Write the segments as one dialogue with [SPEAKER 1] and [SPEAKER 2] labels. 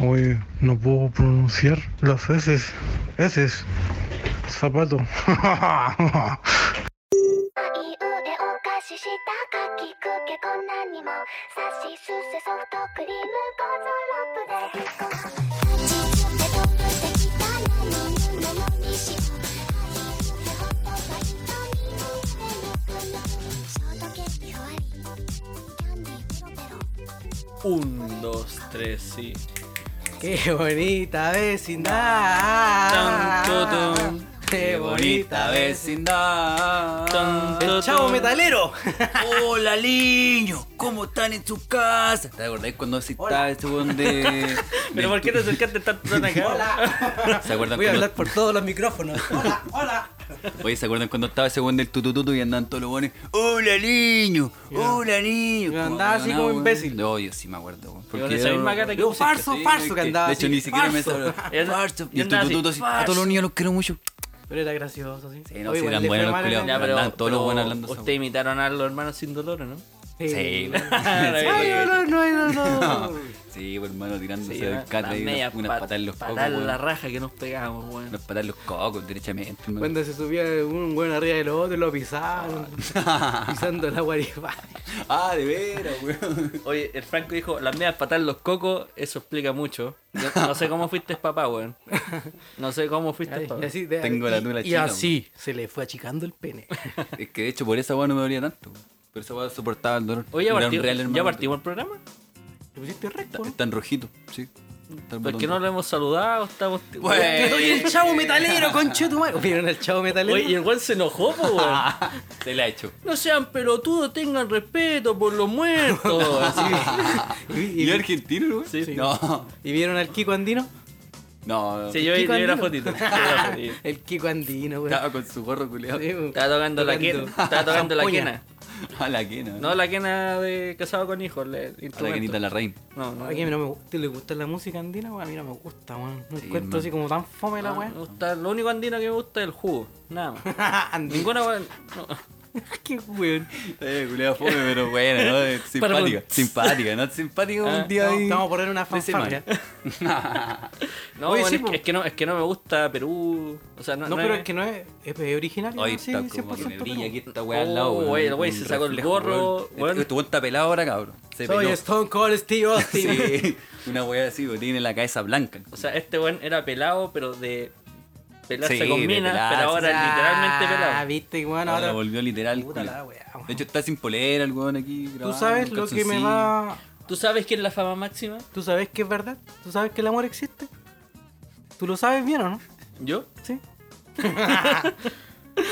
[SPEAKER 1] Oye, no puedo pronunciar las heces. Heces. Zapato.
[SPEAKER 2] Un, dos, tres, sí.
[SPEAKER 3] Qué bonita vecindad.
[SPEAKER 2] Tan, tutum.
[SPEAKER 3] Ah, Qué bonita vecindad.
[SPEAKER 2] Tan,
[SPEAKER 3] El
[SPEAKER 2] tutum.
[SPEAKER 3] chavo metalero.
[SPEAKER 2] Hola, niño. ¿Cómo están en su casa? ¿Te acordáis cuando se estaba este weón de.
[SPEAKER 4] Pero ¿por qué te acercaste tanto tan acá?
[SPEAKER 2] ¿Se acuerdan
[SPEAKER 3] Voy
[SPEAKER 2] cuando...
[SPEAKER 3] a hablar por todos los micrófonos. Hola, hola.
[SPEAKER 2] Oye, ¿se acuerdan cuando estaba ese weón del tutututu y andaban todos los weones? hola niño, hola niño.
[SPEAKER 3] Yo andaba así como
[SPEAKER 2] weón.
[SPEAKER 3] imbécil.
[SPEAKER 2] No, yo sí me acuerdo, weón.
[SPEAKER 4] con esa
[SPEAKER 2] era-
[SPEAKER 4] misma cara que
[SPEAKER 2] Yo,
[SPEAKER 4] pusiste,
[SPEAKER 2] farso,
[SPEAKER 3] sí,
[SPEAKER 2] farso
[SPEAKER 3] que
[SPEAKER 2] que
[SPEAKER 3] andaba
[SPEAKER 2] andaba. De hecho,
[SPEAKER 3] así,
[SPEAKER 2] ni siquiera me
[SPEAKER 3] farso.
[SPEAKER 2] saludó.
[SPEAKER 4] Yo-
[SPEAKER 2] Farso. Y el
[SPEAKER 4] yo andaba así,
[SPEAKER 2] tutututu así, a todos los niños los quiero mucho.
[SPEAKER 3] Pero era gracioso, sí.
[SPEAKER 2] Sí, no,
[SPEAKER 3] Oye,
[SPEAKER 2] sí,
[SPEAKER 3] igual
[SPEAKER 2] eran
[SPEAKER 3] le fue
[SPEAKER 2] buenos los
[SPEAKER 3] mal en
[SPEAKER 2] culiados.
[SPEAKER 3] el-
[SPEAKER 2] Ya, pero- todos los buenos hablando esa
[SPEAKER 4] Ustedes
[SPEAKER 2] weá.
[SPEAKER 4] imitaron a los hermanos sin dolor, ¿no?
[SPEAKER 2] Sí, weón.
[SPEAKER 3] Ay,
[SPEAKER 2] Sí.
[SPEAKER 3] no, no, no, no.
[SPEAKER 2] Sí, pues, hermano, tirándose
[SPEAKER 4] Sí,
[SPEAKER 2] del catre y unas, unas patas en los cocos.
[SPEAKER 4] patar la
[SPEAKER 2] weón.
[SPEAKER 4] raja que nos pegábamos, weón.
[SPEAKER 2] Unas patas en los cocos, derechamente. hermano.
[SPEAKER 3] Cuando se subía un buen arriba del otro, lo pisaron. pisando la guaripa.
[SPEAKER 2] Ah, de veras, weón.
[SPEAKER 4] Oye, el Franco dijo, las medias patar los cocos, eso explica mucho. Yo no sé cómo fuiste papá, weón. No sé cómo fuiste
[SPEAKER 3] Ay, y
[SPEAKER 4] papá.
[SPEAKER 3] así, de-
[SPEAKER 2] Tengo
[SPEAKER 3] y-
[SPEAKER 2] la nula
[SPEAKER 3] y
[SPEAKER 2] china,
[SPEAKER 3] así se le fue achicando el pene.
[SPEAKER 2] Es que de hecho por esa weá no me dolía tanto. weón. Por esa weá soportaba el dolor.
[SPEAKER 4] Oye, ¿ya,
[SPEAKER 2] Era un
[SPEAKER 4] partimos-
[SPEAKER 2] real, hermano.
[SPEAKER 4] ¿ya partimos el programa?
[SPEAKER 3] Te pusiste recto.
[SPEAKER 2] Está-
[SPEAKER 3] ¿no?
[SPEAKER 2] Está en rojito, sí. Está el
[SPEAKER 4] ¿Por
[SPEAKER 2] botón
[SPEAKER 4] qué no lo hemos saludado? Estamos...
[SPEAKER 2] Bueno.
[SPEAKER 3] Oye, el chavo metalero, conche tu madre. Vieron al chavo metalero.
[SPEAKER 4] Oye, y el weón se enojó, po, weón.
[SPEAKER 2] Se la ha hecho.
[SPEAKER 4] No sean pelotudos, tengan respeto por los muertos. Así.
[SPEAKER 3] y, vi- y
[SPEAKER 2] ¿Y
[SPEAKER 3] vi-
[SPEAKER 2] argentino, no?
[SPEAKER 4] Sí.
[SPEAKER 2] No,
[SPEAKER 3] y vieron al Kiko Andino.
[SPEAKER 2] no.
[SPEAKER 4] Sí, yo
[SPEAKER 3] Kiko
[SPEAKER 4] vi la
[SPEAKER 3] Andino.
[SPEAKER 4] fotito. yo vi la fotito.
[SPEAKER 3] El Kiko Andino, güey.
[SPEAKER 2] Estaba con su gorro culeado.
[SPEAKER 4] Estaba tocando la quena. Estaba tocando la quena.
[SPEAKER 2] A la quena.
[SPEAKER 4] No la quena de casado con hijos, el
[SPEAKER 2] A la quenita
[SPEAKER 4] instrumento.
[SPEAKER 2] de la reina.
[SPEAKER 4] No,
[SPEAKER 3] No,
[SPEAKER 4] no.
[SPEAKER 3] a mí no me gusta. ¿Le gusta la música andina? güey? A mí no me gusta, weón. No encuentro
[SPEAKER 2] hermano.
[SPEAKER 3] así como tan fome la
[SPEAKER 4] Ah, no,
[SPEAKER 3] weá.
[SPEAKER 4] me gusta- lo único andino que me gusta es el jugo. Nada más.
[SPEAKER 3] Andino.
[SPEAKER 4] Ninguna weá- no.
[SPEAKER 3] Qué weón.
[SPEAKER 2] Eh, culeado fome, pero bueno, ¿no? Es simpática.
[SPEAKER 4] Perdón.
[SPEAKER 2] simpática, ¿no? Simpática
[SPEAKER 4] Ah,
[SPEAKER 2] un día ahí.
[SPEAKER 3] Vamos a poner una
[SPEAKER 2] de semana.
[SPEAKER 3] fanfarria.
[SPEAKER 4] No,
[SPEAKER 3] Oye,
[SPEAKER 4] bueno,
[SPEAKER 3] sí,
[SPEAKER 4] es,
[SPEAKER 3] po.
[SPEAKER 4] que, es que no, es que no me gusta Perú. O sea, no,
[SPEAKER 3] No, pero es que no es. Es original.
[SPEAKER 2] Oye,
[SPEAKER 3] ¿no? Sí,
[SPEAKER 2] está como que me
[SPEAKER 3] 100%
[SPEAKER 2] brilla
[SPEAKER 3] peruano.
[SPEAKER 2] aquí esta weá al
[SPEAKER 4] Oh,
[SPEAKER 2] lado. weón.
[SPEAKER 4] güey, el güey
[SPEAKER 2] Un
[SPEAKER 4] se sacó el
[SPEAKER 2] reflejo,
[SPEAKER 4] gorro,
[SPEAKER 2] Este
[SPEAKER 4] güey.
[SPEAKER 2] este güey está pelado ahora, cabrón. Se
[SPEAKER 3] Soy este.
[SPEAKER 2] peló.
[SPEAKER 3] Stone Cold Steve Austin.
[SPEAKER 2] Sí, una weá así, güey. Tiene la cabeza blanca.
[SPEAKER 4] O sea, este weón era pelado, pero de pelarse
[SPEAKER 2] Sí,
[SPEAKER 4] con
[SPEAKER 2] de
[SPEAKER 4] minas,
[SPEAKER 2] pelarse.
[SPEAKER 4] pero ahora es literalmente
[SPEAKER 3] Ah,
[SPEAKER 4] pelado.
[SPEAKER 3] viste, weón.
[SPEAKER 2] Ahora
[SPEAKER 3] Ahora.
[SPEAKER 2] la volvió literal.
[SPEAKER 3] Puta la
[SPEAKER 2] culiao.
[SPEAKER 3] weá, weón.
[SPEAKER 2] de hecho, está sin polera el weón aquí.
[SPEAKER 3] Tú
[SPEAKER 2] grabando,
[SPEAKER 3] sabes
[SPEAKER 2] con
[SPEAKER 3] lo que me
[SPEAKER 2] calzoncillo.
[SPEAKER 3] va.
[SPEAKER 4] ¿Tú sabes quién es la fama máxima?
[SPEAKER 3] ¿Tú sabes que es verdad? ¿Tú sabes que el amor existe? ¿Tú lo sabes bien o no?
[SPEAKER 4] ¿Yo?
[SPEAKER 3] Sí.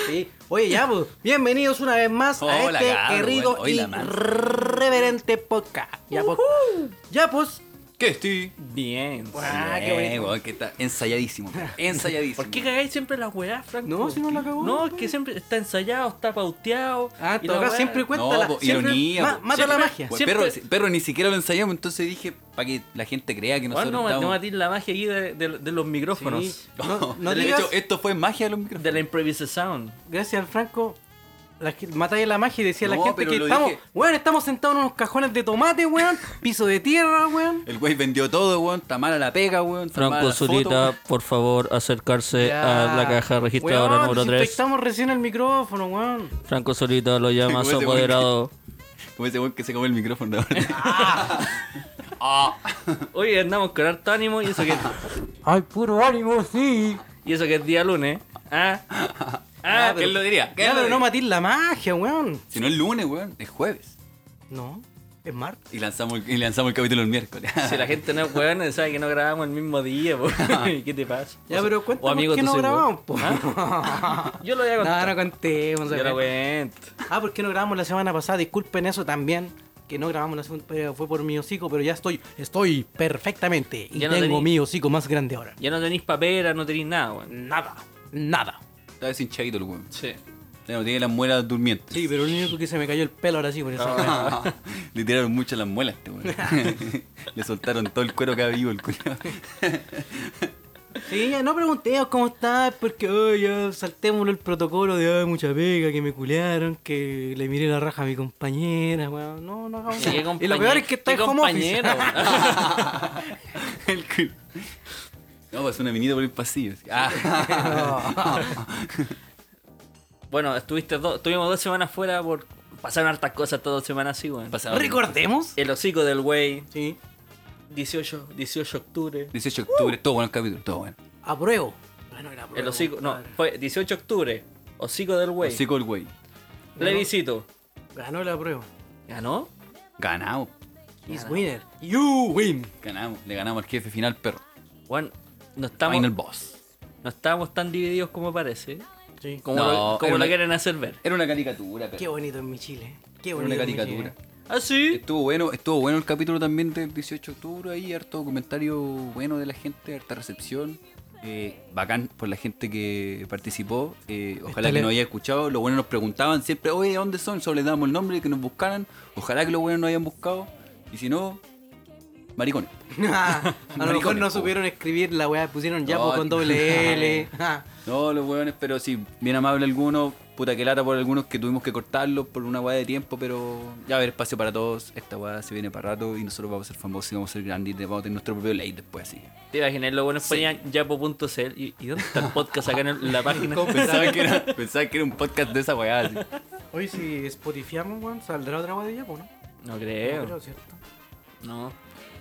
[SPEAKER 3] sí. Oye, ya, pues, bienvenidos una vez más a
[SPEAKER 2] Hola,
[SPEAKER 3] este
[SPEAKER 2] cabrón,
[SPEAKER 3] querido
[SPEAKER 2] bueno, hoy
[SPEAKER 3] y
[SPEAKER 2] la man.
[SPEAKER 3] reverente podcast. Ya, pues. Ya, pues.
[SPEAKER 2] ¿Qué estoy?
[SPEAKER 4] Bien.
[SPEAKER 3] Ah, qué
[SPEAKER 2] Eh,
[SPEAKER 3] bonito.
[SPEAKER 2] weón, que está ensayadísimo. cara, Ensayadísimo.
[SPEAKER 4] ¿Por qué cagáis siempre las weas, Franco?
[SPEAKER 3] No, si no la cagó.
[SPEAKER 4] No, es que siempre está ensayado, está pauteado.
[SPEAKER 3] Ah,
[SPEAKER 4] y
[SPEAKER 3] todo
[SPEAKER 4] la
[SPEAKER 3] acá
[SPEAKER 4] wea-
[SPEAKER 3] siempre cuenta la
[SPEAKER 2] No, po,
[SPEAKER 3] siempre-
[SPEAKER 2] ironía.
[SPEAKER 3] ma-
[SPEAKER 2] po.
[SPEAKER 3] mata la
[SPEAKER 2] Siempre-
[SPEAKER 3] magia.
[SPEAKER 2] Pues,
[SPEAKER 4] Siempre-
[SPEAKER 2] perro, perro, ni siquiera lo ensayamos, entonces dije, para que la gente crea que
[SPEAKER 4] Juan,
[SPEAKER 2] nosotros
[SPEAKER 4] no, no
[SPEAKER 2] estábamos-
[SPEAKER 4] matís la magia aquí de, de- de los micrófonos.
[SPEAKER 3] Sí. No, no
[SPEAKER 2] de
[SPEAKER 3] digas-
[SPEAKER 2] hecho, esto fue magia de los micrófonos.
[SPEAKER 4] De la improvisación.
[SPEAKER 3] Gracias al Franco. La, gen- matáis la magia y decía
[SPEAKER 2] No,
[SPEAKER 3] la gente
[SPEAKER 2] pero
[SPEAKER 3] que
[SPEAKER 2] lo
[SPEAKER 3] estamos.
[SPEAKER 2] dije.
[SPEAKER 3] Weón, estamos sentados en unos cajones de tomate, weón. Piso de tierra, weón.
[SPEAKER 2] El güey vendió todo, weón. Está mala la pega, weón. está mala la foto, weón.
[SPEAKER 4] por favor, acercarse
[SPEAKER 3] Ya. Weón, desinfectamos recién el micrófono, weón.
[SPEAKER 4] Franco Solita lo llama
[SPEAKER 2] Como su ese güey. apoderado. Como ese weón que se come el micrófono ahora. Ah.
[SPEAKER 4] Oye, andamos con harto ánimo y eso que,
[SPEAKER 3] Ay, puro ánimo, sí.
[SPEAKER 4] y eso que es día lunes. Ah,
[SPEAKER 2] Ah,
[SPEAKER 4] ah,
[SPEAKER 2] ¿quién lo diría? ¿Quién
[SPEAKER 3] Ya,
[SPEAKER 2] lo
[SPEAKER 3] pero no
[SPEAKER 2] diría?
[SPEAKER 3] matís la magia, weón.
[SPEAKER 2] Si no es lunes, weón, es jueves.
[SPEAKER 3] No, es martes.
[SPEAKER 2] Y lanzamos, el- y lanzamos el capítulo el miércoles.
[SPEAKER 4] si la gente no es weón, sabe que no grabamos el mismo día, po. ¿qué te pasa?
[SPEAKER 3] Ya, pero
[SPEAKER 4] cuéntame
[SPEAKER 3] cuéntanos que no grabamos, po.
[SPEAKER 4] Yo lo voy a
[SPEAKER 3] no,
[SPEAKER 4] contar.
[SPEAKER 3] no contemos.
[SPEAKER 4] Yo lo
[SPEAKER 3] weón.
[SPEAKER 4] cuento.
[SPEAKER 3] Ah, ¿por qué no grabamos la semana pasada? Disculpen eso también. Que no grabamos la semana pasada, fue por mi hocico, pero ya estoy, estoy perfectamente. Y
[SPEAKER 4] Ya no
[SPEAKER 3] tengo
[SPEAKER 4] tení-
[SPEAKER 3] mi hocico más grande ahora.
[SPEAKER 4] Ya no tenéis papera, no tenéis nada, weón.
[SPEAKER 3] Nada, nada.
[SPEAKER 2] Está deshinchadito el weón.
[SPEAKER 4] Sí.
[SPEAKER 2] Ya no tiene las muelas durmientes.
[SPEAKER 3] Sí, pero lo único que se me cayó el pelo ahora sí por eso.
[SPEAKER 2] Ah. Le tiraron mucho las muelas, este weón. Le soltaron todo el cuero que había vivo el culo.
[SPEAKER 3] Sí, ya no preguntemos cómo estás, porque oh, ya saltémoslo el protocolo de ay, mucha pega, que me culearon, que le miré la raja a mi compañera, weón. No, no hagamos
[SPEAKER 4] Sí, qué
[SPEAKER 3] nada. Y lo
[SPEAKER 4] compañe-
[SPEAKER 3] peor es que está
[SPEAKER 4] qué
[SPEAKER 3] en home office.
[SPEAKER 4] compañera, weón.
[SPEAKER 2] el cul- No, pasó una minita por el pasillo. ah.
[SPEAKER 4] Bueno, estuviste dos, estuvimos dos semanas fuera por. Pasaron hartas cosas todas dos semanas así, weón.
[SPEAKER 3] Recordemos.
[SPEAKER 4] El hocico del güey,
[SPEAKER 3] Sí.
[SPEAKER 4] 18, 18 de octubre.
[SPEAKER 2] 18 de octubre, todo bueno el capítulo, todo bueno.
[SPEAKER 3] Apruebo. Bueno, era apruebo,
[SPEAKER 4] El hocico, no,
[SPEAKER 3] compadre.
[SPEAKER 4] fue 18 de octubre. Hocico del güey.
[SPEAKER 2] Así con el güey.
[SPEAKER 4] Plebiscito.
[SPEAKER 3] Ganó la prueba.
[SPEAKER 4] ¿Ganó?
[SPEAKER 2] Ganamos,
[SPEAKER 3] Is winner. You win.
[SPEAKER 2] ganamos, le ganamos al jefe final, perro.
[SPEAKER 4] Juan, no estamos,
[SPEAKER 2] Final boss.
[SPEAKER 4] no estábamos tan divididos como parece.
[SPEAKER 3] Sí.
[SPEAKER 4] Como,
[SPEAKER 2] No,
[SPEAKER 4] lo, como
[SPEAKER 2] era
[SPEAKER 4] lo
[SPEAKER 2] una-
[SPEAKER 4] quieren hacer ver.
[SPEAKER 2] Era una caricatura,
[SPEAKER 3] Qué
[SPEAKER 2] perro.
[SPEAKER 3] bonito en mi Chile. eh. Qué
[SPEAKER 2] Era
[SPEAKER 3] bonito.
[SPEAKER 2] una
[SPEAKER 3] en mi
[SPEAKER 2] caricatura.
[SPEAKER 3] Chile.
[SPEAKER 4] ¿Ah, sí?
[SPEAKER 2] Estuvo bueno, estuvo bueno el capítulo también del 18 de octubre ahí, harto comentario bueno de la gente, harta recepción. Eh, bacán por la gente que participó. eh, ojalá
[SPEAKER 3] Está
[SPEAKER 2] que
[SPEAKER 3] le-
[SPEAKER 2] nos haya escuchado. Los buenos nos preguntaban siempre, oye, ¿a ¿dónde son? Solo les damos el nombre y que nos buscaran. Ojalá que los buenos nos hayan buscado. Y si no, maricones.
[SPEAKER 3] Ah, a lo mejor
[SPEAKER 2] Maricones,
[SPEAKER 3] no
[SPEAKER 2] po.
[SPEAKER 3] supieron escribir la weá, pusieron ya po,
[SPEAKER 2] No.
[SPEAKER 3] con doble L. Ah,
[SPEAKER 2] No, los hueones, pero sí, bien amable algunos. Puta que lata por algunos que tuvimos que cortarlos por una hueá de tiempo, pero ya va a haber espacio para todos. Esta hueá se viene para rato y nosotros vamos a ser famosos y vamos a ser grandes y vamos a tener nuestro propio ley después, así que.
[SPEAKER 4] Te imaginas, lo bueno ponían yapo.cl. ¿Y, y dónde está el podcast acá en, el- en la página?
[SPEAKER 2] Pensaba que, era, pensaba que era un podcast de esa hueá, así.
[SPEAKER 3] Hoy si spotifiamos, weón, saldrá otra weá de Yapo, ¿no?
[SPEAKER 4] No
[SPEAKER 3] No
[SPEAKER 4] creo.
[SPEAKER 3] creo, ¿cierto?
[SPEAKER 4] No.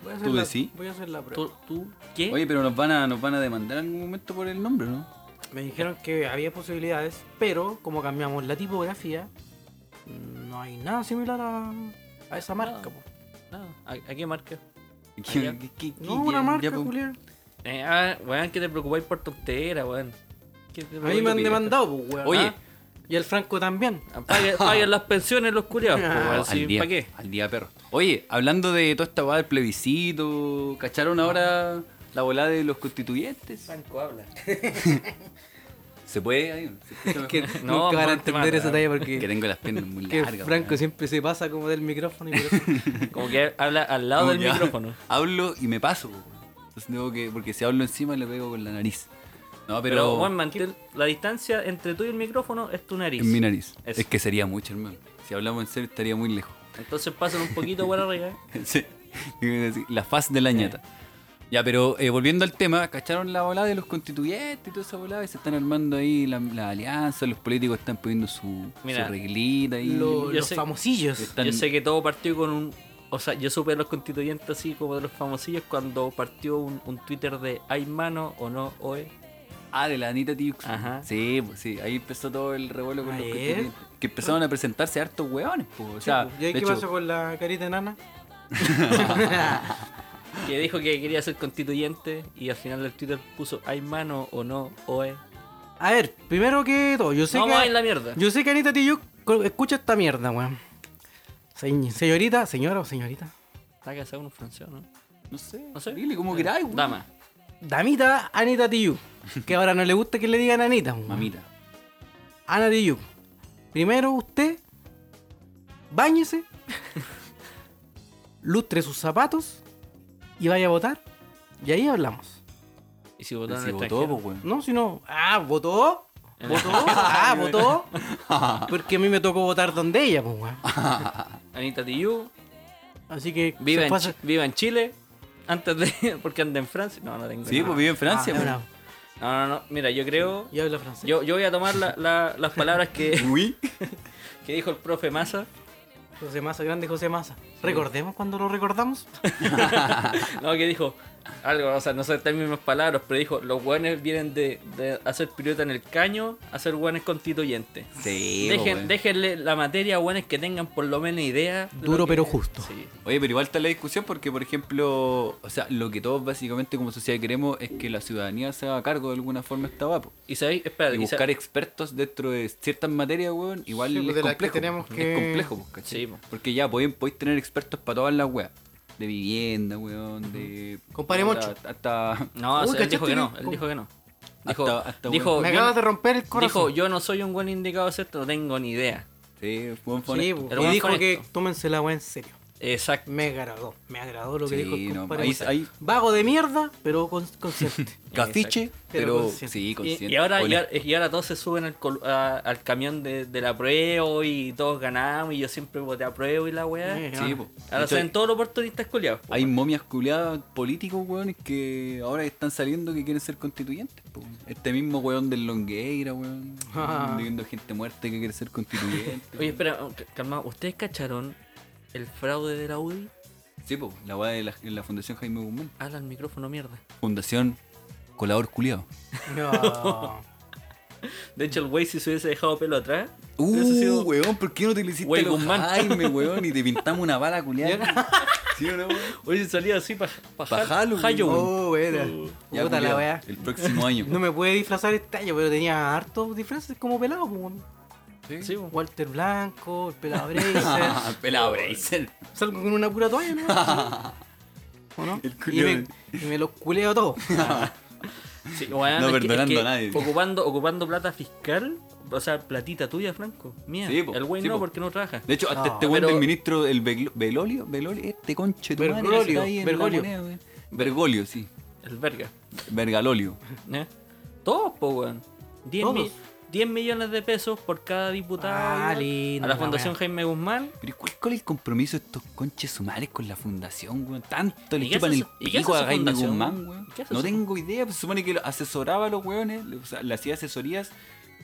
[SPEAKER 3] Voy a hacer
[SPEAKER 2] ¿Tú
[SPEAKER 3] la-
[SPEAKER 2] decís?
[SPEAKER 3] Voy a hacer la prueba.
[SPEAKER 4] ¿Tú, tú qué?
[SPEAKER 2] Oye, pero nos van a, nos van a demandar en algún momento por el nombre, ¿no?
[SPEAKER 3] Me dijeron que había posibilidades, pero como cambiamos la tipografía, mm, no hay nada similar a, a esa
[SPEAKER 2] Ah.
[SPEAKER 3] marca. pues. po.
[SPEAKER 4] No, ¿a, a qué marca? ya.
[SPEAKER 2] ¿Qué- qué- qué-
[SPEAKER 3] No,
[SPEAKER 2] qué-
[SPEAKER 3] una
[SPEAKER 2] ya,
[SPEAKER 3] marca,
[SPEAKER 2] ya, pues.
[SPEAKER 3] Julián.
[SPEAKER 4] Eh, ah, weón, que te preocupáis por tontera, weón. Que te
[SPEAKER 3] A mí me han
[SPEAKER 4] preocupáis.
[SPEAKER 3] demandado, po, weón.
[SPEAKER 2] Oye.
[SPEAKER 3] ¿ah? Y el Franco también.
[SPEAKER 4] Ah, Paguen, paguen las pensiones los culiados,
[SPEAKER 3] Ah,
[SPEAKER 2] Ah, al día,
[SPEAKER 4] ¿Para qué?
[SPEAKER 2] Al día, perro. Oye, hablando de toda esta hueá del plebiscito, ¿cacharon ahora la volada de los constituyentes?
[SPEAKER 4] habla.
[SPEAKER 2] ¿Se puede? ahí? ¿Se escucha mejor?
[SPEAKER 3] Que
[SPEAKER 4] No,
[SPEAKER 3] nunca van a
[SPEAKER 4] Juan, te
[SPEAKER 3] entender esa
[SPEAKER 4] mata.
[SPEAKER 3] talla
[SPEAKER 2] Que
[SPEAKER 3] porque
[SPEAKER 2] tengo las piernas muy
[SPEAKER 3] que
[SPEAKER 2] largas.
[SPEAKER 3] Franco
[SPEAKER 2] weón.
[SPEAKER 3] siempre se pasa como del micrófono y por eso-
[SPEAKER 4] Como que habla al lado
[SPEAKER 2] Como
[SPEAKER 4] del
[SPEAKER 2] que ha-
[SPEAKER 4] micrófono.
[SPEAKER 2] Hablo y me paso. weón. Entonces tengo que, porque si hablo encima le pego con la nariz. No,
[SPEAKER 4] Pero,
[SPEAKER 2] pero,
[SPEAKER 4] Juan, mantén la distancia entre tú y el micrófono es tu nariz.
[SPEAKER 2] en mi nariz.
[SPEAKER 4] Eso.
[SPEAKER 2] Es que sería mucho, hermano. Si hablamos en serio estaría muy lejos.
[SPEAKER 4] Entonces pasan un poquito para arriba.
[SPEAKER 2] Sí. la faz de la ñata. Ya, pero eh, volviendo al tema, ¿cacharon la volada de los constituyentes y toda esa volada? Y se están armando ahí la, la alianza, los políticos están poniendo su,
[SPEAKER 4] Mira,
[SPEAKER 2] su reglita ahí.
[SPEAKER 3] Lo-
[SPEAKER 4] yo
[SPEAKER 3] los
[SPEAKER 4] sé-
[SPEAKER 3] famosillos.
[SPEAKER 2] Están-
[SPEAKER 4] Yo sé que todo partió con un. O sea, yo supe de los constituyentes así como de los famosillos cuando partió un, un Twitter de hay mano o no oe.
[SPEAKER 2] Ah, de la Anita Tiux.
[SPEAKER 4] Ajá.
[SPEAKER 2] Sí, pues sí, ahí empezó todo el revuelo con los
[SPEAKER 3] Ayer.
[SPEAKER 2] constituyentes. Que empezaron a presentarse hartos hueones, pues. O sea,
[SPEAKER 3] ¿Y ahí
[SPEAKER 2] de
[SPEAKER 3] qué
[SPEAKER 2] hecho,
[SPEAKER 3] pasó con la carita enana?
[SPEAKER 4] Que dijo que quería ser constituyente y al final del Twitter puso hay mano o no oe.
[SPEAKER 3] A ver, primero que todo, yo sé
[SPEAKER 4] Vamos a ir
[SPEAKER 3] que.
[SPEAKER 4] la mierda.
[SPEAKER 3] Yo sé que Anita Tijoc escucha esta mierda, weón. Se- Señorita, señora o señorita.
[SPEAKER 4] Está casado con un francés, ¿no?
[SPEAKER 2] No sé,
[SPEAKER 4] No sé. Eh,
[SPEAKER 2] Dile como queráis, weón.
[SPEAKER 4] Dama.
[SPEAKER 3] Damita Anita Tijoc. Que ahora no le gusta que le digan Anita. weón.
[SPEAKER 2] Mamita.
[SPEAKER 3] Ana Tijoc. Primero usted. Báñese. lustre sus zapatos. Y vaya a votar. Y ahí hablamos.
[SPEAKER 4] Y si
[SPEAKER 2] Pero
[SPEAKER 4] votaron
[SPEAKER 2] Si
[SPEAKER 4] en el
[SPEAKER 2] votó,
[SPEAKER 4] extranjero.
[SPEAKER 2] pues, weón.
[SPEAKER 3] No, si no. Ah, votó.
[SPEAKER 4] En
[SPEAKER 3] ¿Votó? Ah, votó. Porque a mí me tocó votar donde ella, pues, weón.
[SPEAKER 4] Anita Tijoux
[SPEAKER 3] Así que.
[SPEAKER 4] viva,
[SPEAKER 3] se
[SPEAKER 4] en
[SPEAKER 3] pasa-
[SPEAKER 4] Chi- viva en Chile. Antes de. Porque anda en Francia. No, no tengo.
[SPEAKER 2] Sí,
[SPEAKER 4] nada.
[SPEAKER 2] pues vive en Francia,
[SPEAKER 3] Ah,
[SPEAKER 2] weón.
[SPEAKER 3] bravo.
[SPEAKER 4] No, no, no. Mira, yo creo.
[SPEAKER 3] Y habla francés.
[SPEAKER 4] Yo, yo voy a tomar la- la- las palabras que,
[SPEAKER 2] Uy.
[SPEAKER 4] que dijo el profe Massa.
[SPEAKER 3] José Massa, grande José Massa. Recordemos cuando lo recordamos.
[SPEAKER 4] No, que dijo algo, o sea, no sé estas mismas palabras, pero dijo: Los guanes vienen de, de hacer pirota en el caño a ser guanes constituyentes.
[SPEAKER 2] Sí, pues,
[SPEAKER 4] Dejen,
[SPEAKER 2] weón.
[SPEAKER 4] déjenle la materia a guanes que tengan por lo menos idea. de lo
[SPEAKER 3] Duro
[SPEAKER 4] que-
[SPEAKER 3] pero justo.
[SPEAKER 4] Sí.
[SPEAKER 2] Oye, pero igual está la discusión porque, por ejemplo, o sea, lo que todos básicamente como sociedad queremos es que la ciudadanía se haga cargo de alguna forma de esta vapo.
[SPEAKER 4] Y sabéis, espérate,
[SPEAKER 2] Y
[SPEAKER 4] y sa-
[SPEAKER 2] buscar expertos dentro de ciertas materias, weón, igual
[SPEAKER 3] Sí, pues,
[SPEAKER 2] es
[SPEAKER 3] de las que
[SPEAKER 2] complejo.
[SPEAKER 3] tenemos
[SPEAKER 2] po.
[SPEAKER 3] que-
[SPEAKER 2] Es complejo, pues, ¿cachai?
[SPEAKER 4] Sí, po.
[SPEAKER 2] Porque ya podéis, podéis tener expertos para todas las weas. De vivienda, weón, de...
[SPEAKER 3] Compadre
[SPEAKER 2] hasta-
[SPEAKER 3] Moncho.
[SPEAKER 2] Hasta...
[SPEAKER 4] No,
[SPEAKER 3] Uy,
[SPEAKER 4] o sea, él
[SPEAKER 3] ¿cachaste
[SPEAKER 4] dijo que no,
[SPEAKER 3] que-
[SPEAKER 4] él dijo que no. Dijo,
[SPEAKER 2] Hasta- hasta
[SPEAKER 4] dijo,
[SPEAKER 3] Me
[SPEAKER 4] yo-
[SPEAKER 3] acabas de romper el
[SPEAKER 4] dijo,
[SPEAKER 3] corazón.
[SPEAKER 4] yo no soy un buen indicado a hacer esto, no tengo ni idea.
[SPEAKER 2] Sí, weón, fue
[SPEAKER 3] Sí,
[SPEAKER 2] honesto.
[SPEAKER 3] po.
[SPEAKER 4] Pero
[SPEAKER 3] y
[SPEAKER 4] bueno,
[SPEAKER 3] dijo
[SPEAKER 4] con
[SPEAKER 3] que
[SPEAKER 4] esto.
[SPEAKER 3] tómense la weá en serio.
[SPEAKER 4] Exacto.
[SPEAKER 3] Me agradó, me agradó lo que
[SPEAKER 2] Sí,
[SPEAKER 3] dijo el
[SPEAKER 2] no,
[SPEAKER 3] compadre
[SPEAKER 2] ahí-
[SPEAKER 3] Gonzalo.
[SPEAKER 2] ahí-
[SPEAKER 3] Vago de mierda, pero con- consciente.
[SPEAKER 2] Cafiche,
[SPEAKER 4] Exacto.
[SPEAKER 3] Pero pues,
[SPEAKER 2] pero,
[SPEAKER 3] consciente.
[SPEAKER 2] sí, consciente.
[SPEAKER 4] Y ahora, y
[SPEAKER 2] Ole.
[SPEAKER 4] ahora- y ahora todos se suben al, col- a- al camión de, de la prueba y todos ganamos y yo siempre voté a prueba y la weá.
[SPEAKER 3] Eh,
[SPEAKER 2] Sí, po.
[SPEAKER 4] Ahora
[SPEAKER 2] De hecho,
[SPEAKER 4] se ven todos los oportunistas culiados. po.
[SPEAKER 2] Hay momias culiadas políticos, weón, que ahora están saliendo que quieren ser constituyentes. po. Este mismo weón del Longueira, weón.
[SPEAKER 3] Ah.
[SPEAKER 2] Viendo gente muerta que quiere ser constituyente.
[SPEAKER 4] Oye, espera, c- calma, ¿ustedes cacharon el fraude de la UDI?
[SPEAKER 2] Sí, po, la weá de la, la Fundación Jaime Guzmán.
[SPEAKER 4] Habla al micrófono, mierda.
[SPEAKER 2] Fundación Colador Culiado.
[SPEAKER 3] No.
[SPEAKER 4] De hecho, el güey, si se hubiese dejado pelo atrás,
[SPEAKER 2] Uh,
[SPEAKER 4] hubiese sido-
[SPEAKER 2] weón, ¿por qué no te le hiciste
[SPEAKER 4] Wey
[SPEAKER 2] a los
[SPEAKER 4] Guzmán.
[SPEAKER 2] Jaime, weón? Y te pintamos una bala culiada. ¿Sí o no, weón?
[SPEAKER 4] hubiese salido así para
[SPEAKER 2] Pa' Halloween.
[SPEAKER 3] Oh, buena.
[SPEAKER 2] Ya,
[SPEAKER 3] Puta la
[SPEAKER 2] culiao,
[SPEAKER 3] weá.
[SPEAKER 2] El próximo año.
[SPEAKER 3] No me pude disfrazar este año, pero tenía hartos disfraces como pelado, po, weón.
[SPEAKER 4] Sí, po.
[SPEAKER 3] Walter Blanco, el pelado Bracer.
[SPEAKER 2] Pelado Bracer.
[SPEAKER 3] Salgo con una pura toalla, ¿no? ¿O no?
[SPEAKER 2] El
[SPEAKER 3] y,
[SPEAKER 2] culeo.
[SPEAKER 3] me, y me los culeo todo.
[SPEAKER 4] Sí, weón,
[SPEAKER 2] No
[SPEAKER 4] es que- es
[SPEAKER 2] perdonando
[SPEAKER 4] que
[SPEAKER 2] a nadie.
[SPEAKER 4] Ocupando, ocupando plata fiscal, o sea, platita tuya, Franco. Mía.
[SPEAKER 2] Sí, po,
[SPEAKER 4] el güey
[SPEAKER 2] sí,
[SPEAKER 4] no,
[SPEAKER 2] po.
[SPEAKER 4] porque no trabaja.
[SPEAKER 2] De hecho, hasta
[SPEAKER 3] No,
[SPEAKER 2] este weón
[SPEAKER 4] pero-
[SPEAKER 2] del ministro, el Beglo- Belolio, Belolio, este conche tu madre
[SPEAKER 3] Bergoglio,
[SPEAKER 2] que está ahí en la
[SPEAKER 3] Bergoglio.
[SPEAKER 2] moneda, weón. Bergoglio, sí.
[SPEAKER 4] El verga.
[SPEAKER 2] Bergalolio.
[SPEAKER 4] ¿eh? Todos, po, weón. 10,
[SPEAKER 3] Todos.
[SPEAKER 4] mi- 10 millones de pesos por cada diputado.
[SPEAKER 3] Ah,
[SPEAKER 4] weón,
[SPEAKER 3] lindo,
[SPEAKER 4] a la
[SPEAKER 3] la
[SPEAKER 4] Fundación
[SPEAKER 3] weá.
[SPEAKER 4] Jaime Guzmán.
[SPEAKER 2] Pero ¿cuál, cuál es el compromiso de estos conches sumales con la fundación, weón? Tanto
[SPEAKER 4] ¿Y
[SPEAKER 2] le
[SPEAKER 4] qué
[SPEAKER 2] chupan
[SPEAKER 4] hace
[SPEAKER 2] el
[SPEAKER 4] esa- y qué
[SPEAKER 2] pico
[SPEAKER 4] hace
[SPEAKER 2] a
[SPEAKER 4] esa
[SPEAKER 2] Jaime
[SPEAKER 4] fundación?
[SPEAKER 2] Guzmán, weón.
[SPEAKER 4] ¿Qué hace
[SPEAKER 2] No
[SPEAKER 4] esa-
[SPEAKER 2] tengo idea, pues, se supone que lo asesoraba a los weones, le, o sea, le hacía asesorías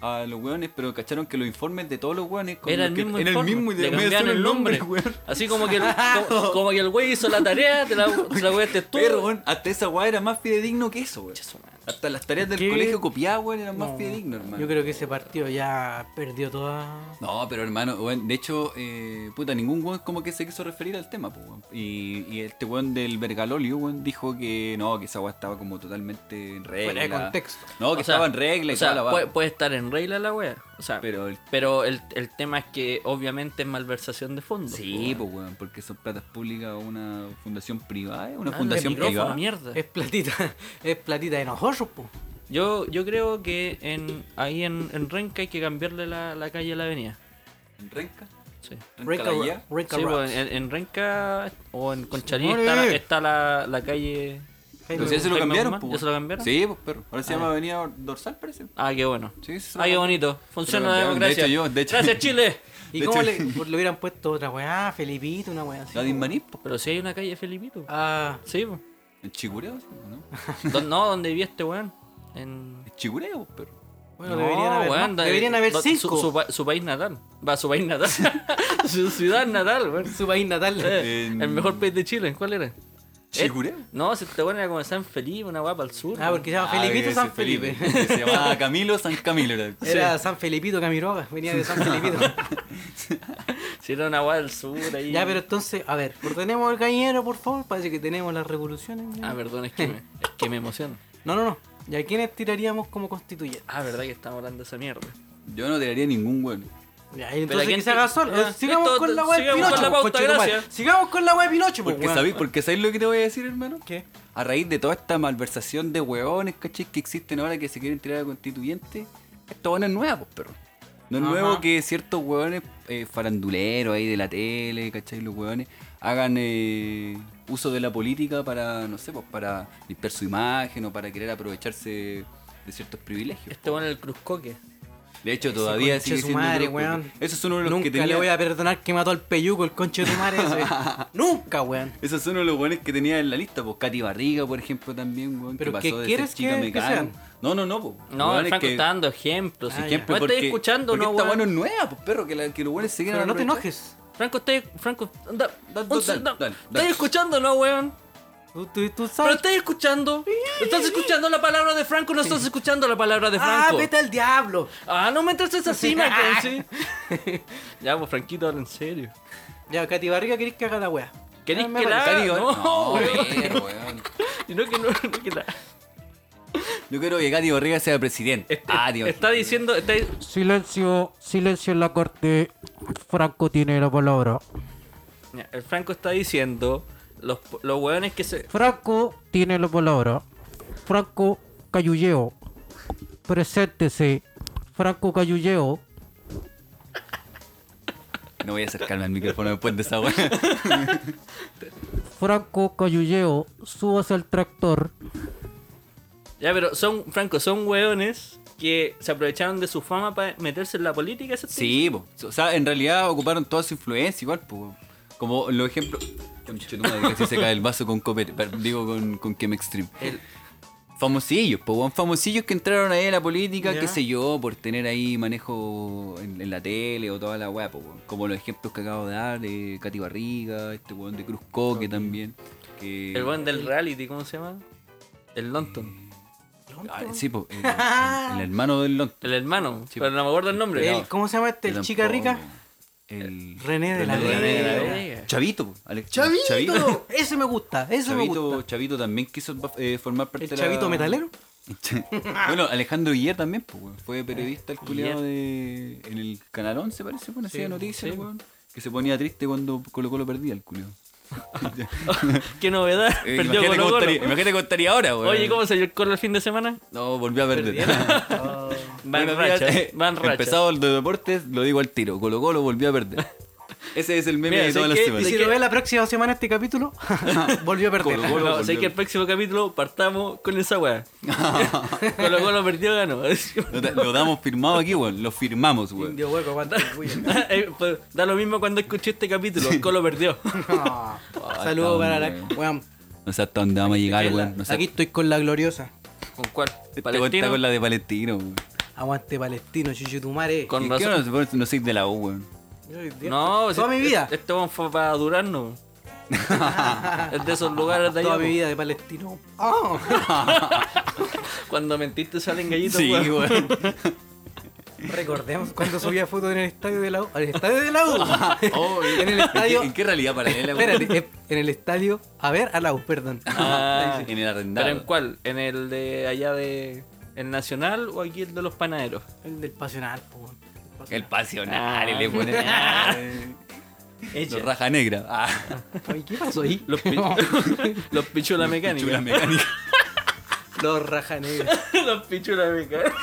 [SPEAKER 2] a los weones, pero cacharon que los informes de todos los weones como
[SPEAKER 4] Era el
[SPEAKER 2] que-
[SPEAKER 4] mismo
[SPEAKER 2] era el
[SPEAKER 4] informe,
[SPEAKER 2] mismo y
[SPEAKER 4] le
[SPEAKER 2] me
[SPEAKER 4] cambiaron
[SPEAKER 2] decían
[SPEAKER 4] el nombre.
[SPEAKER 2] weón.
[SPEAKER 4] Así como que el, como, como que el güey hizo la tarea, te la, te la este weaste tú.
[SPEAKER 2] Pero, weón, hasta esa weá era más fidedigno que eso, weón.
[SPEAKER 4] Concha su madre.
[SPEAKER 2] Hasta las tareas del
[SPEAKER 3] ¿Qué?
[SPEAKER 2] colegio copiadas, weón, eran más
[SPEAKER 3] No,
[SPEAKER 2] fidedigno, hermano.
[SPEAKER 3] Yo creo que ese partido ya perdió toda.
[SPEAKER 2] No, pero hermano, weón, de hecho, eh, puta, ningún weón como que se quiso referir al tema, po, weón. Y, y este weón del Bergalolio, weón, dijo que no, que esa weá estaba como totalmente en regla.
[SPEAKER 3] Fuera de contexto.
[SPEAKER 2] No, que
[SPEAKER 4] O sea,
[SPEAKER 2] estaba en regla y
[SPEAKER 4] O sea,
[SPEAKER 2] toda la
[SPEAKER 4] puede,
[SPEAKER 2] weá.
[SPEAKER 4] puede estar en regla la wea. O sea, pero,
[SPEAKER 2] Pero el...
[SPEAKER 4] el, el tema es que obviamente es malversación de fondos.
[SPEAKER 2] Sí,
[SPEAKER 4] po,
[SPEAKER 2] pues
[SPEAKER 4] weón. Ah,
[SPEAKER 2] weón, porque son platas públicas, una fundación privada, ¿eh? una
[SPEAKER 4] Habla
[SPEAKER 2] fundación
[SPEAKER 4] micrófono,
[SPEAKER 2] privada.
[SPEAKER 4] mierda.
[SPEAKER 3] Es platita, es platita de nosotros, po.
[SPEAKER 4] Yo, yo creo que en, ahí en, en Renca hay que cambiarle la, la calle a la avenida.
[SPEAKER 2] ¿En Renca?
[SPEAKER 4] Sí.
[SPEAKER 2] ¿Renca la guía?
[SPEAKER 3] Renca
[SPEAKER 4] Sí,
[SPEAKER 3] Rocks.
[SPEAKER 4] pues, en, en Renca o en Conchalí
[SPEAKER 3] ¡More!
[SPEAKER 4] está, la- está la, la calle.
[SPEAKER 3] Jaime
[SPEAKER 2] Pero si ya se lo
[SPEAKER 4] Jaime
[SPEAKER 2] cambiaron,
[SPEAKER 4] Guzmán,
[SPEAKER 2] po,
[SPEAKER 4] ¿ya se lo
[SPEAKER 2] weón.
[SPEAKER 4] cambiaron?
[SPEAKER 2] Sí, pues perro. Ahora se
[SPEAKER 4] Ah,
[SPEAKER 2] llama
[SPEAKER 4] ya.
[SPEAKER 2] Avenida Dorsal, parece.
[SPEAKER 4] Ah, qué bueno.
[SPEAKER 2] Sí, sí,
[SPEAKER 4] ah, qué
[SPEAKER 2] no.
[SPEAKER 4] bonito. Funciona la
[SPEAKER 2] Pero, de
[SPEAKER 4] democracia.
[SPEAKER 2] hecho, yo- de hecho-
[SPEAKER 4] Gracias, Chile.
[SPEAKER 3] ¿Y
[SPEAKER 2] De
[SPEAKER 3] cómo
[SPEAKER 2] hecho-
[SPEAKER 3] le, le hubieran puesto otra weá? Felipito, una weá así.
[SPEAKER 2] La de Inmaní, po.
[SPEAKER 4] Pero si hay una calle Felipito.
[SPEAKER 3] Ah,
[SPEAKER 4] Sí, po.
[SPEAKER 2] ¿En Chicureo? sí, o ¿no?
[SPEAKER 4] Don- no, donde vivía este weón. En...
[SPEAKER 2] ¿En Chicureo, po, perro?
[SPEAKER 3] bueno,
[SPEAKER 4] No,
[SPEAKER 3] deberían haber.
[SPEAKER 4] weón,
[SPEAKER 3] más.
[SPEAKER 4] da-
[SPEAKER 3] deberían haber
[SPEAKER 4] do-
[SPEAKER 3] cinco.
[SPEAKER 4] Su, su pa- su país natal. Va, su país natal. su ciudad natal, weón.
[SPEAKER 3] Su país natal.
[SPEAKER 4] Eh,
[SPEAKER 2] En-
[SPEAKER 4] El mejor país de Chile, ¿cuál era? Eh,
[SPEAKER 2] ¿Chicureo?
[SPEAKER 4] No, se te ponen a como San Felipe, una guapa al sur.
[SPEAKER 3] Ah, porque se llama
[SPEAKER 2] Ah,
[SPEAKER 3] Felipito
[SPEAKER 2] ese
[SPEAKER 3] San Felipe.
[SPEAKER 2] Se llamaba Camilo San Camilo. Era.
[SPEAKER 3] Era San Felipito Camiroga, venía de San Felipito.
[SPEAKER 4] Si era una guapa al sur ahí.
[SPEAKER 3] ya, pero entonces, a ver, ordenemos el gallero, por favor. Parece que tenemos las revoluciones.
[SPEAKER 4] Ah, perdón, es que me, es que me emociono.
[SPEAKER 3] No, no, no. ¿Y a quiénes tiraríamos como constituyentes?
[SPEAKER 4] Ah, verdad que estamos hablando de esa mierda.
[SPEAKER 2] Yo no tiraría ningún weón.
[SPEAKER 3] Ya, y entonces
[SPEAKER 4] quién
[SPEAKER 3] que se
[SPEAKER 4] ti-
[SPEAKER 3] haga sol.
[SPEAKER 4] Ya,
[SPEAKER 3] sigamos
[SPEAKER 4] esto-
[SPEAKER 3] con la weá de
[SPEAKER 4] sigamos
[SPEAKER 3] Pinocho.
[SPEAKER 4] con la pauta,
[SPEAKER 3] conchetumare.
[SPEAKER 4] gracias.
[SPEAKER 3] Sigamos con la weá de Pinocho, pues,
[SPEAKER 2] Porque
[SPEAKER 3] weón.
[SPEAKER 2] sabéis, porque sabéis lo que te voy a decir, hermano.
[SPEAKER 3] ¿Qué?
[SPEAKER 2] A raíz de toda esta malversación de weones, ¿cachai? Que existen ahora que se quieren tirar a constituyente. Esto bueno es nuevo, pero. No es
[SPEAKER 3] Ajá.
[SPEAKER 2] nuevo que ciertos weones eh, faranduleros ahí de la tele, ¿cachai? Los weones hagan eh, uso de la política para, no sé, pues para limpiar su imagen o para querer aprovecharse de ciertos privilegios.
[SPEAKER 4] Este bueno el Cruzcoque.
[SPEAKER 2] De hecho,
[SPEAKER 3] Ese
[SPEAKER 2] todavía
[SPEAKER 3] conche
[SPEAKER 2] sigue
[SPEAKER 3] su
[SPEAKER 2] siendo
[SPEAKER 3] madre,
[SPEAKER 2] otro culpable.
[SPEAKER 3] weón.
[SPEAKER 2] Eso es uno de los
[SPEAKER 3] Nunca
[SPEAKER 2] que tenía-
[SPEAKER 3] le voy a perdonar que mató al peyuco, el conche de tu madre ese. Nunca, weón.
[SPEAKER 2] Esos son uno de los weones que tenía en la lista, pues Katy Barriga, por ejemplo, también, weón,
[SPEAKER 3] ¿Pero
[SPEAKER 2] que
[SPEAKER 3] qué
[SPEAKER 2] pasó de
[SPEAKER 3] quieres
[SPEAKER 2] ser chica
[SPEAKER 3] que- que
[SPEAKER 2] mecano.
[SPEAKER 3] sean?
[SPEAKER 2] No, no, no, pues.
[SPEAKER 4] No, el
[SPEAKER 2] weones
[SPEAKER 4] Franco
[SPEAKER 2] que-
[SPEAKER 4] está dando ejemplos.
[SPEAKER 3] Ah, ya.
[SPEAKER 2] ejemplo,
[SPEAKER 4] Vos estáis
[SPEAKER 2] porque-
[SPEAKER 4] escuchando,
[SPEAKER 2] porque
[SPEAKER 4] ¿no,
[SPEAKER 2] Esta
[SPEAKER 4] weón?
[SPEAKER 2] weón es nueva, pues perro, que, la, que los weones se quieran
[SPEAKER 3] Pero no te
[SPEAKER 2] aprovechar.
[SPEAKER 3] enojes.
[SPEAKER 4] Franco, estáis. Franco, anda.
[SPEAKER 2] Dale,
[SPEAKER 4] un-
[SPEAKER 2] dale,
[SPEAKER 4] da-
[SPEAKER 2] dale, dale.
[SPEAKER 4] ¿Estáis escuchando, no, weón?
[SPEAKER 3] Tú, tú- tú
[SPEAKER 4] Pero
[SPEAKER 3] sabes.
[SPEAKER 2] este
[SPEAKER 4] estás escuchando. ¿Estás escuchando la palabra de Franco? ¿No estás escuchando la palabra de
[SPEAKER 3] ah,
[SPEAKER 4] Franco?
[SPEAKER 3] vete al diablo.
[SPEAKER 4] Ah, no me entres así, Mackenzie. ya, pues Franquito, habla en serio.
[SPEAKER 3] Ya, Katy Barriga, querés que haga la weá.
[SPEAKER 4] ¿Querés
[SPEAKER 3] Ah, me
[SPEAKER 4] que la
[SPEAKER 3] parece.
[SPEAKER 4] haga?
[SPEAKER 2] Katy,
[SPEAKER 4] No,
[SPEAKER 2] weón. No,
[SPEAKER 4] weón.
[SPEAKER 2] pero, weón.
[SPEAKER 4] Y no que no, no que la-
[SPEAKER 2] Yo quiero que Katy Barriga sea presidente.
[SPEAKER 4] Este-
[SPEAKER 2] ah, Dios.
[SPEAKER 4] está diciendo. Está,
[SPEAKER 5] Silencio, silencio en la corte. Franco tiene la palabra.
[SPEAKER 4] ya, el Franco está diciendo. Los, los weones que se.
[SPEAKER 5] Franco tiene la palabra. Franco Cayulleo. Preséntese. Franco Cayulleo.
[SPEAKER 2] No voy a acercarme al micrófono después de esa weá.
[SPEAKER 5] Franco Cayulleo, subas al tractor.
[SPEAKER 4] Ya, pero son, Franco, son hueones que se aprovecharon de su fama para meterse en la política, ¿es
[SPEAKER 2] Sí, po. o sea, en realidad ocuparon toda su influencia igual, po. Como los ejemplos... Conchetumadre, casi se cae el vaso con copete, per- digo con, con Kem Extreme. Famosillos, po, weón, famosillos que entraron ahí a la política,
[SPEAKER 3] Ya.
[SPEAKER 2] qué sé yo, por tener ahí manejo en, en la tele o toda la weá, po, weón. Como los ejemplos que acabo de dar, de Katy Barriga, este weón de Cruz Coque también. que-
[SPEAKER 4] El buen del reality, ¿cómo se llama? El Lonton.
[SPEAKER 2] Ah, sí, po, el, el- el hermano del Lonto.
[SPEAKER 4] El hermano,
[SPEAKER 2] Sí.
[SPEAKER 4] pero no me acuerdo el nombre. Eh,
[SPEAKER 3] El- ¿Cómo se llama este?
[SPEAKER 2] Yo
[SPEAKER 3] ¿El chica
[SPEAKER 2] tampoco.
[SPEAKER 3] rica?
[SPEAKER 2] El
[SPEAKER 3] René de la
[SPEAKER 2] eh, René
[SPEAKER 4] Vega.
[SPEAKER 2] Vega. Chavito, po, Alex.
[SPEAKER 3] ¡Chavito! Ese me gusta, ese me
[SPEAKER 2] Chavito,
[SPEAKER 3] gusta.
[SPEAKER 2] Chavito también quiso eh, formar parte
[SPEAKER 3] ¿El
[SPEAKER 2] de la...
[SPEAKER 3] chavito metalero?
[SPEAKER 2] bueno, Alejandro Guiller también, pues, weón. Fue periodista el culiado de... En el Canal 11, parece, bueno, hacía noticias, weón. Que se ponía triste cuando Colo Colo perdía el culiado.
[SPEAKER 4] Qué novedad. Perdió
[SPEAKER 2] Eh, imagínate, cómo
[SPEAKER 4] Colo-Colo.
[SPEAKER 2] estaría- imagínate cómo estaría ahora, weón.
[SPEAKER 4] Oye, ¿cómo se corre el fin de semana?
[SPEAKER 2] No, volvió a perder.
[SPEAKER 4] Van
[SPEAKER 2] Buenos días. Eh,
[SPEAKER 4] racha, van racha.
[SPEAKER 2] Empezado el de deportes, lo digo al tiro. Colo Colo volvió a perder. Ese es el meme
[SPEAKER 4] Mira,
[SPEAKER 2] de
[SPEAKER 4] ¿sabes
[SPEAKER 2] todas las
[SPEAKER 4] qué?
[SPEAKER 3] Y
[SPEAKER 2] semanas.
[SPEAKER 4] ¿De
[SPEAKER 3] si
[SPEAKER 4] qué?
[SPEAKER 3] lo ve la próxima semana este capítulo, volvió a perder.
[SPEAKER 2] Colo-Colo.
[SPEAKER 4] No, sé
[SPEAKER 2] volvió.
[SPEAKER 4] que el próximo capítulo partamos con esa weá. Colo Colo perdió, ganó.
[SPEAKER 2] Lo, da- lo damos firmado aquí, weón. Lo firmamos, weón.
[SPEAKER 3] Indio hueco, aguanta el cuyo.
[SPEAKER 4] Eh, pues, da lo mismo cuando escuché este capítulo. Colo perdió.
[SPEAKER 3] Ah, Saludos
[SPEAKER 2] está
[SPEAKER 3] para la...
[SPEAKER 2] bueno.
[SPEAKER 3] Weón,
[SPEAKER 2] No sé hasta dónde vamos a llegar, weón. No sé.
[SPEAKER 3] aquí estoy con la gloriosa.
[SPEAKER 4] ¿Con cuál?
[SPEAKER 2] Este weón está
[SPEAKER 4] Palestino.
[SPEAKER 2] con la de Palestino, weón.
[SPEAKER 3] Aguante palestino, chuchutumare.
[SPEAKER 2] ¿Y
[SPEAKER 4] Con
[SPEAKER 2] qué
[SPEAKER 4] razón.
[SPEAKER 2] no, no soy de la U, weón?
[SPEAKER 3] Yo soy diestro.
[SPEAKER 4] No,
[SPEAKER 3] pues, toda
[SPEAKER 4] si-
[SPEAKER 3] mi vida.
[SPEAKER 4] Este weón fue para Durarno. es de esos lugares de allá. pues.
[SPEAKER 3] Toda
[SPEAKER 4] po.
[SPEAKER 3] mi vida de palestino. Ah,
[SPEAKER 4] Cuando mentiste salen gallitos,
[SPEAKER 2] Sí,
[SPEAKER 4] weón.
[SPEAKER 2] weón.
[SPEAKER 3] Recordemos cuando subía fotos en el estadio de la U. Al estadio de la U.
[SPEAKER 2] Oh,
[SPEAKER 3] en el
[SPEAKER 2] ¿En,
[SPEAKER 3] estadio.
[SPEAKER 2] qué, en qué realidad paralela, weón?
[SPEAKER 3] Espérate, eh, en el estadio. A ver, a la U, perdón.
[SPEAKER 4] Ah,
[SPEAKER 2] En el arrendado.
[SPEAKER 4] ¿Pero en cuál? ¿En el de allá de. el Nacional o aquí el de los panaderos?
[SPEAKER 3] El del pasional, po. weón.
[SPEAKER 2] El
[SPEAKER 3] Pasional.
[SPEAKER 2] pasional,
[SPEAKER 4] Ah.
[SPEAKER 2] le ponen. Los raja negra. Ah,
[SPEAKER 3] Oye, ¿qué pasó ahí?
[SPEAKER 4] Los, pi- los pichula
[SPEAKER 2] chula
[SPEAKER 4] mecánica.
[SPEAKER 2] mecánica.
[SPEAKER 3] Los rajanegros.
[SPEAKER 4] los pichula mecánica.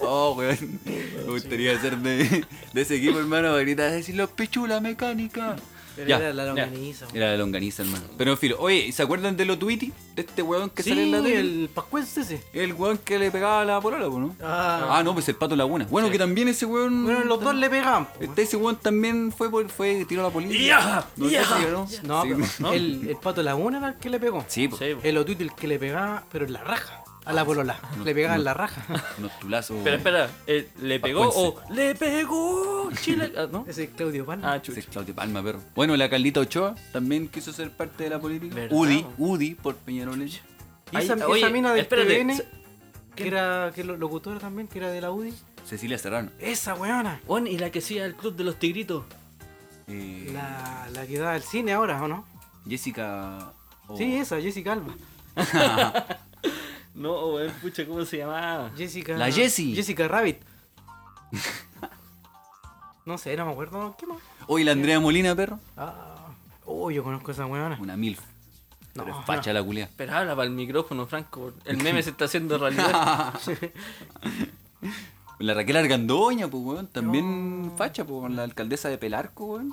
[SPEAKER 2] Oh, weón. Me gustaría ser de, de ese equipo, hermano, para gritar, decir los pichula mecánica.
[SPEAKER 3] Pero
[SPEAKER 2] Ya,
[SPEAKER 3] era la
[SPEAKER 2] ya.
[SPEAKER 3] longaniza, weón.
[SPEAKER 2] Era de longaniza, hermano. Pero en fin, oye, ¿se acuerdan de lo Tweety? De este weón que
[SPEAKER 3] Sí,
[SPEAKER 2] sale en la tele. El...
[SPEAKER 3] el pascuense ese.
[SPEAKER 2] weón que le pegaba a la polola, po, ¿no?
[SPEAKER 3] Ah.
[SPEAKER 2] Ah, no, pues el Pato Laguna. Bueno, que también ese weón...
[SPEAKER 3] Bueno, los dos le pegaban. po, weón.
[SPEAKER 2] Este ese weón también fue, por- fue tiró a la policía.
[SPEAKER 4] ¡Ya!
[SPEAKER 2] No sé
[SPEAKER 4] ¡Ya!
[SPEAKER 2] si ganó.
[SPEAKER 3] No,
[SPEAKER 2] Sí,
[SPEAKER 3] pero
[SPEAKER 2] po.
[SPEAKER 3] El, el pato Laguna era el que le pegó.
[SPEAKER 2] Sí, po.
[SPEAKER 4] Sí, po.
[SPEAKER 3] El Otuito el que le pegaba, pero en la raja. A la polola.
[SPEAKER 4] Ah,
[SPEAKER 3] Le pegaba en la raja.
[SPEAKER 2] Unos tulazos.
[SPEAKER 4] Pero espera, eh, ¿le pegó
[SPEAKER 2] Pascuense.
[SPEAKER 4] o le pegó Chile? Ah, ¿no?
[SPEAKER 3] Ese es Claudio Palma.
[SPEAKER 4] Ah,
[SPEAKER 2] Ese es
[SPEAKER 4] chucha.
[SPEAKER 2] Claudio Palma, perro. Bueno, la Carlita Ochoa también quiso ser parte de la política.
[SPEAKER 4] ¿Verdad?
[SPEAKER 2] Udi, Udi por Peñaroles.
[SPEAKER 3] y esa,
[SPEAKER 4] Ahí-
[SPEAKER 3] esa
[SPEAKER 4] oye,
[SPEAKER 3] mina del
[SPEAKER 4] espérate,
[SPEAKER 3] TVN,
[SPEAKER 4] se-
[SPEAKER 3] que era que lo- locutora también, que era de la UDI.
[SPEAKER 2] Cecilia Serrano.
[SPEAKER 3] Esa weona.
[SPEAKER 4] Bueno, y la que hacía el club de los tigritos.
[SPEAKER 2] Eh,
[SPEAKER 3] La, la que da al cine ahora, ¿o no?
[SPEAKER 2] Jessica. o-
[SPEAKER 4] Oh.
[SPEAKER 3] Sí, esa, Jessica Alba.
[SPEAKER 4] No, weón, pucha, ¿cómo se llamaba?
[SPEAKER 3] Jessica.
[SPEAKER 2] La Jessie.
[SPEAKER 3] Jessica Rabbit. no sé, no me acuerdo. ¿Qué más?
[SPEAKER 2] Oye, la Andrea Molina, perro.
[SPEAKER 3] Ah, oh, yo conozco a esa weona.
[SPEAKER 2] Una MILF.
[SPEAKER 3] No,
[SPEAKER 2] Pero es facha la culia.
[SPEAKER 4] Pero habla para el micrófono, Franco. El meme se está haciendo realidad.
[SPEAKER 2] La Raquel Argandoña, pues, weón. También facha, pues, la alcaldesa de Pelarco, weón.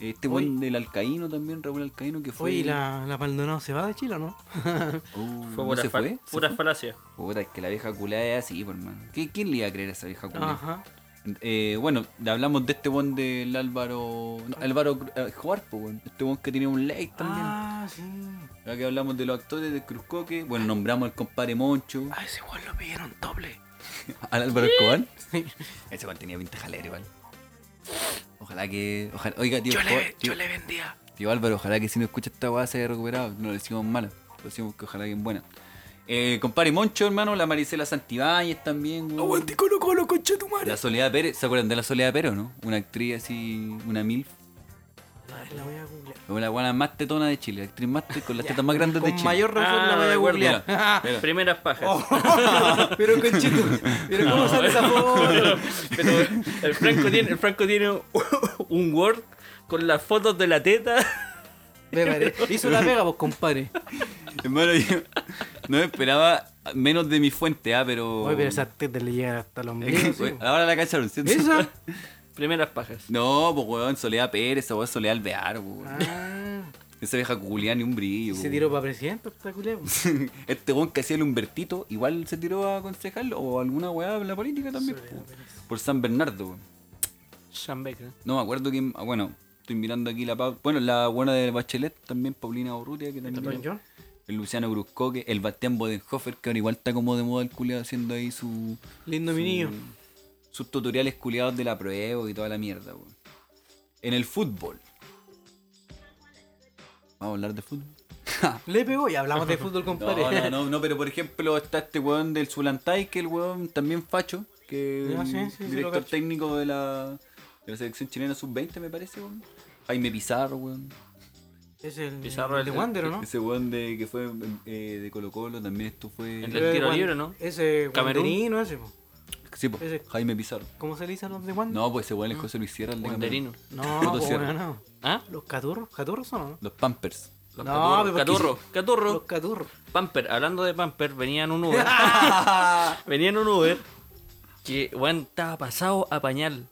[SPEAKER 2] Este weón del Alcaíno también, Raúl Alcaíno, que fue.
[SPEAKER 3] Oye, ¿y la, la Maldonado se va de Chile, ¿o no? Ah,
[SPEAKER 2] Oh, ¿no
[SPEAKER 4] Fue pura,
[SPEAKER 2] se
[SPEAKER 4] fal-
[SPEAKER 2] fue? ¿Se
[SPEAKER 4] pura
[SPEAKER 2] fue?
[SPEAKER 4] falacia.
[SPEAKER 2] Puta, es que la vieja culada es así, por hermano. ¿Qui- ¿Quién le iba a creer a esa vieja culada?
[SPEAKER 3] Ajá.
[SPEAKER 2] Eh, bueno, le hablamos de este buen del Álvaro. no, Álvaro eh, Juar, po, weón. Este buen que tiene un like también.
[SPEAKER 3] Ah, sí.
[SPEAKER 2] Ya que hablamos de los actores de Cruzcoque. Bueno, nombramos al compadre Moncho.
[SPEAKER 3] Ah, ese weón lo pidieron doble.
[SPEAKER 2] Al Álvaro Escobar. Ese weón tenía pinta jalera igual. Ojalá que. Ojalá, oiga, tío, Escobar, tío,
[SPEAKER 3] vendía.
[SPEAKER 2] tío Álvaro, ojalá que si no escucha esta weá se haya recuperado. No le decimos mala, lo decimos que ojalá que en buena. Eh, compadre Moncho, hermano, la Maricela Santibáñez también, weón.
[SPEAKER 3] Colo Colo, concha tu madre.
[SPEAKER 2] La Soledad Pérez, ¿se acuerdan de la Soledad Pérez, o no? Una actriz así, una mil.
[SPEAKER 3] La voy a googlear.
[SPEAKER 2] La guana más tetona de Chile, la actriz más te- con las tetas más grandes de
[SPEAKER 3] Con
[SPEAKER 2] Chile.
[SPEAKER 3] mayor razón
[SPEAKER 4] Ah,
[SPEAKER 3] la voy a
[SPEAKER 4] de acuerdo.
[SPEAKER 3] googlear.
[SPEAKER 2] Mira.
[SPEAKER 4] Primeras pajas.
[SPEAKER 3] pero conchito, pero cómo sale esa foto.
[SPEAKER 4] Pero el Franco tiene, el Franco tiene un Word con las fotos de la teta.
[SPEAKER 3] Me parece. Hizo la pega vos, compadre.
[SPEAKER 2] Hermano, yo no esperaba menos de mi fuente, ah, pero.
[SPEAKER 3] Oye, pero esas tetas le llegan hasta los
[SPEAKER 2] Es que,
[SPEAKER 3] ombligo. sí,
[SPEAKER 2] bueno,
[SPEAKER 3] po.
[SPEAKER 2] Ahora la cacharon, ¿cierto?
[SPEAKER 3] Esa.
[SPEAKER 4] Primeras pajas.
[SPEAKER 2] No, pues weón, Soledad Pérez, esa weón es Soledad Alvear, po, weón.
[SPEAKER 3] Ah,
[SPEAKER 2] Esa vieja culia ni un brillo.
[SPEAKER 3] se
[SPEAKER 2] po,
[SPEAKER 3] tiró para presidente, esta pues. culia, po.
[SPEAKER 2] weón. este weón que hacía el Humbertito, igual se tiró a concejal o alguna weá en la política también. po. Por San Bernardo, weón.
[SPEAKER 4] Chambeca.
[SPEAKER 2] No me acuerdo quién. ah, Bueno, estoy mirando aquí la. pa- Bueno, la buena de Bachelet, también Paulina Urrutia, que
[SPEAKER 3] ¿Está
[SPEAKER 2] también.
[SPEAKER 3] Don John?
[SPEAKER 2] El Luciano Bruscoque, el Bastián Bodenhofer, que ahora igual está como de moda el culiado haciendo ahí su,
[SPEAKER 3] Lindo mi niño.
[SPEAKER 2] sus tutoriales culiados de la prueba y toda la mierda, weón. En el fútbol. Vamos a hablar de fútbol.
[SPEAKER 3] Le pegó y hablamos de fútbol,
[SPEAKER 2] No, no,
[SPEAKER 3] compadre.
[SPEAKER 2] no, no, pero por ejemplo está este weón del Zulantay, que el weón también facho, que
[SPEAKER 3] Ya,
[SPEAKER 2] es
[SPEAKER 3] sí, sí, sí, lo
[SPEAKER 2] director
[SPEAKER 3] cacho.
[SPEAKER 2] técnico de la, de la selección chilena sub-20 me parece, weón. Jaime Pizarro, weón.
[SPEAKER 3] Es el
[SPEAKER 4] Pizarro
[SPEAKER 3] el de
[SPEAKER 4] es-
[SPEAKER 3] Wander, ¿o ¿no?
[SPEAKER 2] Ese weón de, que fue eh, de Colo Colo, también esto fue... eh,
[SPEAKER 4] El
[SPEAKER 3] Pero es
[SPEAKER 4] tiro
[SPEAKER 3] Wan-
[SPEAKER 4] libre, ¿no?
[SPEAKER 3] Ese
[SPEAKER 4] Camerún.
[SPEAKER 3] Wanderino, ese, po.
[SPEAKER 2] Sí, po,
[SPEAKER 3] ese-
[SPEAKER 2] Jaime Pizarro.
[SPEAKER 3] ¿Cómo se le dice a los de Wander?
[SPEAKER 2] No, pues ese weón es José Luis Sierra, el de
[SPEAKER 4] Wanderino.
[SPEAKER 3] No,
[SPEAKER 2] Coto
[SPEAKER 3] po,
[SPEAKER 2] Sierra.
[SPEAKER 3] bueno, no.
[SPEAKER 4] ¿Ah?
[SPEAKER 3] ¿Los caturros? ¿Caturros son o no?
[SPEAKER 2] Camerún. Los Pampers.
[SPEAKER 4] Los
[SPEAKER 3] No, pero
[SPEAKER 4] caturros,
[SPEAKER 3] porque-
[SPEAKER 4] caturros, caturros.
[SPEAKER 3] Los caturros.
[SPEAKER 4] Pamper, hablando de Pamper, venía en un Uber. venía en un Uber que, weón, estaba pasado a pañal.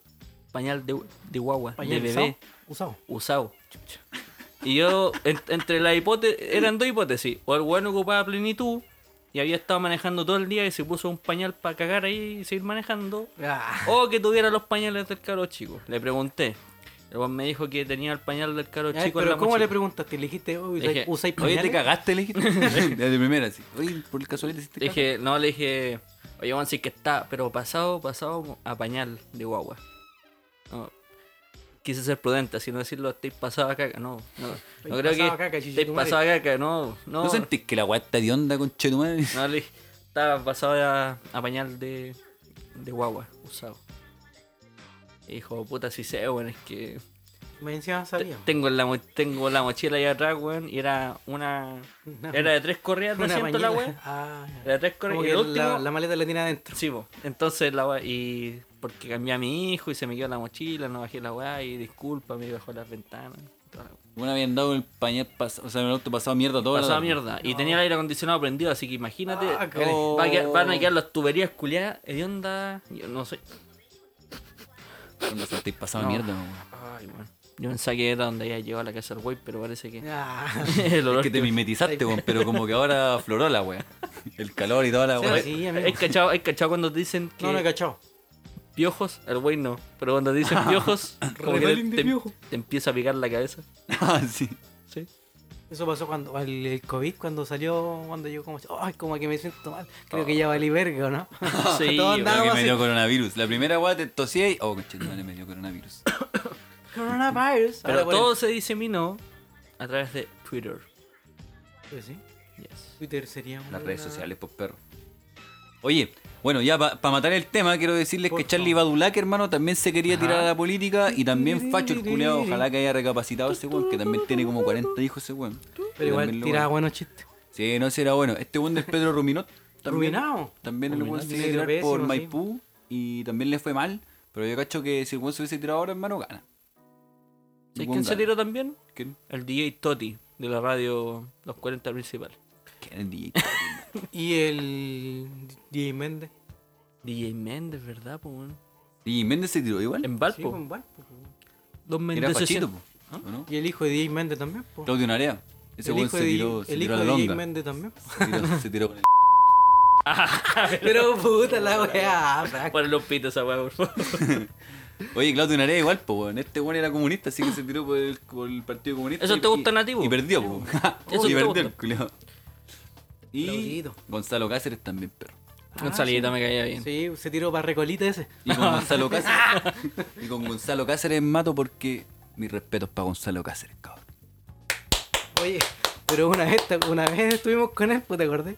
[SPEAKER 4] Pañal de, de guagua,
[SPEAKER 3] Pañal
[SPEAKER 4] de bebé,
[SPEAKER 3] Usado.
[SPEAKER 4] usado. Y yo, en- entre la hipótesis, eran dos hipótesis. O el weón ocupaba plenitud y había estado manejando todo el día y se puso un pañal para cagar ahí y seguir manejando.
[SPEAKER 3] Ah,
[SPEAKER 4] O que tuviera los pañales del caro chico. Le pregunté. El weón me dijo que tenía el pañal del caro
[SPEAKER 3] ya,
[SPEAKER 4] chico en
[SPEAKER 3] pero
[SPEAKER 4] la
[SPEAKER 3] ¿cómo
[SPEAKER 4] mochila.
[SPEAKER 3] le preguntaste? ¿Le dijiste, oh, usáis-
[SPEAKER 4] Dije,
[SPEAKER 3] usáis
[SPEAKER 2] Oye,
[SPEAKER 3] pañales?
[SPEAKER 2] te cagaste, le dijiste. de primera, sí. Oye, por el casualidad hiciste
[SPEAKER 4] Le
[SPEAKER 2] caca.
[SPEAKER 4] dije, no, le dije, oye, vamos a decir que está, pero pasado, pasado a pañal de guagua. No, quise ser prudente, así no decirlo, estoy pasado a caca, no, no, no creo que
[SPEAKER 3] pasado a caca,
[SPEAKER 4] estoy
[SPEAKER 3] chichitumare.
[SPEAKER 4] pasado a caca, no, no,
[SPEAKER 2] ¿No
[SPEAKER 4] no,
[SPEAKER 2] sentís que la weá está de onda con Chetumal?
[SPEAKER 4] le dije, estaba pasado a, a pañal de, de guagua, usado. Y dijo, puta, si sé, weón, es que
[SPEAKER 3] Me encima sabía.
[SPEAKER 4] tengo la, mo- tengo la mochila ahí atrás, weón, y era una,
[SPEAKER 3] Una-
[SPEAKER 4] era de tres correas de
[SPEAKER 3] Una
[SPEAKER 4] asiento la
[SPEAKER 3] pañera.
[SPEAKER 4] weón.
[SPEAKER 3] Ah, ya.
[SPEAKER 4] Era de tres correas,
[SPEAKER 3] Como
[SPEAKER 4] y
[SPEAKER 3] que
[SPEAKER 4] el
[SPEAKER 3] la,
[SPEAKER 4] último,
[SPEAKER 3] la maleta la tiene adentro.
[SPEAKER 4] Sí, po. entonces la weá, y porque cambié a mi hijo y se me quedó la mochila, no bajé la weá y disculpa, me bajó las ventanas. toda la weá.
[SPEAKER 2] Bueno, habían dado el pañal, pas- o sea, el auto pasado mierda todo.
[SPEAKER 4] Pasaba mierda. Y tenía el aire acondicionado prendido, así que imagínate.
[SPEAKER 3] Ah, caray.
[SPEAKER 4] va a quedar- van a quedar las tuberías culiadas, hediondas. Yo no sé.
[SPEAKER 2] Cuando se te pasado
[SPEAKER 4] No.
[SPEAKER 2] mierda, weón.
[SPEAKER 4] Ay, weón. Yo pensaba que era donde había llegado a la casa del güey, pero parece que.
[SPEAKER 3] Ah,
[SPEAKER 4] el olor
[SPEAKER 2] Que te
[SPEAKER 4] que-
[SPEAKER 2] mimetizaste, weón, pero como que ahora afloró la weá. El calor y toda la
[SPEAKER 3] Sí,
[SPEAKER 2] weá.
[SPEAKER 3] sí. amigo.
[SPEAKER 4] ¿Hay cachado, hay cachado cuando te dicen que
[SPEAKER 3] no lo he cachado.
[SPEAKER 4] piojos? El güey no, pero cuando te dicen piojos, como que
[SPEAKER 3] Rebelde
[SPEAKER 4] te,
[SPEAKER 3] piojo.
[SPEAKER 4] te empieza a picar la cabeza.
[SPEAKER 2] Ah, sí.
[SPEAKER 4] Sí.
[SPEAKER 3] Eso pasó cuando el, el COVID, cuando salió, cuando yo como, ay, como que me siento mal. Creo que ya valí verga, ¿o ¿no?
[SPEAKER 4] Oh. Sí,
[SPEAKER 3] Todos
[SPEAKER 2] Creo
[SPEAKER 4] yo
[SPEAKER 2] que
[SPEAKER 3] andábamos
[SPEAKER 2] me
[SPEAKER 3] así,
[SPEAKER 2] dio coronavirus. La primera weá te tosía y. Oh, conchetumare, me dio coronavirus.
[SPEAKER 3] coronavirus.
[SPEAKER 4] Pero
[SPEAKER 3] Ahora, bueno,
[SPEAKER 4] todo se diseminó a través de Twitter.
[SPEAKER 3] pues sí,
[SPEAKER 4] Yes.
[SPEAKER 3] Twitter sería
[SPEAKER 2] Las
[SPEAKER 3] una-
[SPEAKER 2] redes sociales, pues perro. Oye, bueno, ya para matar el tema, quiero decirles que
[SPEAKER 3] Por
[SPEAKER 2] Charlie Badulac, hermano, también se quería tirar a la política y también facho el culeado. Ojalá que haya recapacitado ese weón, que también tiene como 40 hijos ese weón.
[SPEAKER 3] Pero igual
[SPEAKER 2] También lo-
[SPEAKER 3] tiraba buenos chistes.
[SPEAKER 2] Sí, no, sí era bueno. Este buen del Pedro Ruminot. También,
[SPEAKER 3] Ruminao.
[SPEAKER 2] También el
[SPEAKER 3] Ruminao,
[SPEAKER 2] buen se
[SPEAKER 3] sí,
[SPEAKER 2] iba a tirar
[SPEAKER 3] pésimo,
[SPEAKER 2] por
[SPEAKER 3] sí.
[SPEAKER 2] Maipú y también le fue mal. Pero yo cacho que si el buen se hubiese tirado ahora, hermano, gana. El
[SPEAKER 4] ¿Sabes
[SPEAKER 2] buen
[SPEAKER 4] quién se
[SPEAKER 2] gana.
[SPEAKER 4] tiró también?
[SPEAKER 2] ¿Quién?
[SPEAKER 4] El DJ Toti de la radio Los 40 Principales.
[SPEAKER 2] ¿Quién es DJ?
[SPEAKER 3] Y el DJ Méndez.
[SPEAKER 4] DJ Méndez, ¿verdad? Po, weón?
[SPEAKER 2] ¿Y Méndez se tiró igual?
[SPEAKER 4] En
[SPEAKER 3] Sí,
[SPEAKER 4] Valpo.
[SPEAKER 3] con Valpo.
[SPEAKER 2] pues.
[SPEAKER 4] Los
[SPEAKER 2] Era
[SPEAKER 4] Méndez ¿Ah?
[SPEAKER 2] fachito,
[SPEAKER 4] sesenta-
[SPEAKER 2] po, ¿o no?
[SPEAKER 3] Y el hijo de DJ Méndez también. po.
[SPEAKER 2] Claudio Narea. Ese
[SPEAKER 3] el
[SPEAKER 2] buen
[SPEAKER 3] hijo
[SPEAKER 2] se
[SPEAKER 3] de,
[SPEAKER 2] tiró, se
[SPEAKER 3] el
[SPEAKER 2] tiró
[SPEAKER 3] hijo
[SPEAKER 2] a la
[SPEAKER 3] de DJ
[SPEAKER 2] longa.
[SPEAKER 3] Méndez también. pues. po.
[SPEAKER 2] Se tiró, se tiró con el...
[SPEAKER 3] Pero puta la weá. Frank.
[SPEAKER 4] Ponle Ah, los pitos esa weá, por favor.
[SPEAKER 2] Oye, Claudio Narea igual, po, weón. Este weón era comunista, así que se tiró por el, por el Partido Comunista.
[SPEAKER 4] ¿Eso
[SPEAKER 2] y-
[SPEAKER 4] te gusta,
[SPEAKER 2] y-
[SPEAKER 4] nativo?
[SPEAKER 2] Y perdió, po.
[SPEAKER 4] Eso
[SPEAKER 2] y
[SPEAKER 4] te
[SPEAKER 2] perdió
[SPEAKER 4] gusta.
[SPEAKER 2] el culiao. Y
[SPEAKER 3] Claudito.
[SPEAKER 2] Gonzalo Cáceres también, perro.
[SPEAKER 4] Gonzalito me caía bien.
[SPEAKER 3] Sí, se tiró para Recolita ese.
[SPEAKER 2] Y con Gonzalo Cáceres. y con Gonzalo Cáceres mato porque mis respetos para Gonzalo Cáceres, cabrón.
[SPEAKER 3] Oye, pero una vez, una vez estuvimos con él, pues, ¿te acordás?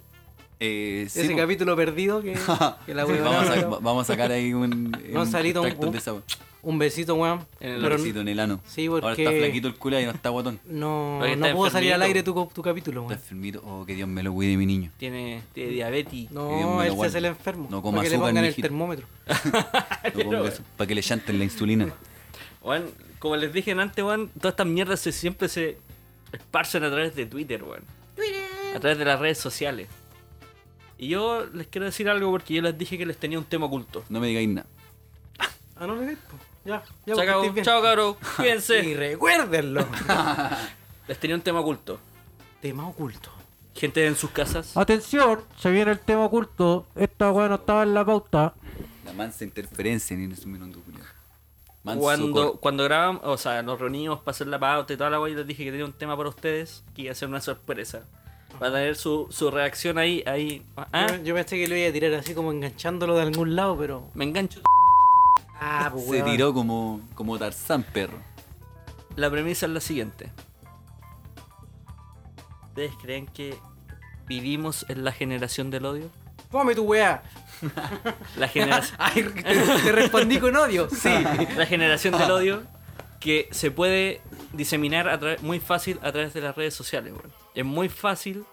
[SPEAKER 2] Eh, sí,
[SPEAKER 3] Ese
[SPEAKER 2] po.
[SPEAKER 3] capítulo perdido que, que la weá.
[SPEAKER 2] vamos, a, va- vamos a sacar ahí un,
[SPEAKER 3] Gonzalito,
[SPEAKER 2] un
[SPEAKER 3] un-
[SPEAKER 2] extracto de esa weón.
[SPEAKER 3] Un besito, weón.
[SPEAKER 4] En el
[SPEAKER 3] Pero
[SPEAKER 2] Besito en el ano.
[SPEAKER 3] Sí,
[SPEAKER 2] Ahora
[SPEAKER 3] porque-
[SPEAKER 2] está flaquito el culo y no está guatón.
[SPEAKER 3] no,
[SPEAKER 4] Porque
[SPEAKER 3] no
[SPEAKER 4] está
[SPEAKER 3] pudo salir al aire
[SPEAKER 4] enfermito.
[SPEAKER 3] tu, co- tu capítulo,
[SPEAKER 2] Está
[SPEAKER 3] weón.
[SPEAKER 2] enfermito. Oh, que Dios me lo cuide, mi niño.
[SPEAKER 4] Tiene, tiene diabetes.
[SPEAKER 2] Que Dios me
[SPEAKER 3] No,
[SPEAKER 2] lo
[SPEAKER 3] él se
[SPEAKER 2] guarde.
[SPEAKER 3] hace el enfermo.
[SPEAKER 2] No
[SPEAKER 3] No
[SPEAKER 2] coma
[SPEAKER 3] que le
[SPEAKER 2] azúcar,
[SPEAKER 3] pongan el
[SPEAKER 2] mijito.
[SPEAKER 3] termómetro.
[SPEAKER 2] No ponga eso, para que le llanten la insulina.
[SPEAKER 4] Weón, como les dije antes, weón, todas estas mierdas se, siempre se esparcen a través de Twitter, weón. A través de las redes sociales. Y yo les quiero decir algo porque yo les dije que les tenía un tema oculto.
[SPEAKER 2] No me digáis nada.
[SPEAKER 3] Ah, no le des, po. Ya, ya,
[SPEAKER 4] Se
[SPEAKER 3] porque
[SPEAKER 4] acabó.
[SPEAKER 3] estés bien.
[SPEAKER 4] Chao, cabrón.
[SPEAKER 3] Y
[SPEAKER 4] Cuídense.
[SPEAKER 3] recuérdenlo.
[SPEAKER 4] Les tenía un tema oculto.
[SPEAKER 3] Tema oculto.
[SPEAKER 4] Gente en sus casas.
[SPEAKER 3] Ah,
[SPEAKER 5] Atención, se viene el tema oculto. Esta weá no estaba en la pauta.
[SPEAKER 2] La mansa interferencia en ese minuto, culiao. Manso
[SPEAKER 4] Cuando,
[SPEAKER 2] cor-
[SPEAKER 4] cuando grabamos, o sea, nos reunimos para hacer la pauta y toda la guay, les dije que tenía un tema para ustedes que iba a ser una sorpresa. Para tener su, su reacción ahí, ahí. Ah,
[SPEAKER 3] Yo, yo pensé que lo iba a tirar así como enganchándolo de algún lado, pero.
[SPEAKER 4] me engancho.
[SPEAKER 3] Ah, pues
[SPEAKER 2] Se
[SPEAKER 3] weón.
[SPEAKER 2] tiró como, como Tarzán, perro.
[SPEAKER 4] La premisa es la siguiente. ¿Ustedes creen que vivimos en la generación del odio?
[SPEAKER 3] Fome tu weá.
[SPEAKER 4] La generación,
[SPEAKER 3] Ay, te, te respondí con odio. Ah, Sí.
[SPEAKER 4] la generación del odio que se puede diseminar a través- muy fácil a través de las redes sociales. weón. Es muy fácil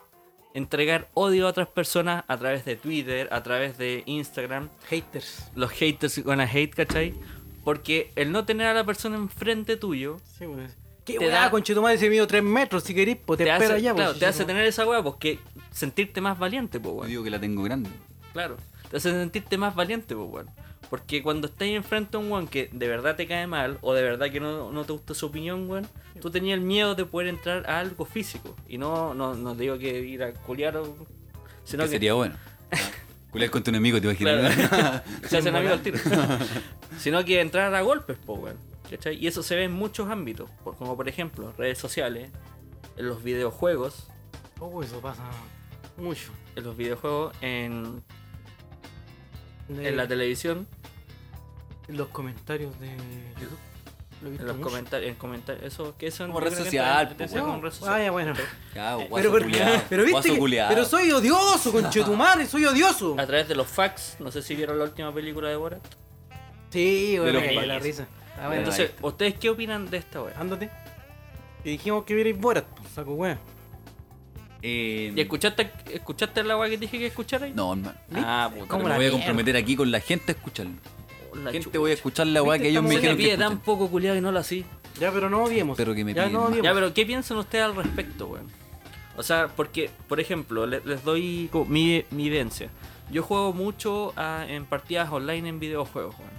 [SPEAKER 4] entregar odio a otras personas a través de Twitter, a través de Instagram.
[SPEAKER 3] Haters.
[SPEAKER 4] Los haters van a hate, ¿cachai? Porque el no tener a la persona enfrente tuyo
[SPEAKER 3] Sí, weón. Qué
[SPEAKER 4] Te
[SPEAKER 3] weá,
[SPEAKER 4] da-
[SPEAKER 3] conchetumare, se midió 3 metros. Si querís, pues te,
[SPEAKER 4] te
[SPEAKER 3] espero
[SPEAKER 4] hace,
[SPEAKER 3] allá,
[SPEAKER 4] claro,
[SPEAKER 3] pues,
[SPEAKER 4] te
[SPEAKER 3] sí,
[SPEAKER 4] hace
[SPEAKER 3] como-
[SPEAKER 4] tener esa hueá, porque sentirte más valiente, pues,
[SPEAKER 2] Yo
[SPEAKER 4] weón.
[SPEAKER 2] digo que la tengo grande.
[SPEAKER 4] Claro, te hace sentirte más valiente, pues, weón. Porque cuando estás enfrente a un weón que de verdad te cae mal o de verdad que no, no te gusta su opinión, weón, tú tenías el miedo de poder entrar a algo físico. Y no, no, no digo que ir a culiar o. Sino
[SPEAKER 2] que sería bueno. Culiar con tu enemigo, te imaginas.
[SPEAKER 4] Claro. se hacen amigos al tiro. Sino que entrar a golpes, po, weón. ¿Cachai? Y eso se ve en muchos ámbitos. por- como por ejemplo, redes sociales, en los videojuegos.
[SPEAKER 3] Oh, eso pasa mucho.
[SPEAKER 4] En los videojuegos, en, en la televisión,
[SPEAKER 3] En los comentarios de YouTube. Lo he visto
[SPEAKER 4] en los
[SPEAKER 3] mucho.
[SPEAKER 4] comentarios, en comentarios. Eso, que eso
[SPEAKER 2] Como
[SPEAKER 4] yo
[SPEAKER 2] red
[SPEAKER 4] creo que
[SPEAKER 2] social,
[SPEAKER 4] entra-
[SPEAKER 2] po,
[SPEAKER 4] entra como
[SPEAKER 3] No,
[SPEAKER 4] en red social.
[SPEAKER 3] Ah, ya, bueno.
[SPEAKER 2] Claro, guaso
[SPEAKER 3] Pero, pero,
[SPEAKER 2] culiao,
[SPEAKER 3] pero
[SPEAKER 2] guaso
[SPEAKER 3] viste que-
[SPEAKER 2] culiao.
[SPEAKER 3] pero soy odioso, conchetumare, soy odioso.
[SPEAKER 4] A través de los fax, no sé si vieron la última película de Borat.
[SPEAKER 3] Sí,
[SPEAKER 2] De
[SPEAKER 3] bueno,
[SPEAKER 2] los
[SPEAKER 3] me cagué la
[SPEAKER 2] países.
[SPEAKER 3] risa. Ah, bueno,
[SPEAKER 4] Entonces, ¿ustedes qué opinan de esta weá?
[SPEAKER 3] ándate. Y dijimos que vierais Borat, pues, saco weón.
[SPEAKER 2] Eh,
[SPEAKER 4] ¿Y escuchaste, escuchaste la weá que dije que escucharas?
[SPEAKER 2] No, hermano.
[SPEAKER 4] Ah, puta,
[SPEAKER 2] Pero
[SPEAKER 3] ¿Cómo
[SPEAKER 2] me
[SPEAKER 3] la
[SPEAKER 2] voy a
[SPEAKER 3] mierda?
[SPEAKER 2] comprometer aquí con la gente a escucharlo.
[SPEAKER 4] la
[SPEAKER 2] gente,
[SPEAKER 4] chucha.
[SPEAKER 2] voy a escuchar la weá
[SPEAKER 3] ¿Viste?
[SPEAKER 2] que ellos me
[SPEAKER 3] Estamos-
[SPEAKER 4] Se me
[SPEAKER 2] dijeron que
[SPEAKER 4] pide tan
[SPEAKER 2] escuchen.
[SPEAKER 4] poco culiado que no la así.
[SPEAKER 3] Ya, pero no odiemos.
[SPEAKER 2] Pero que me
[SPEAKER 3] ya
[SPEAKER 2] piden
[SPEAKER 3] no
[SPEAKER 2] más.
[SPEAKER 3] odiemos.
[SPEAKER 4] Ya, pero ¿qué piensan ustedes al respecto, weón? O sea, porque, por ejemplo, le- les doy como mi, mi vivencia. Yo juego mucho a- en partidas online en videojuegos, weón.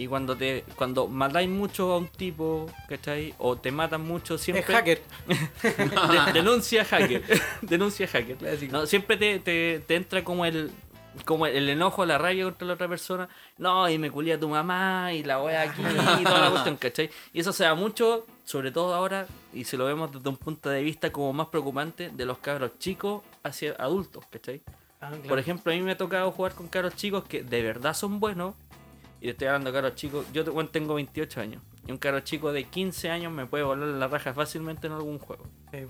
[SPEAKER 4] Y cuando te cuando matáis mucho a un tipo, ¿cachai? O te matan mucho, siempre...
[SPEAKER 3] Es hacker.
[SPEAKER 4] De- denuncia hacker. denuncia hacker. No, siempre te, te- te entra como el como el, el enojo, la rabia contra la otra persona. No, y me culía tu mamá y la voy aquí y toda la cuestión, ¿cachai? Y eso se da mucho, sobre todo ahora, y si lo vemos desde un punto de vista como más preocupante, de los cabros chicos hacia adultos, ¿cachai?
[SPEAKER 3] Ah, claro.
[SPEAKER 4] Por ejemplo, a mí me ha tocado jugar con cabros chicos que de verdad son buenos. Y te estoy hablando de cabros chicos. Yo te- bueno, tengo 28 años. Y un cabro chico de 15 años me puede volar la raja fácilmente en algún juego.
[SPEAKER 3] Eh,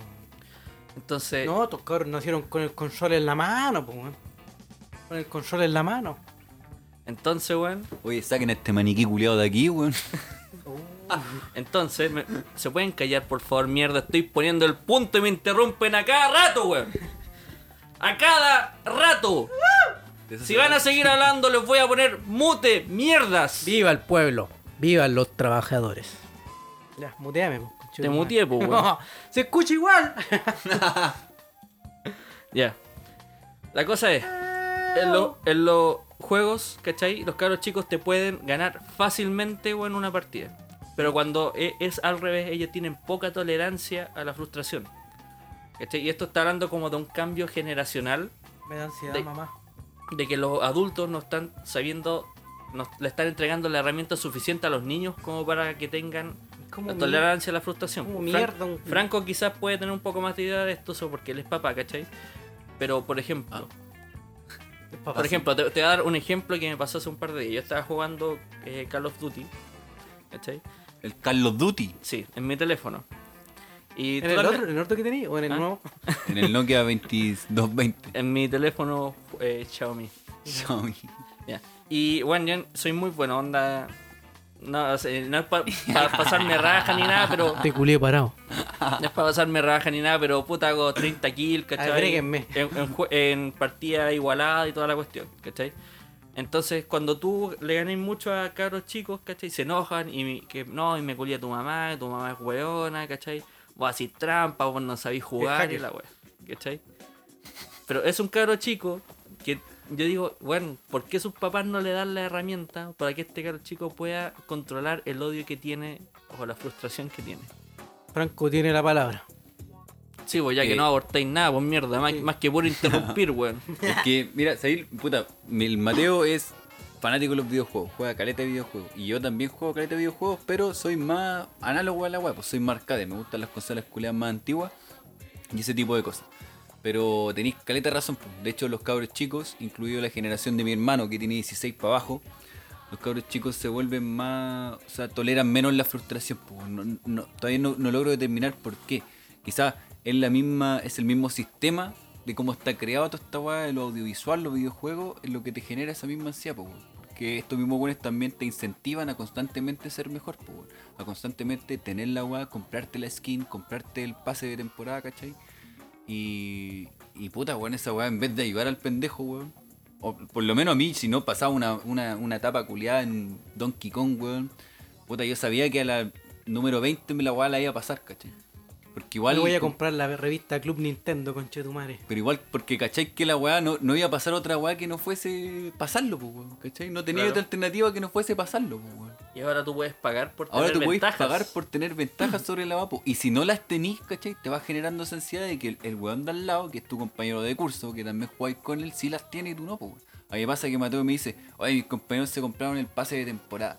[SPEAKER 4] Entonces,
[SPEAKER 3] No, estos cabros nacieron con el control en la mano, pues, weón. Con el control en la mano.
[SPEAKER 4] entonces, weón,
[SPEAKER 2] Oye, saquen a este maniquí culiado de aquí, weón.
[SPEAKER 4] entonces, me- se pueden callar, por favor, mierda. Estoy poniendo el punto y me interrumpen a cada rato, weón. A cada rato. Si van a seguir hablando, les voy a poner mute, mierdas.
[SPEAKER 3] Viva el pueblo, vivan los trabajadores. Ya, muteame, po, conchetumare.
[SPEAKER 4] Te muteé, po, weón.
[SPEAKER 3] No, se escucha igual.
[SPEAKER 4] Ya. La cosa es, en, lo- en los juegos, ¿cachai? Los cabros chicos te pueden ganar fácilmente o en una partida. Pero cuando e- es al revés, ellos tienen poca tolerancia a la frustración. ¿Cachai? Y esto está hablando como de un cambio generacional,
[SPEAKER 3] Me da ansiedad,
[SPEAKER 4] De-
[SPEAKER 3] mamá.
[SPEAKER 4] de que los adultos no están sabiendo, no le están entregando la herramienta suficiente a los niños como para que tengan
[SPEAKER 3] ¿Cómo
[SPEAKER 4] la
[SPEAKER 3] mi-
[SPEAKER 4] tolerancia a la frustración.
[SPEAKER 3] como
[SPEAKER 4] Fran-
[SPEAKER 3] mierda un-
[SPEAKER 4] Franco quizás puede tener un poco más de idea de esto so- porque él es papá, ¿cachai? Pero, por ejemplo,
[SPEAKER 3] es papá?
[SPEAKER 4] por ejemplo, te, te voy a dar un ejemplo que me pasó hace un par de días. Yo estaba jugando eh, Call of Duty, ¿cachai?
[SPEAKER 2] El Carlos Duty.
[SPEAKER 4] Sí, en mi teléfono. Y
[SPEAKER 3] ¿En el
[SPEAKER 4] totalmente-
[SPEAKER 3] otro, en el otro que tenía o en el
[SPEAKER 4] ¿Ah?
[SPEAKER 3] nuevo?
[SPEAKER 2] En el Nokia 2220.
[SPEAKER 4] En mi teléfono eh, Xiaomi.
[SPEAKER 2] Xiaomi.
[SPEAKER 4] Ya. Y bueno, yo soy muy buena onda. No, o sea, no es para pasarme raja ni nada, pero.
[SPEAKER 3] Te culié parado.
[SPEAKER 4] No es para pasarme raja ni nada, pero puta, hago 30 kills, ¿cachai?
[SPEAKER 3] Agréguenme.
[SPEAKER 4] En, en jue- en partida igualada y toda la cuestión, ¿cachai? Entonces, cuando tú le ganas mucho a cabros chicos, ¿cachai? Se enojan y me- que no, y me culia tu mamá, tu mamá es weona, ¿cachai? Vos así trampa, vos no sabís jugar y
[SPEAKER 3] hacker.
[SPEAKER 4] la wea, ¿cachai? Pero es un cabro chico que yo digo, bueno, ¿por qué sus papás no le dan la herramienta para que este caro chico pueda controlar el odio que tiene o la frustración que tiene?
[SPEAKER 3] Franco tiene la palabra.
[SPEAKER 4] Sí, pues ya
[SPEAKER 2] Eh.
[SPEAKER 4] que no abortáis nada, pues mierda, más, más que por interrumpir, weón.
[SPEAKER 2] Es que, mira, Sabil, puta, el Mateo es fanático de los videojuegos, juega caleta de videojuegos. Y yo también juego caleta de videojuegos, pero soy más análogo a la web, pues soy más arcade, me gustan las consolas culeadas más antiguas y ese tipo de cosas. Pero tenéis caleta de razón, pues. de hecho los cabros chicos, incluido la generación de mi hermano que tiene 16 para abajo, los cabros chicos se vuelven más, o sea, toleran menos la frustración. po. No- no- todavía no, no logro determinar por qué. Quizás es la misma, es el mismo sistema de cómo está creado toda esta weá, lo audiovisual, los videojuegos, es lo que te genera esa misma ansiedad, po, weón. que estos mismos buenos también te incentivan a constantemente ser mejor, po, weón. a constantemente tener la weá, comprarte la skin, comprarte el pase de temporada, ¿cachai? Y, y puta, weón, esa weá, en vez de ayudar al pendejo, weón. O por lo menos a mí, si no pasaba una, una, una etapa culiada en Donkey Kong, weón. Puta, yo sabía que a la número 20 me la weá la iba a pasar, ¿cachai? Porque igual.
[SPEAKER 3] Yo voy a comprar la revista Club Nintendo, conchetumare.
[SPEAKER 2] Pero igual, porque cachai que la weá no, no iba a pasar otra weá que no fuese pasarlo, pues, weón. ¿Cachai? No tenía
[SPEAKER 4] Claro.
[SPEAKER 2] otra alternativa que no fuese pasarlo, pues, weón.
[SPEAKER 4] Y ahora tú puedes pagar por
[SPEAKER 2] Ahora
[SPEAKER 4] tener
[SPEAKER 2] te podéis
[SPEAKER 4] ventajas.
[SPEAKER 2] pagar por tener ventajas sobre la vapo. Y si no las tenís, ¿cachai? Te va generando esa ansiedad de que el, el weón de al lado, que es tu compañero de curso, que también jugáis con él, sí las tiene y tú no, pues. weón. A mí me pasa que Mateo me dice, oye, mis compañeros se compraron el pase de temporada.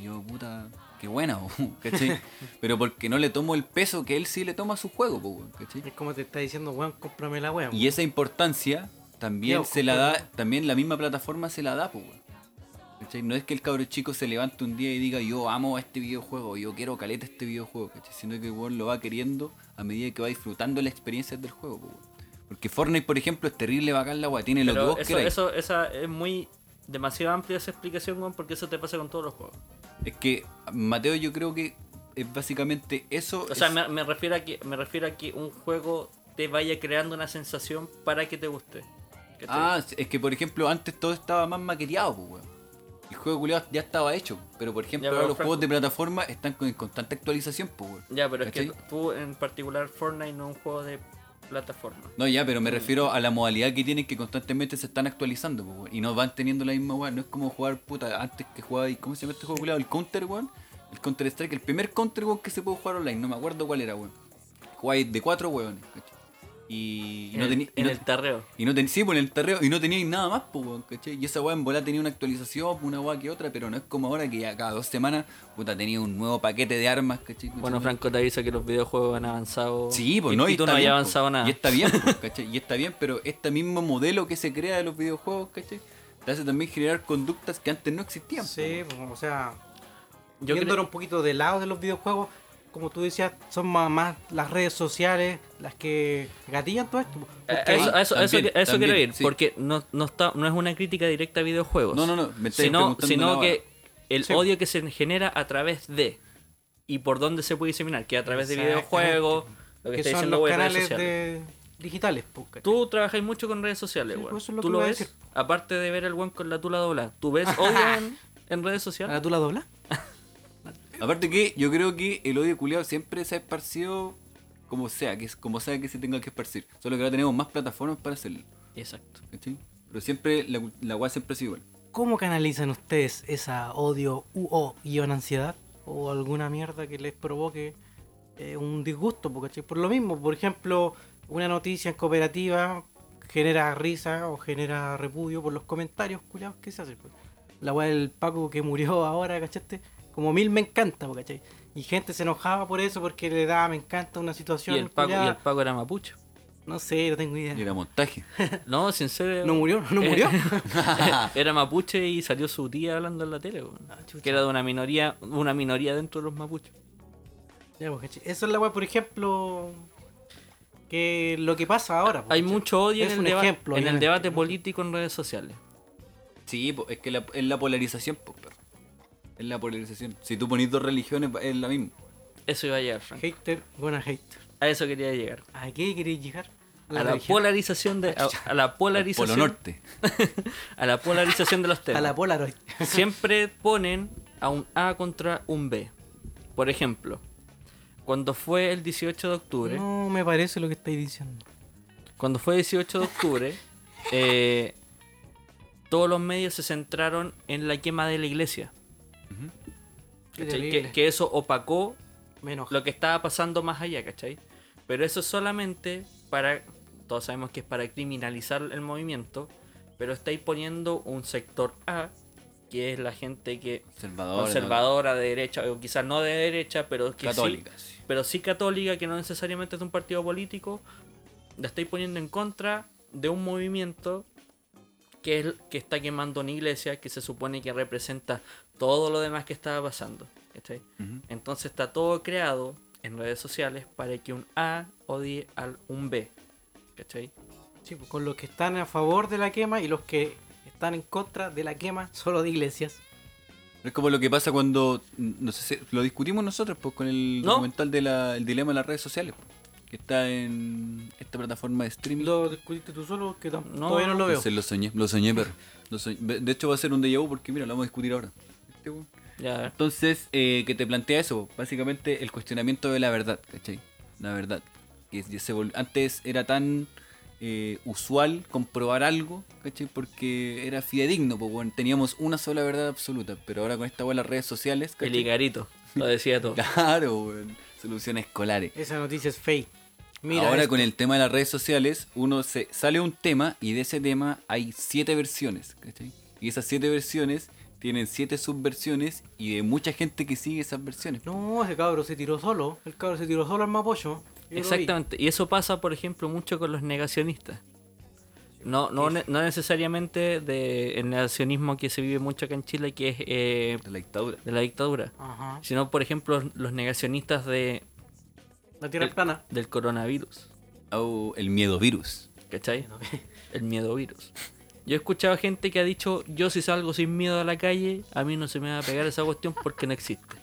[SPEAKER 2] Y yo, puta, qué buena, po, ¿cachai? Pero porque no le tomo el peso que él sí le toma a su juego, pues, weón, ¿cachai?
[SPEAKER 3] Es como te está diciendo, weón, cómprame la weón.
[SPEAKER 2] Y esa importancia también
[SPEAKER 3] Ya,
[SPEAKER 2] se la
[SPEAKER 3] compadre.
[SPEAKER 2] da, también la misma plataforma se la da, pues, weón. ¿Cachai? No es que el cabro chico se levante un día y diga yo amo este videojuego, yo quiero caleta este videojuego, ¿cachai? Sino que el weón lo va queriendo a medida que va disfrutando las experiencias del juego, pues, weón. Porque Fortnite, por ejemplo, es terrible bacán la weá, tiene lo que
[SPEAKER 4] Pero
[SPEAKER 2] vos
[SPEAKER 4] eso,
[SPEAKER 2] queráis.
[SPEAKER 4] eso- esa es muy demasiado amplia esa explicación, weón, porque eso te pasa con todos los juegos.
[SPEAKER 2] Es que, Mateo, yo creo que es básicamente eso.
[SPEAKER 4] O sea,
[SPEAKER 2] es-
[SPEAKER 4] me, me refiero a que, me refiero a que un juego te vaya creando una sensación para que te guste. ¿Cachai?
[SPEAKER 2] Ah, es que por ejemplo antes todo estaba más maqueteado, pues, weón. El juego culiado ya estaba hecho, pero por ejemplo
[SPEAKER 4] Ya, pero
[SPEAKER 2] ahora los
[SPEAKER 4] Franco-
[SPEAKER 2] juegos de plataforma están con en constante actualización, pues, weón.
[SPEAKER 4] ya, pero es que
[SPEAKER 2] ¿Cachai?
[SPEAKER 4] tú en particular Fortnite no es un juego de plataforma.
[SPEAKER 2] No, ya, pero me
[SPEAKER 4] Mm.
[SPEAKER 2] refiero a la modalidad que tienen que constantemente se están actualizando, pues, weón. Y no van teniendo la misma, weón. No es como jugar, puta, antes que jugaba, y- ¿cómo se llama este juego culiado? El Counter, weón. El Counter Strike, el primer Counter, weón, que se pudo jugar online. No me acuerdo cuál era, weón. Jugaba de cuatro, weones, ¿cachai? Y, y
[SPEAKER 4] en
[SPEAKER 2] no
[SPEAKER 4] el-
[SPEAKER 2] tenía...
[SPEAKER 4] en el tarreo.
[SPEAKER 2] Y no ten, sí, pues, en el terreo, y no teníais nada más, pues, weón, ¿cachai? Y esa weá en bola tenía una actualización, pues, una weá que otra, pero no es como ahora que ya cada dos semanas, puta, tenía un nuevo paquete de armas, ¿cachai?
[SPEAKER 4] Bueno, Franco te avisa que los videojuegos han avanzado.
[SPEAKER 2] Sí, pues
[SPEAKER 4] y,
[SPEAKER 2] no,
[SPEAKER 4] y tú
[SPEAKER 2] está
[SPEAKER 4] no hayas
[SPEAKER 2] bien,
[SPEAKER 4] avanzado
[SPEAKER 2] pues.
[SPEAKER 4] nada.
[SPEAKER 2] Y está bien, pues, ¿cachai? Y está bien, pero este mismo modelo que se crea de los videojuegos, ¿cachai? Te hace también generar conductas que antes no existían. pues,
[SPEAKER 3] Sí, pues, o sea,
[SPEAKER 4] Yo
[SPEAKER 3] yo
[SPEAKER 4] creo-
[SPEAKER 3] un poquito de lado de los videojuegos, como tú decías, son más, más las redes sociales las que gatillan todo esto.
[SPEAKER 4] A
[SPEAKER 3] Porque
[SPEAKER 4] a Eh, eso, a eso, a eso-
[SPEAKER 2] También,
[SPEAKER 4] a eso
[SPEAKER 2] también,
[SPEAKER 4] quiero ir,
[SPEAKER 2] sí.
[SPEAKER 4] porque no, no, está, no es una crítica directa a videojuegos.
[SPEAKER 2] No, no, no, me estáis
[SPEAKER 4] Sino,
[SPEAKER 2] preguntando
[SPEAKER 4] sino
[SPEAKER 2] ahora.
[SPEAKER 4] que el
[SPEAKER 3] Sí.
[SPEAKER 4] odio que se genera a través de y por dónde se puede diseminar, que a través de
[SPEAKER 3] Exactamente.
[SPEAKER 4] videojuegos, lo que,
[SPEAKER 3] que
[SPEAKER 4] está
[SPEAKER 3] son
[SPEAKER 4] diciendo
[SPEAKER 3] los
[SPEAKER 4] web, redes
[SPEAKER 3] canales
[SPEAKER 4] sociales.
[SPEAKER 3] de- digitales. pues, ¿cachai?
[SPEAKER 4] Tú trabajáis mucho con redes sociales,
[SPEAKER 3] Sí,
[SPEAKER 4] weón.
[SPEAKER 3] pues eso es lo
[SPEAKER 4] ¿Tú
[SPEAKER 3] que
[SPEAKER 4] lo
[SPEAKER 3] iba a
[SPEAKER 4] ves?
[SPEAKER 3] decir.
[SPEAKER 4] Aparte de ver el weón con la tula doblada, ¿tú ves odio en, en redes sociales?
[SPEAKER 3] ¿Ahora tú la doblas?
[SPEAKER 2] pues. Aparte que yo creo que el odio culiado siempre se ha esparcido como sea, que es como sea que se tenga que esparcir. Solo que ahora tenemos más plataformas para hacerlo.
[SPEAKER 3] Ah.
[SPEAKER 4] Exacto.
[SPEAKER 2] ¿cachai? Pero siempre, la, la weá siempre es igual.
[SPEAKER 3] ¿Cómo canalizan ustedes esa odio u o guión ansiedad? O alguna mierda que les provoque eh, un disgusto, po, ¿cachai? Por lo mismo, por ejemplo, una noticia en cooperativa genera risa o genera repudio por los comentarios culiados que se hacen. po. La weá del Paco que murió ahora, ¿cachaste? Como mil me encanta, po, ¿cachai? Y gente se enojaba por eso porque le daba me encanta una
[SPEAKER 4] Y
[SPEAKER 3] situación.
[SPEAKER 4] el, Paco, y
[SPEAKER 3] culiada.
[SPEAKER 4] el Paco era mapucho.
[SPEAKER 3] No sé, no tengo idea.
[SPEAKER 2] Y era montaje.
[SPEAKER 4] No, sin ser.
[SPEAKER 3] No murió, no
[SPEAKER 4] Eh,
[SPEAKER 3] murió.
[SPEAKER 4] era mapuche y salió su tía hablando en la tele, weón.
[SPEAKER 3] Ah, chucha.
[SPEAKER 4] que era de una minoría, una minoría dentro de los mapuches.
[SPEAKER 3] Ya, pues, ¿cachai? Eso es la weá, por ejemplo, que lo que pasa ahora. pues,
[SPEAKER 4] Hay
[SPEAKER 3] ¿cachai?
[SPEAKER 4] mucho odio
[SPEAKER 3] Es
[SPEAKER 4] en, el,
[SPEAKER 3] un
[SPEAKER 4] deba-
[SPEAKER 3] ejemplo,
[SPEAKER 4] en el
[SPEAKER 3] obviamente,
[SPEAKER 4] debate
[SPEAKER 3] ¿no?
[SPEAKER 4] político en redes sociales.
[SPEAKER 2] Sí, po, es que la- es la polarización, po, perro. Es la polarización. Si tú ponís dos religiones, es la misma.
[SPEAKER 4] Eso iba a llegar, Frank.
[SPEAKER 3] Hater, buena hater.
[SPEAKER 4] A eso quería llegar.
[SPEAKER 3] ¿A qué queréis llegar?
[SPEAKER 4] A la
[SPEAKER 3] religión.
[SPEAKER 4] polarización de.
[SPEAKER 3] Ah,
[SPEAKER 4] A, a la
[SPEAKER 2] El Polo
[SPEAKER 4] polarización.
[SPEAKER 2] Norte.
[SPEAKER 4] A la polarización de los temas.
[SPEAKER 3] A la Polaroid.
[SPEAKER 4] siempre ponen a un A contra un B. Por ejemplo, cuando fue el 18 de octubre,
[SPEAKER 3] No me parece lo que estáis diciendo.
[SPEAKER 4] cuando fue el 18 de octubre, eh, todos los medios se centraron en la quema de la iglesia.
[SPEAKER 3] Qué
[SPEAKER 4] ¿cachai?
[SPEAKER 3] terrible.
[SPEAKER 4] Que, que eso opacó
[SPEAKER 3] Me enoja.
[SPEAKER 4] lo que estaba pasando más allá, ¿cachai? Pero eso es solamente para, todos sabemos que es para criminalizar el movimiento, pero estáis poniendo un sector A, que es la gente que
[SPEAKER 2] Conservador. ¿no?
[SPEAKER 4] conservadora, de derecha, o quizás no de derecha, pero que sí,
[SPEAKER 2] Católica. sí.
[SPEAKER 4] pero sí católica, que no necesariamente es de un partido político, la estáis poniendo en contra de un movimiento que, es, que está quemando una iglesia que se supone que representa todo lo demás que estaba pasando. ¿cachai?
[SPEAKER 2] Ujú.
[SPEAKER 4] Entonces está todo creado en redes sociales para que un A odie al un B. ¿Cachai?
[SPEAKER 3] Sí, pues, con los que están a favor de la quema y los que están en contra de la quema solo de iglesias.
[SPEAKER 2] Es como lo que pasa cuando, mm, no sé si lo discutimos nosotros, pues con el
[SPEAKER 4] ¿No?
[SPEAKER 2] documental del dilema de las redes sociales, pues, que está en esta plataforma de streaming.
[SPEAKER 3] Lo discutiste tú solo que tam-
[SPEAKER 4] No,
[SPEAKER 3] todavía no lo veo.
[SPEAKER 2] Entonces, lo soñé, lo soñé, perro. Lo soñé. De hecho va a ser un déjà vu porque mira, lo vamos a discutir ahora. Este weón.
[SPEAKER 4] Ya,
[SPEAKER 2] Entonces, eh, que te plantea eso, básicamente el cuestionamiento de la verdad, ¿cachai? La verdad. Que ya se vol- Antes era tan eh, usual comprobar algo, ¿cachai? Porque era fidedigno, pues, weón. teníamos una sola verdad absoluta, pero ahora con esta weá de las redes sociales,
[SPEAKER 4] el
[SPEAKER 2] ¿cachai?
[SPEAKER 4] higarito. Lo decía todo.
[SPEAKER 2] Claro, weón. Soluciones escolares.
[SPEAKER 3] Esa noticia es fake. Mira,
[SPEAKER 2] Ahora
[SPEAKER 3] es-
[SPEAKER 2] con el tema de las redes sociales, uno se sale un tema y de ese tema hay siete versiones. ¿cachai? Y esas siete versiones tienen siete subversiones y de mucha gente que sigue esas versiones.
[SPEAKER 3] No, ese cabro se tiró solo. El cabro se tiró solo al mapollo. Yo lo vi.
[SPEAKER 4] Exactamente. Y eso pasa, por ejemplo, mucho con los negacionistas. No, no, ne- no necesariamente del negacionismo que se vive mucho acá en Chile, que es eh,
[SPEAKER 2] De la dictadura.
[SPEAKER 4] de la dictadura.
[SPEAKER 3] Ajá.
[SPEAKER 4] Sino, por ejemplo, los negacionistas de,
[SPEAKER 3] La tierra es plana.
[SPEAKER 4] del coronavirus.
[SPEAKER 2] O el miedo virus.
[SPEAKER 4] ¿Cachai? El miedo virus. Yo he escuchado gente que ha dicho, yo si salgo sin miedo a la calle, a mí no se me va a pegar esa cuestión porque no existe.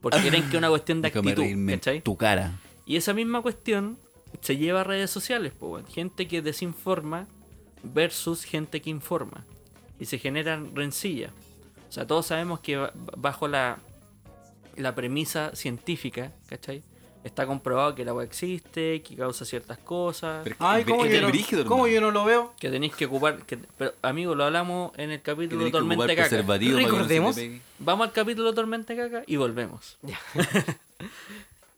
[SPEAKER 4] Porque creen que es una cuestión de
[SPEAKER 2] Déjame
[SPEAKER 4] actitud,
[SPEAKER 2] reírme en
[SPEAKER 4] ¿cachai?
[SPEAKER 2] tu cara.
[SPEAKER 4] Y esa misma cuestión se lleva a redes sociales, po, weón. gente que desinforma versus gente que informa. Y se generan rencillas. O sea, todos sabemos que ba- bajo la, la premisa científica, ¿cachai? Está comprobado que el agua existe, que causa ciertas cosas.
[SPEAKER 2] Pero es que
[SPEAKER 3] Ay,
[SPEAKER 2] es ve-
[SPEAKER 3] ¿cómo,
[SPEAKER 2] es
[SPEAKER 3] yo
[SPEAKER 2] del
[SPEAKER 3] no,
[SPEAKER 2] brígido,
[SPEAKER 3] cómo
[SPEAKER 2] hermano.
[SPEAKER 3] yo no lo veo?
[SPEAKER 4] Que tenéis que ocupar. Que, pero, amigo, lo hablamos en el
[SPEAKER 2] Que
[SPEAKER 4] capítulo
[SPEAKER 2] tenés que
[SPEAKER 4] Tormenta
[SPEAKER 2] ocupar
[SPEAKER 4] Caca.
[SPEAKER 2] preservativo para que no se te
[SPEAKER 3] Recordemos.
[SPEAKER 2] pegue.
[SPEAKER 4] Vamos al capítulo Tormenta Caca y volvemos.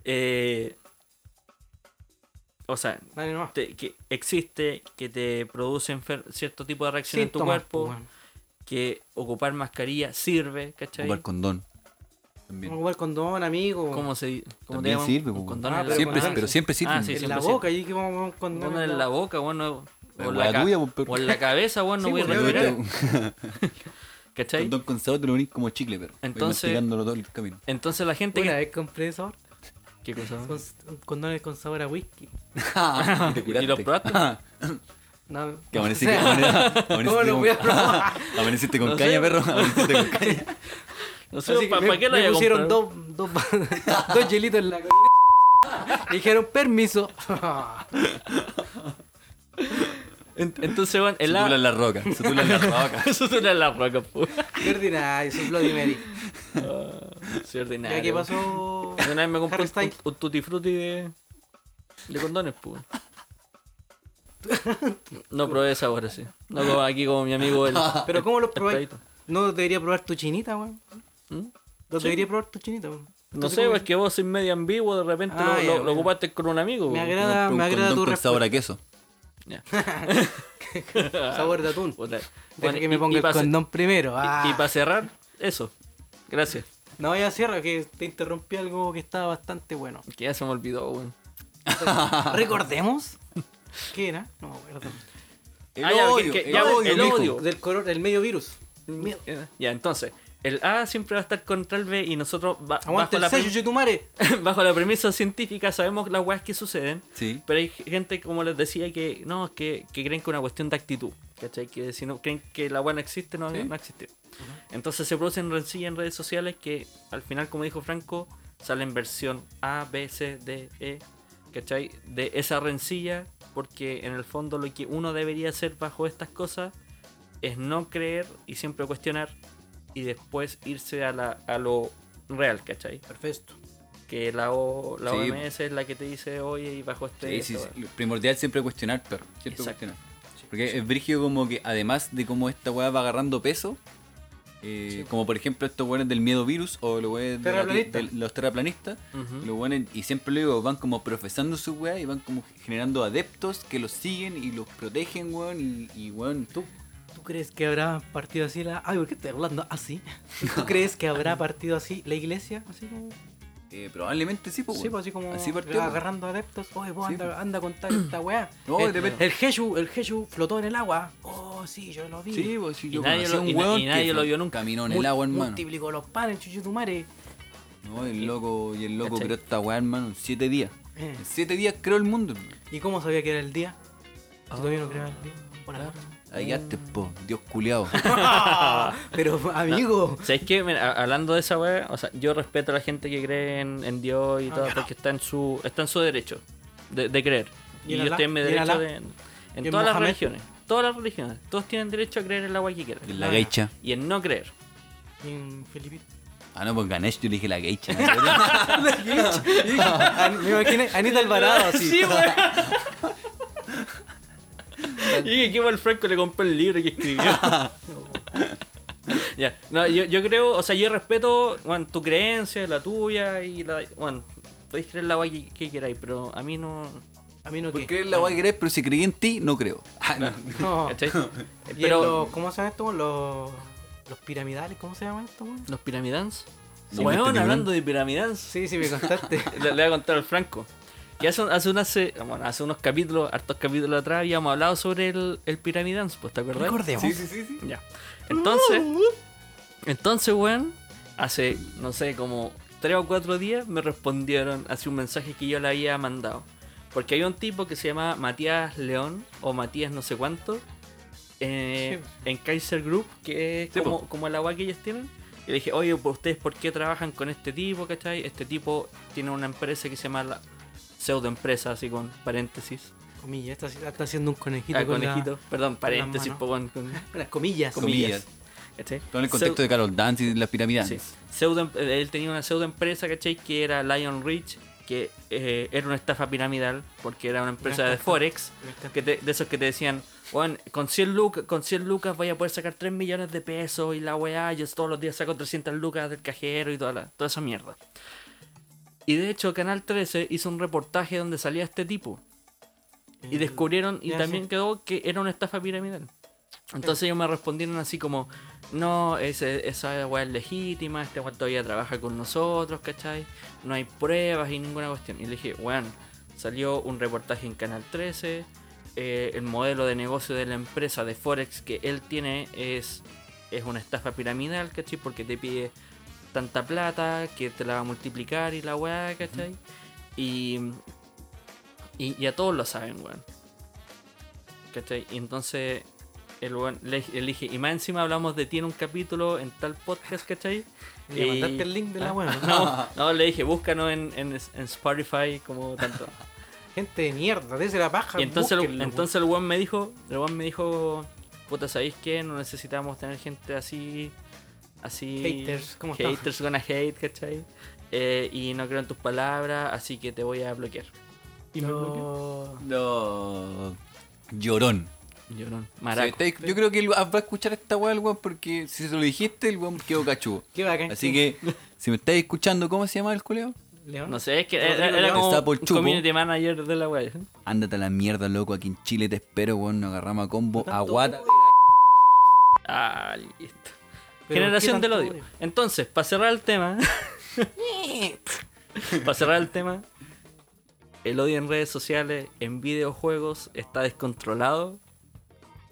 [SPEAKER 4] Eh, o sea,
[SPEAKER 3] Dale nomás.
[SPEAKER 4] te- que existe, que te produce enfer- cierto tipo de reacción en tu
[SPEAKER 3] Síntomas,
[SPEAKER 4] cuerpo,
[SPEAKER 3] pues, bueno.
[SPEAKER 4] que ocupar mascarilla sirve, ¿cachai?
[SPEAKER 2] Ocupar condón.
[SPEAKER 3] Vamos a
[SPEAKER 2] También.
[SPEAKER 3] jugar condón, amigo.
[SPEAKER 4] ¿Cómo se cómo
[SPEAKER 2] También
[SPEAKER 4] llaman?
[SPEAKER 2] sirve,
[SPEAKER 4] Un
[SPEAKER 2] pues,
[SPEAKER 4] condón
[SPEAKER 3] Ah,
[SPEAKER 4] en la
[SPEAKER 2] Siempre,
[SPEAKER 4] boca.
[SPEAKER 3] con-
[SPEAKER 2] pero siempre sirve. pues,
[SPEAKER 4] Ah, sí,
[SPEAKER 3] en
[SPEAKER 4] sí.
[SPEAKER 3] la
[SPEAKER 4] 100%.
[SPEAKER 3] boca, y que vamos a un condón.
[SPEAKER 4] Uno en la boca, bueno, o, en
[SPEAKER 2] La
[SPEAKER 4] la ca-
[SPEAKER 2] tuya, pues,
[SPEAKER 4] o en la cabeza, bueno,
[SPEAKER 3] Sí,
[SPEAKER 4] voy a
[SPEAKER 3] pues,
[SPEAKER 4] respirar,
[SPEAKER 2] Un
[SPEAKER 4] ¿cachai?
[SPEAKER 2] condón con sabor te lo unís como chicle, pero.
[SPEAKER 4] Entonces-
[SPEAKER 2] mastigándolo todo el camino.
[SPEAKER 4] Entonces la gente
[SPEAKER 3] Una
[SPEAKER 4] que...
[SPEAKER 3] vez compré sabor.
[SPEAKER 4] ¿Qué cosa?
[SPEAKER 3] Con, condones con sabor a whisky.
[SPEAKER 2] y te
[SPEAKER 4] Ah, ¿Y lo
[SPEAKER 2] curaste. Ah,
[SPEAKER 4] probaste?
[SPEAKER 3] No,
[SPEAKER 2] Que
[SPEAKER 3] no
[SPEAKER 2] amaneciste,
[SPEAKER 3] sé.
[SPEAKER 2] amaneciste,
[SPEAKER 3] ¿Cómo lo voy a probar?
[SPEAKER 2] amaneciste con
[SPEAKER 4] No sé.
[SPEAKER 2] caña, perro. Amaneciste con caña.
[SPEAKER 4] No sé,
[SPEAKER 3] Así que
[SPEAKER 4] ¿para
[SPEAKER 3] me-
[SPEAKER 4] qué lo
[SPEAKER 3] me
[SPEAKER 4] haya
[SPEAKER 3] pusieron
[SPEAKER 4] comprado?
[SPEAKER 3] dos, dos, dos hielitos en la c- Me dijeron permiso.
[SPEAKER 4] En- Entonces, bueno, el
[SPEAKER 2] Sutula
[SPEAKER 4] A...
[SPEAKER 2] en la roca. Sutula en la roca.
[SPEAKER 4] Eso suena la pues. roca, po.
[SPEAKER 3] Qué ordinario, soy Bloody Mary.
[SPEAKER 4] Sí, ordinario.
[SPEAKER 3] ¿Ya qué pasó?
[SPEAKER 4] Yo Una vez me compré
[SPEAKER 3] Harry
[SPEAKER 4] un,
[SPEAKER 3] Styles.
[SPEAKER 4] un tutti frutti de, de condones, po. No probé esa ahora, sí. No como aquí como mi amigo el...
[SPEAKER 3] ¿Pero cómo los
[SPEAKER 4] el
[SPEAKER 3] probáis?
[SPEAKER 4] Pedrito.
[SPEAKER 3] ¿No debería probar tu chinita, weón?
[SPEAKER 4] ¿Mm?
[SPEAKER 3] ¿No debería probar tu chinita, weón?
[SPEAKER 4] No
[SPEAKER 3] Entonces,
[SPEAKER 4] sé,
[SPEAKER 3] ¿cómo-
[SPEAKER 4] es que vos sois medio ambiguo, de repente
[SPEAKER 3] Ah,
[SPEAKER 4] lo,
[SPEAKER 3] ya,
[SPEAKER 4] lo- lo
[SPEAKER 3] bueno.
[SPEAKER 4] ocupaste con un amigo. po.
[SPEAKER 3] Me agrada,
[SPEAKER 2] Un
[SPEAKER 3] me agrada
[SPEAKER 2] condón
[SPEAKER 3] tu
[SPEAKER 2] Oh, con sabor
[SPEAKER 3] respuesta.
[SPEAKER 2] a queso.
[SPEAKER 4] Ya.
[SPEAKER 3] Sabor de atún.
[SPEAKER 4] Puta.
[SPEAKER 3] Deja
[SPEAKER 4] Bueno,
[SPEAKER 3] que me
[SPEAKER 4] y-
[SPEAKER 3] ponga
[SPEAKER 4] y
[SPEAKER 3] el
[SPEAKER 4] pa' ce-
[SPEAKER 3] condón primero. Ah.
[SPEAKER 4] Y, para cerrar, eso. Gracias.
[SPEAKER 3] No, ya cierra, que te interrumpí algo que estaba bastante bueno.
[SPEAKER 4] Que ya se me olvidó, weón.
[SPEAKER 3] Recordemos. ¿Qué era? No me acuerdo.
[SPEAKER 2] El
[SPEAKER 4] Ah, ya, que-
[SPEAKER 2] odio,
[SPEAKER 4] que-
[SPEAKER 2] el
[SPEAKER 4] ya,
[SPEAKER 2] odio,
[SPEAKER 4] el Eh,
[SPEAKER 2] mijo.
[SPEAKER 4] odio.
[SPEAKER 3] Del color, del medio virus. Miedo.
[SPEAKER 4] Ya, entonces, el A siempre va a estar contra el B y nosotros ba-
[SPEAKER 3] Aguanta
[SPEAKER 4] bajo,
[SPEAKER 3] el
[SPEAKER 4] la
[SPEAKER 3] sello,
[SPEAKER 4] pre-
[SPEAKER 3] Chetumare.
[SPEAKER 4] bajo la premisa científica sabemos las weas que suceden,
[SPEAKER 2] Sí.
[SPEAKER 4] pero hay gente, como les decía, que no, que, que creen que es una cuestión de actitud, ¿cachai? Que si no creen que la wea no existe, no,
[SPEAKER 2] Sí.
[SPEAKER 4] no existe. Entonces se producen rencillas en redes sociales que al final, como dijo Franco, salen versión A, B, C, D, E, ¿cachai? De esa rencilla, porque en el fondo lo que uno debería hacer bajo estas cosas es no creer y siempre cuestionar y después irse a, la, a lo real, ¿cachai?
[SPEAKER 3] Perfecto.
[SPEAKER 4] Que la, o, la
[SPEAKER 2] Sí.
[SPEAKER 4] OMS es la que te dice, oye, y bajo
[SPEAKER 2] Sí,
[SPEAKER 4] este...
[SPEAKER 2] sí,
[SPEAKER 4] esto,
[SPEAKER 2] sí. Lo Primordial siempre cuestionar, perro. Siempre
[SPEAKER 4] Exacto.
[SPEAKER 2] cuestionar. Porque es brígido como que además de cómo esta weá va agarrando peso, eh, como por ejemplo estos weones del miedo virus o los weones de la- de
[SPEAKER 3] Terraplanistas.
[SPEAKER 2] los terraplanistas, los weones, y siempre lo digo, van como profesando su weá y van como generando adeptos que los siguen y los protegen, weón, y, y weón, tú.
[SPEAKER 3] ¿Tú crees que habrá partido así la... Ay, ¿por qué estoy hablando así? ¿Tú crees que habrá partido así la iglesia? Así como...
[SPEAKER 2] eh, probablemente sí, pues,
[SPEAKER 3] Sí,
[SPEAKER 2] weón.
[SPEAKER 3] pues así como
[SPEAKER 2] Así partió, pues.
[SPEAKER 3] agarrando adeptos. Oye, vos
[SPEAKER 2] Sí,
[SPEAKER 3] anda,
[SPEAKER 2] pues.
[SPEAKER 3] anda a contar esta weá.
[SPEAKER 2] No,
[SPEAKER 3] el,
[SPEAKER 2] de repente-
[SPEAKER 3] el Jesús, el Jesús flotó en el agua. Oh, sí, yo lo vi.
[SPEAKER 2] Sí, pues, sí,
[SPEAKER 4] Y
[SPEAKER 2] yo
[SPEAKER 4] nadie
[SPEAKER 2] conocí a
[SPEAKER 4] lo- y
[SPEAKER 2] un
[SPEAKER 4] na-
[SPEAKER 2] weón
[SPEAKER 4] y nadie
[SPEAKER 2] que
[SPEAKER 4] lo vio nunca.
[SPEAKER 2] Caminó en
[SPEAKER 3] Mu-
[SPEAKER 2] el agua, hermano.
[SPEAKER 3] Multiplicó los panes, chuchutumare.
[SPEAKER 2] No, el loco, y el loco
[SPEAKER 4] ¿Cachai?
[SPEAKER 2] pero esta weá, hermano, en siete días.
[SPEAKER 3] Eh.
[SPEAKER 2] En siete días creó el mundo, hermano.
[SPEAKER 3] ¿Y cómo sabía que era el día?
[SPEAKER 2] Ah.
[SPEAKER 3] Si todavía no creaba el día. Por acá.
[SPEAKER 2] Ahí quedaste, po, Dios culiado. Ah.
[SPEAKER 3] Pero, amigo.
[SPEAKER 4] ¿Sabes qué? Mira, a- hablando de esa weá, o sea, yo respeto a la gente que cree en, en Dios
[SPEAKER 3] Ah,
[SPEAKER 4] y todo, porque está en su, está en su derecho de, de creer.
[SPEAKER 3] ¿Y
[SPEAKER 4] Y,
[SPEAKER 3] en
[SPEAKER 4] yo
[SPEAKER 3] Alá?
[SPEAKER 4] estoy en
[SPEAKER 3] ¿Y
[SPEAKER 4] mi
[SPEAKER 3] en
[SPEAKER 4] derecho
[SPEAKER 3] Alá?
[SPEAKER 4] de- en,
[SPEAKER 3] ¿Y en
[SPEAKER 4] todas las
[SPEAKER 3] Mohamed?
[SPEAKER 4] religiones. Todas las religiones. Todos tienen derecho a creer en la weá que quieran.
[SPEAKER 2] En la geicha.
[SPEAKER 4] Y en no creer.
[SPEAKER 3] Y en Filipito.
[SPEAKER 2] Ah, no, pues Ganesh yo le dije la geicha. ¿no?
[SPEAKER 3] Ah, Me imaginé Anita Alvarado así.
[SPEAKER 4] Sí, weón. y que el Franco le compró el libro que escribió. ya, no, yo, yo creo, o sea, yo respeto bueno, tu creencia, la tuya y la. Bueno, podéis creer la guay que, que queráis, pero a mí no.
[SPEAKER 3] A mí no
[SPEAKER 2] Por
[SPEAKER 3] que.
[SPEAKER 2] creer la guay que crees, pero si creí en ti, no creo. Ah, no.
[SPEAKER 3] No.
[SPEAKER 4] ¿Cachai? Eh,
[SPEAKER 3] Y en
[SPEAKER 4] pero.
[SPEAKER 3] los- ¿Cómo se llama esto? Los, los piramidales, ¿cómo se llama esto? weón?
[SPEAKER 4] ¿Los piramidans?
[SPEAKER 2] No,
[SPEAKER 4] Weón,
[SPEAKER 2] este
[SPEAKER 4] hablando de piramidans.
[SPEAKER 3] Sí, sí, me contaste.
[SPEAKER 4] Le, le voy a contar al Franco. Y hace, hace, unas se- bueno, hace unos capítulos, hartos capítulos atrás, habíamos hablado sobre el, el piramidans, pues, ¿te acordás?
[SPEAKER 3] Recordemos.
[SPEAKER 2] Sí, sí, sí, sí.
[SPEAKER 4] Ya. Entonces,
[SPEAKER 3] Mm.
[SPEAKER 4] entonces, weón, hace, no sé, como tres o cuatro días me respondieron hace un mensaje que yo le había mandado. Porque había un tipo que se llama Matías León o Matías no sé cuánto eh, en Kaiser Group, que es
[SPEAKER 2] Sí,
[SPEAKER 4] como, como el agua que ellos tienen. Y le dije, oye, pues, ¿ustedes por qué trabajan con este tipo, cachai? Este tipo tiene una empresa que se llama la pseudoempresa, así con paréntesis.
[SPEAKER 3] Comillas, está, está haciendo un conejito.
[SPEAKER 4] Ah,
[SPEAKER 3] con la-
[SPEAKER 4] conejito, perdón, paréntesis,
[SPEAKER 3] mano.
[SPEAKER 4] po, con- con-
[SPEAKER 3] con las comillas.
[SPEAKER 2] Comillas.
[SPEAKER 4] ¿cachai?
[SPEAKER 2] Todo en el contexto
[SPEAKER 4] Pseu-
[SPEAKER 2] de Carol Dance y las pirámides.
[SPEAKER 4] Sí. Pseudo- em, eh, él tenía una pseudo empresa, ¿cachai? Que era Lion Rich, que eh, era una estafa piramidal, porque era una empresa de
[SPEAKER 3] estafa.
[SPEAKER 4] Forex,
[SPEAKER 3] Una estafa.
[SPEAKER 4] que te- de esos que te decían, "Weón, con 100, lucas con 100 lucas voy a poder sacar 3 millones de pesos y la weá, yo todos los días saco 300 lucas del cajero y toda, la, toda esa mierda. Y de hecho, Canal 13 hizo un reportaje donde salía este tipo. Y descubrieron, y
[SPEAKER 3] Ya,
[SPEAKER 4] también
[SPEAKER 3] sí.
[SPEAKER 4] quedó que era una estafa piramidal. Entonces ellos me respondieron así como, no, ese- esa weá es legítima, este weá todavía trabaja con nosotros, ¿cachai? No hay pruebas y ninguna cuestión. Y le dije, weón, salió un reportaje en Canal 13, eh, el modelo de negocio de la empresa de Forex que él tiene es, es una estafa piramidal, ¿cachai? Porque te pide tanta plata que te la va a multiplicar y la weá, ¿cachai? Y, y, y a todos lo saben, weón. ¿Cachai? Y entonces el weón le, le dije, y más encima hablamos de ti en un capítulo en tal podcast, ¿cachai?
[SPEAKER 3] Y le mandaste el link de la
[SPEAKER 4] Ah,
[SPEAKER 3] web.
[SPEAKER 4] No, no, le dije, búscanos en, en, en Spotify como tanto.
[SPEAKER 3] Gente de mierda, desde la paja.
[SPEAKER 4] Y entonces, el-
[SPEAKER 3] búsquenlo,
[SPEAKER 4] entonces el weón me dijo, el weón me dijo, puta, ¿sabéis qué? No necesitamos tener gente así, así...
[SPEAKER 3] Haters, ¿cómo está?
[SPEAKER 4] Haters gonna hate, ¿cachai? Eh, y no creo en tus palabras, así que te voy a bloquear.
[SPEAKER 3] weón. No.
[SPEAKER 2] No. Llorón.
[SPEAKER 4] Yo no,
[SPEAKER 2] O
[SPEAKER 4] maraco.
[SPEAKER 2] sea, te- yo creo que él va a escuchar esta weá, el weón, porque si se lo dijiste, el weón quedó cachudo.
[SPEAKER 3] Qué bacán.
[SPEAKER 2] Así que, si me estáis escuchando, ¿cómo se llama el culeo?
[SPEAKER 3] León.
[SPEAKER 4] No sé, es que
[SPEAKER 3] Rodrigo
[SPEAKER 4] era, era
[SPEAKER 3] León.
[SPEAKER 4] como
[SPEAKER 2] Está por
[SPEAKER 4] un
[SPEAKER 2] chupo.
[SPEAKER 4] community manager de la wea.
[SPEAKER 2] Ándate a la mierda, loco. Aquí en Chile te espero, weón. Nos agarramos a combo.
[SPEAKER 3] Tanto
[SPEAKER 2] Aguata.
[SPEAKER 3] odio.
[SPEAKER 4] Ah, listo.
[SPEAKER 3] Pero,
[SPEAKER 4] Generación
[SPEAKER 3] ¿qué
[SPEAKER 4] del
[SPEAKER 3] tanto
[SPEAKER 4] odio.
[SPEAKER 3] odio?
[SPEAKER 4] Entonces, para cerrar el tema. para cerrar el tema. El odio en redes sociales, en videojuegos, está descontrolado.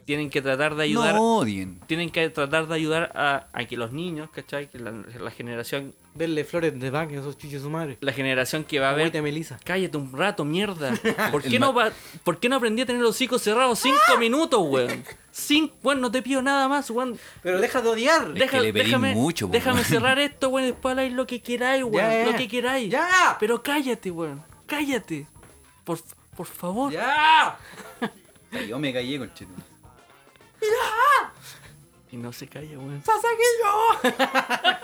[SPEAKER 4] Tienen que tratar de ayudar.
[SPEAKER 2] No odien.
[SPEAKER 4] Tienen que tratar de ayudar a, a que los niños, ¿cachai? Que la, la generación.
[SPEAKER 3] Denle flores de pan, esos chichos su madre.
[SPEAKER 4] La generación que va a ver
[SPEAKER 3] Agüita Melisa.
[SPEAKER 4] Cállate un rato, mierda. ¿Por
[SPEAKER 2] El
[SPEAKER 4] qué, no
[SPEAKER 2] ma-
[SPEAKER 4] va- ¿Por qué no aprendí a tener los hocico cerrados cinco minutos, weón? Cinco, weón, no te pido nada más, weón.
[SPEAKER 3] Pero deja de odiar.
[SPEAKER 2] que le pedí
[SPEAKER 4] déjame
[SPEAKER 2] mucho, po,
[SPEAKER 4] déjame
[SPEAKER 2] weón.
[SPEAKER 4] cerrar esto, weón, y después habláis lo que queráis, weón.
[SPEAKER 3] Ya,
[SPEAKER 4] lo que queráis.
[SPEAKER 3] ya.
[SPEAKER 4] Pero cállate, weón. Cállate. Por, por favor.
[SPEAKER 3] ¡Ya!
[SPEAKER 2] Yo me callé, conchito.
[SPEAKER 4] Y no se calla, weón.
[SPEAKER 3] ¡Sasaguillo!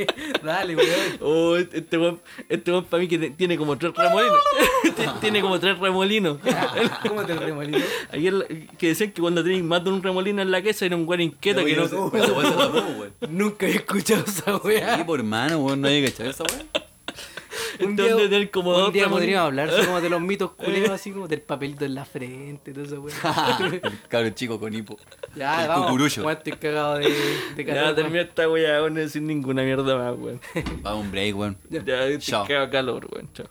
[SPEAKER 3] Dale, weón.
[SPEAKER 4] Oh, este weón, este weón para mí que te- tiene como tres remolinos. Ti- tiene como tres remolinos.
[SPEAKER 3] ¿Cómo te remolino?
[SPEAKER 4] Ayer la- que decían que cuando tenéis más de un remolino en la casa era un weón inquieto que no.
[SPEAKER 2] Eso pasa tampoco, weón.
[SPEAKER 3] Nunca he escuchado esa
[SPEAKER 2] Sí,
[SPEAKER 3] weá.
[SPEAKER 2] por hermano, weón, no hay que echar esa weón.
[SPEAKER 3] Un
[SPEAKER 4] Entonces,
[SPEAKER 3] día,
[SPEAKER 4] tener como
[SPEAKER 3] un
[SPEAKER 4] dos
[SPEAKER 3] día
[SPEAKER 4] remolinos.
[SPEAKER 3] podríamos hablar así como de los mitos culeros, así como del papelito en la frente, toda esa weá.
[SPEAKER 2] Cabro chico con hipo.
[SPEAKER 3] Ah. ya,
[SPEAKER 2] El
[SPEAKER 3] vamos.
[SPEAKER 2] cucurucho.
[SPEAKER 3] Weón, estoy cagado de, de
[SPEAKER 4] Ya
[SPEAKER 3] calor,
[SPEAKER 4] termina esta weá, weón, sin ninguna mierda más, weón.
[SPEAKER 2] Vamos, un break, weón.
[SPEAKER 4] Ya te
[SPEAKER 2] Chao.
[SPEAKER 4] queda calor, weón. Chao.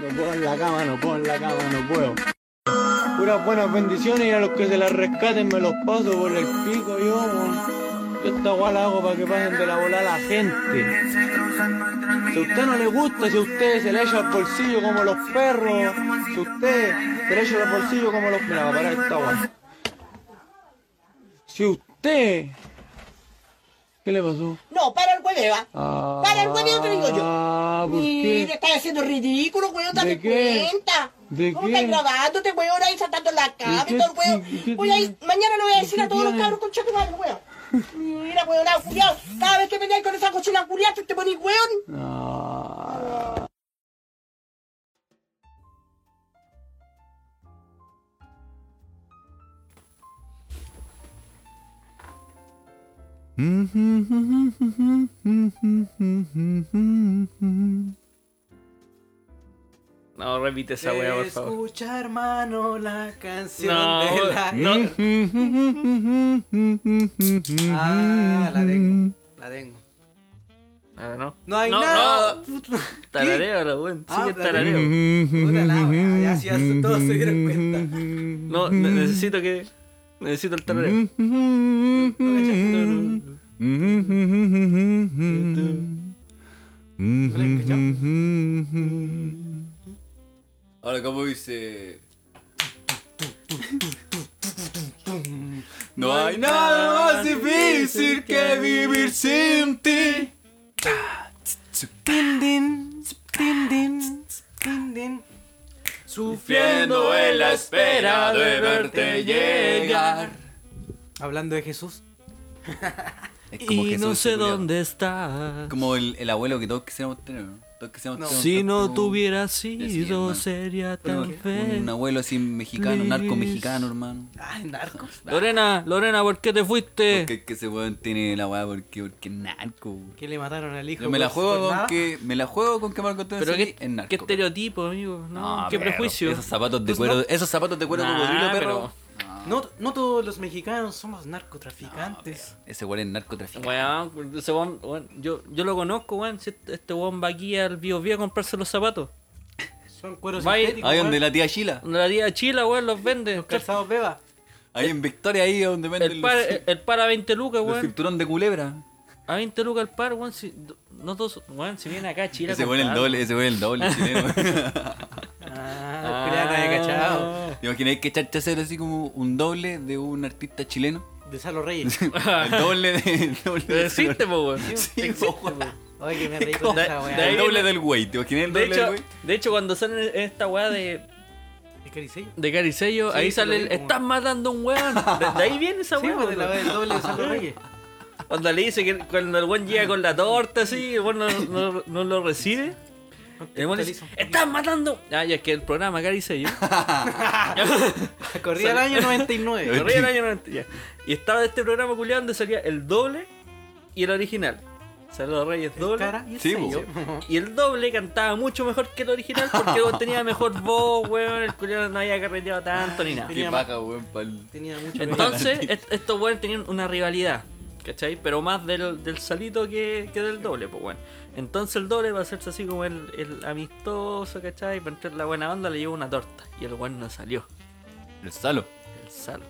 [SPEAKER 6] No puedo en la cama, no puedo en la cama, no puedo. Puras buenas bendiciones y a los que se las rescaten me los paso por el pico yo, weón. Yo esta guay la hago para que pasen de la bola a la gente. Si a usted no le gusta, si a usted se le echa al bolsillo como los perros, si a usted se le echa al bolsillo como los... Mira, va a parar esta guay. Si usted... ¿Qué le pasó?
[SPEAKER 7] No, para el hueveo, ¿ah?
[SPEAKER 6] Ah,
[SPEAKER 7] Para el hueveo te digo yo.
[SPEAKER 6] Ah, ¿por
[SPEAKER 7] Mira,
[SPEAKER 6] qué?
[SPEAKER 7] estás haciendo ridículo, weón, date
[SPEAKER 6] ¿De qué?
[SPEAKER 7] cuenta.
[SPEAKER 6] ¿De
[SPEAKER 7] ¿Cómo
[SPEAKER 6] qué?
[SPEAKER 7] estás grabándote, weón, ahí saltando la cama
[SPEAKER 6] qué
[SPEAKER 7] y todo el
[SPEAKER 6] ti- qué
[SPEAKER 7] weón? Voy a ir-
[SPEAKER 6] tiene?
[SPEAKER 7] mañana le voy a
[SPEAKER 6] ¿Y
[SPEAKER 7] decir
[SPEAKER 6] qué
[SPEAKER 7] a todos los
[SPEAKER 6] tiene?
[SPEAKER 7] cabros con chaco mal, weón. Mira, weón, ah, culiao. Cada vez que venías con esa cochina culiao, tú te ponís, weón.
[SPEAKER 6] Ah.
[SPEAKER 4] No, repite esa weá, por favor.
[SPEAKER 3] Escucha, hermano, la canción
[SPEAKER 4] No,
[SPEAKER 3] de la...
[SPEAKER 4] no,
[SPEAKER 6] ¿Eh?
[SPEAKER 3] Ah, la tengo. La tengo.
[SPEAKER 4] Ah, no.
[SPEAKER 3] No hay
[SPEAKER 4] no,
[SPEAKER 3] nada.
[SPEAKER 4] No. Tarareo, la weón.
[SPEAKER 3] Ah,
[SPEAKER 4] Sigue
[SPEAKER 3] tarareo.
[SPEAKER 4] tarareo.
[SPEAKER 3] Puta la weá, ya si hasta todos se dieron cuenta.
[SPEAKER 4] No, ne- necesito que. Necesito el tarareo.
[SPEAKER 3] Mm-hmm.
[SPEAKER 2] Ahora, ¿cómo dice? No hay nada más difícil que vivir sin ti.
[SPEAKER 3] Din, din, din, din, din, din.
[SPEAKER 2] Sufriendo en la espera de verte llegar.
[SPEAKER 3] Hablando de Jesús.
[SPEAKER 2] Es
[SPEAKER 4] Y
[SPEAKER 2] Jesús,
[SPEAKER 4] no sé
[SPEAKER 2] culiao.
[SPEAKER 4] dónde está.
[SPEAKER 2] Como el, el abuelo que todos quisiéramos tener. ¿no? Todos quisiéramos tener un
[SPEAKER 4] Si no
[SPEAKER 2] tanto-
[SPEAKER 4] tuviera
[SPEAKER 2] sí, hermano.
[SPEAKER 4] sido, sería tan
[SPEAKER 2] un, un
[SPEAKER 4] feliz.
[SPEAKER 2] abuelo así mexicano, narco mexicano, hermano.
[SPEAKER 3] Ah, el narco.
[SPEAKER 4] Lorena, Lorena, ¿por qué te fuiste?
[SPEAKER 2] Porque es que ese weón tiene la weá porque, porque es narco. weón.
[SPEAKER 3] Que le mataron al hijo.
[SPEAKER 2] Yo me la
[SPEAKER 3] por-
[SPEAKER 2] juego
[SPEAKER 3] por
[SPEAKER 2] con
[SPEAKER 3] nada.
[SPEAKER 2] que. Me la juego con que Marco Antonio
[SPEAKER 4] Pero
[SPEAKER 2] Solís
[SPEAKER 4] qué,
[SPEAKER 2] es narco.
[SPEAKER 4] qué
[SPEAKER 2] perro.
[SPEAKER 4] estereotipo, amigo. No, qué
[SPEAKER 2] perro,
[SPEAKER 4] prejuicio.
[SPEAKER 2] Esos zapatos de
[SPEAKER 3] Pues
[SPEAKER 2] cuero.
[SPEAKER 3] no.
[SPEAKER 2] Esos zapatos de cuero
[SPEAKER 4] Nah,
[SPEAKER 2] cocodrilo, perro.
[SPEAKER 4] pero-
[SPEAKER 3] No, no todos los mexicanos somos narcotraficantes.
[SPEAKER 2] Ese weón es narcotraficante.
[SPEAKER 4] Weón, ese weón- weón, yo, yo lo conozco, weón. Si este- Este weón va aquí al Bio Bio a comprarse los zapatos.
[SPEAKER 3] Son cueros
[SPEAKER 4] Vaya-
[SPEAKER 3] sintéticos.
[SPEAKER 2] Ahí
[SPEAKER 3] weón.
[SPEAKER 2] donde la tía Sheila.
[SPEAKER 4] Donde la tía Chila, weón, los vende.
[SPEAKER 3] Los calzados beba.
[SPEAKER 2] Ahí en Victoria, ahí donde venden
[SPEAKER 4] El
[SPEAKER 2] el,
[SPEAKER 4] par, el, el par a 20 lucas,
[SPEAKER 2] el
[SPEAKER 4] weón.
[SPEAKER 2] cinturón de culebra.
[SPEAKER 4] A 20 lucas el par, weón. Si, no dos, weón, si viene acá a Chile. a
[SPEAKER 2] Ese weón es el
[SPEAKER 4] comprar,
[SPEAKER 2] doble, ese weón es el doble chileno.
[SPEAKER 3] Ah, culiao, nadie cachado.
[SPEAKER 2] ¿Te imagináis que Charcha era así como un doble de un artista chileno?
[SPEAKER 3] De Salo Reyes.
[SPEAKER 2] El doble de. El doble
[SPEAKER 4] Pero Existe, po, weón.
[SPEAKER 2] Sí, po, weón.
[SPEAKER 3] Oye, que me reí con esa
[SPEAKER 4] De
[SPEAKER 2] El
[SPEAKER 4] ahí
[SPEAKER 3] weá.
[SPEAKER 2] doble
[SPEAKER 4] viene-
[SPEAKER 2] del güey. ¿Te imagináis el
[SPEAKER 4] De
[SPEAKER 2] doble del
[SPEAKER 4] hecho,
[SPEAKER 2] güey?
[SPEAKER 4] de hecho, cuando sale esta weá de,
[SPEAKER 3] ¿Es caricello?
[SPEAKER 4] de Caricello,
[SPEAKER 3] Sí,
[SPEAKER 4] ahí
[SPEAKER 3] sí,
[SPEAKER 4] sale
[SPEAKER 3] lo
[SPEAKER 4] el.
[SPEAKER 3] vi como-
[SPEAKER 4] Estás matando a un weón. De, de ahí viene esa
[SPEAKER 3] Sí,
[SPEAKER 4] weá.
[SPEAKER 3] pues, de la
[SPEAKER 4] weón.
[SPEAKER 3] weá del doble de Salo Reyes.
[SPEAKER 4] Cuando le dice que cuando el buen llega con la torta así, el buen no, no- no lo recibe. El buen le dice, ¡Estás matando! Ah, ya es que el programa acá dice yo.
[SPEAKER 3] Corría el año 99.
[SPEAKER 4] Corría el año 90, ya. Y estaba este programa culiado donde salía el doble y el original. Saludos Reyes doble.
[SPEAKER 3] Cara y el
[SPEAKER 2] Sí, pues.
[SPEAKER 3] sello.
[SPEAKER 4] Y el doble cantaba mucho mejor que el original porque tenía mejor voz, weón. El culiado no había carreteado tanto ni nada.
[SPEAKER 2] Qué
[SPEAKER 3] Tenía
[SPEAKER 2] paja, weón, pa'l.
[SPEAKER 3] Tenía mucho
[SPEAKER 4] Entonces, est- estos weones tenían una rivalidad, ¿cachai? Pero más del, del salito que, que del doble, pues bueno. Entonces el doble va a hacerse así como el, el amistoso, ¿cachai? Para entrar en la buena onda le llevó una torta. Y el weón no salió.
[SPEAKER 2] El salo.
[SPEAKER 4] El salo.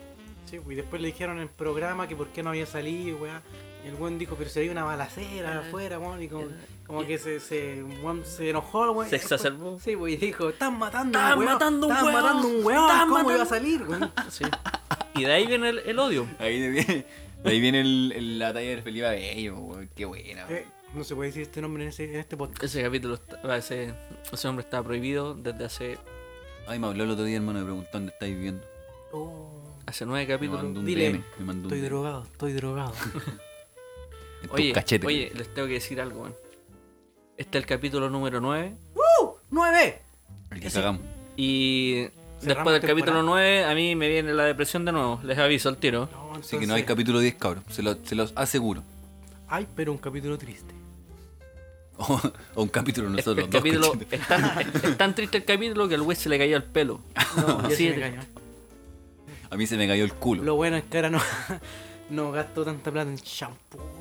[SPEAKER 3] Sí, pues, y después le dijeron en el programa que por qué no había salido, weá. Y el weón dijo, pero si había una balacera afuera, weón. Y como, como que se, se, weón se enojó, weón.
[SPEAKER 4] Se exacerbó.
[SPEAKER 3] Sí, pues, y dijo, están matando a
[SPEAKER 4] Están
[SPEAKER 3] un weón.
[SPEAKER 4] matando a un
[SPEAKER 3] están
[SPEAKER 4] weón,
[SPEAKER 3] matando a un weón.
[SPEAKER 4] están
[SPEAKER 3] ¿Cómo
[SPEAKER 4] matando-
[SPEAKER 3] iba a salir, weón?
[SPEAKER 4] Sí. Y de ahí viene el, el odio.
[SPEAKER 2] Ahí de- viene, de ahí viene el, el- la talla de Felipe Bello, weón. Qué buena, weón.
[SPEAKER 3] Eh, no se puede decir este nombre en, ese, en este podcast.
[SPEAKER 4] Ese capítulo, está- va, ese, ese hombre estaba prohibido desde hace...
[SPEAKER 2] Ay, me habló el otro día, hermano, me preguntó dónde estáis viviendo.
[SPEAKER 3] Oh.
[SPEAKER 4] Hace nueve
[SPEAKER 2] Me
[SPEAKER 4] capítulos.
[SPEAKER 2] mandó un
[SPEAKER 3] Dile,
[SPEAKER 2] DM. Me mandó un
[SPEAKER 4] Mm.
[SPEAKER 3] Estoy
[SPEAKER 2] DM.
[SPEAKER 3] drogado, estoy drogado.
[SPEAKER 2] En tus
[SPEAKER 4] Oye,
[SPEAKER 2] cachetes.
[SPEAKER 4] oye, les tengo que decir algo, weón. Este es el capítulo número 9.
[SPEAKER 3] ¡Uh! ¡Nueve!
[SPEAKER 2] El que
[SPEAKER 3] ese-
[SPEAKER 2] cagamos.
[SPEAKER 4] Y
[SPEAKER 3] Cerramos
[SPEAKER 4] después del capítulo
[SPEAKER 3] temporada.
[SPEAKER 4] 9, a mí me viene la depresión de nuevo. Les aviso al tiro.
[SPEAKER 3] No,
[SPEAKER 2] Así que no hay
[SPEAKER 3] entonces,
[SPEAKER 2] capítulo 10, cabrón. Se, lo- se los aseguro.
[SPEAKER 3] Hay, pero un capítulo triste.
[SPEAKER 2] O, o un capítulo
[SPEAKER 4] El,
[SPEAKER 2] nosotros.
[SPEAKER 4] el
[SPEAKER 2] dos,
[SPEAKER 4] capítulo,
[SPEAKER 2] cachete.
[SPEAKER 4] es, tan, es- es tan triste el capítulo que al güey se le cayó el pelo.
[SPEAKER 3] No, ya
[SPEAKER 4] Sí,
[SPEAKER 3] se me
[SPEAKER 4] te-
[SPEAKER 3] cayó.
[SPEAKER 2] A mí se me cayó el culo.
[SPEAKER 3] Lo bueno es que ahora no, no gasto tanta plata en shampoo.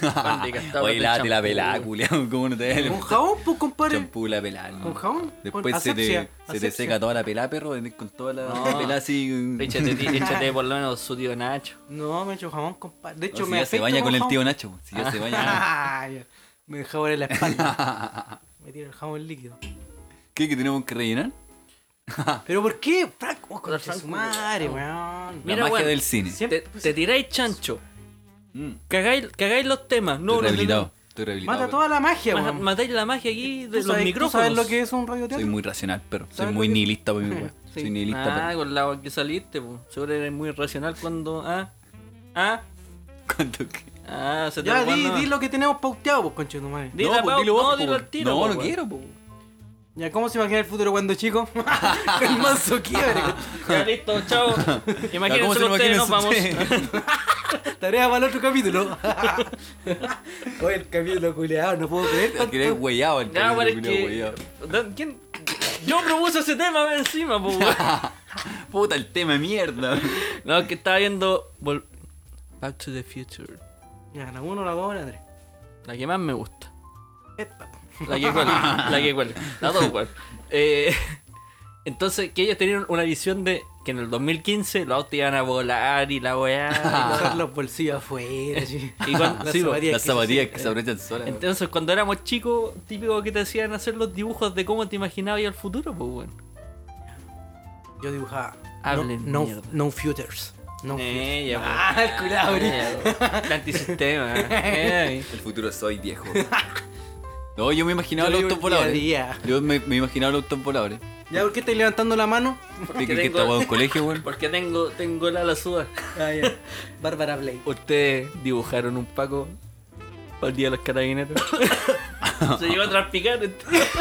[SPEAKER 4] Cuando le gastaba
[SPEAKER 2] Oye,
[SPEAKER 4] el
[SPEAKER 2] lávate la
[SPEAKER 4] champú.
[SPEAKER 2] pelada, culiao. ¿Cómo no te
[SPEAKER 3] Con jabón, pues compadre.
[SPEAKER 2] Champú la pelada. ¿no?
[SPEAKER 3] Con jabón,
[SPEAKER 2] Después
[SPEAKER 3] con
[SPEAKER 2] se, te,
[SPEAKER 3] asepsia,
[SPEAKER 2] se te
[SPEAKER 3] asepsia.
[SPEAKER 2] seca toda la pelada, perro. venís Con toda la
[SPEAKER 4] No.
[SPEAKER 2] pelada así.
[SPEAKER 4] Échate, ti- échate por lo menos su tío Nacho.
[SPEAKER 3] No, me echo jabón, compadre. De
[SPEAKER 2] No,
[SPEAKER 3] hecho,
[SPEAKER 2] si
[SPEAKER 3] me
[SPEAKER 2] ya se
[SPEAKER 3] afecta
[SPEAKER 2] baña con el
[SPEAKER 3] jabón.
[SPEAKER 2] tío Nacho. Si ya se baña.
[SPEAKER 3] Ah, ya. Me dejó ver en la espalda. me tiro el jabón líquido.
[SPEAKER 2] ¿Qué? ¿Que tenemos que rellenar?
[SPEAKER 3] ¿Pero por qué? Franco,
[SPEAKER 4] Con el
[SPEAKER 3] concha su
[SPEAKER 4] Franco,
[SPEAKER 3] madre, weón.
[SPEAKER 2] La
[SPEAKER 4] Mira,
[SPEAKER 2] magia
[SPEAKER 4] weón.
[SPEAKER 2] del cine.
[SPEAKER 3] Siempre-
[SPEAKER 4] Te, te tiráis chancho.
[SPEAKER 2] Mm.
[SPEAKER 4] Cagáis, cagáis los temas.
[SPEAKER 2] Estoy
[SPEAKER 4] No, los
[SPEAKER 2] rehabilitado. Estoy rehabilitado.
[SPEAKER 3] Mata
[SPEAKER 2] perro.
[SPEAKER 3] toda la magia,
[SPEAKER 4] Ma-
[SPEAKER 3] weón.
[SPEAKER 4] Matáis la magia aquí
[SPEAKER 3] ¿Tú
[SPEAKER 4] de los
[SPEAKER 3] sabes- tú
[SPEAKER 4] micrófonos.
[SPEAKER 3] ¿Sabes lo que es un
[SPEAKER 2] Soy
[SPEAKER 3] radioteatro?
[SPEAKER 2] muy racional, perro. Soy
[SPEAKER 3] ¿Sabes
[SPEAKER 2] muy
[SPEAKER 3] lo que-
[SPEAKER 2] nihilista, mi weón.
[SPEAKER 3] Sí.
[SPEAKER 2] Soy nihilista,
[SPEAKER 4] Ah,
[SPEAKER 2] perro.
[SPEAKER 4] con la que saliste, po. seguro eres muy racional cuando. Ah, ah,
[SPEAKER 2] ¿Cuánto que?
[SPEAKER 4] ah, se te
[SPEAKER 3] Ya,
[SPEAKER 4] olvidó
[SPEAKER 3] di,
[SPEAKER 4] nada.
[SPEAKER 3] di lo que tenemos pauteado, pues, concha de tu madre.
[SPEAKER 4] Di
[SPEAKER 2] No,
[SPEAKER 4] la
[SPEAKER 2] po,
[SPEAKER 4] pau-
[SPEAKER 2] dilo vos,
[SPEAKER 4] no,
[SPEAKER 2] po,
[SPEAKER 4] dilo
[SPEAKER 2] weón.
[SPEAKER 4] al tiro.
[SPEAKER 2] No,
[SPEAKER 3] pues,
[SPEAKER 4] po,
[SPEAKER 2] no
[SPEAKER 4] weón.
[SPEAKER 2] quiero, po.
[SPEAKER 3] Ya, ¿cómo se imagina el futuro cuando chico? el manso quiebre.
[SPEAKER 4] Ya listo, chao.
[SPEAKER 2] ¿Cómo
[SPEAKER 4] Imagínense
[SPEAKER 2] se lo
[SPEAKER 4] ustedes, nos vamos.
[SPEAKER 2] imaginan
[SPEAKER 3] Tarea para el otro capítulo. Oye, el capítulo culeado, no puedo creer.
[SPEAKER 2] Que eres huellado el
[SPEAKER 4] Ya,
[SPEAKER 2] capítulo,
[SPEAKER 4] pero es
[SPEAKER 2] culiao,
[SPEAKER 4] que.
[SPEAKER 2] huellado.
[SPEAKER 4] Dan- ¿Quién? Yo propuse ese tema más encima, po. weón.
[SPEAKER 2] Puta, el tema de mierda.
[SPEAKER 4] No, es que estaba viendo. Vol- Back to the Future.
[SPEAKER 3] Ya, la 1, la 2, la 3.
[SPEAKER 4] La que más me gusta.
[SPEAKER 3] Esta.
[SPEAKER 4] La que cuelga, la que cuelga. La dos cuelga. Eh, entonces, que ellos tenían una visión de que en el 2015 los autos iban a volar y la
[SPEAKER 2] Ah.
[SPEAKER 4] weá.
[SPEAKER 3] Dejar los bolsillos afuera, sí.
[SPEAKER 4] Y cuando- sí, po.
[SPEAKER 2] Las zapatillas que
[SPEAKER 3] se-
[SPEAKER 2] se abrochan solas. weón.
[SPEAKER 4] Entonces, cuando éramos chicos, típico que te hacían hacer los dibujos de cómo te imaginabas y el futuro, pues bueno.
[SPEAKER 3] Yo dibujaba.
[SPEAKER 4] Hablen
[SPEAKER 3] no, no,
[SPEAKER 4] mierda.
[SPEAKER 3] no futures. No futures.
[SPEAKER 4] Eh, ya, pues.
[SPEAKER 3] Ah, el culiao,
[SPEAKER 4] Eh, el antisistema. eh.
[SPEAKER 2] El futuro soy viejo. No, yo me imaginaba
[SPEAKER 3] Yo
[SPEAKER 2] los
[SPEAKER 3] vivo
[SPEAKER 2] autos
[SPEAKER 3] el día a
[SPEAKER 2] voladores.
[SPEAKER 3] día.
[SPEAKER 2] Yo me, me imaginaba los autos voladores.
[SPEAKER 3] ¿Ya por qué estáis levantando la mano?
[SPEAKER 2] ¿Qué que
[SPEAKER 4] tengo-
[SPEAKER 2] esta weá es un colegio, weón?
[SPEAKER 4] Porque tengo, tengo la lazuda.
[SPEAKER 3] Ah, ya. Bárbara Blake.
[SPEAKER 4] Ustedes dibujaron un Paco para el día de los carabineros. Se llegó a transpicar. este. entonces.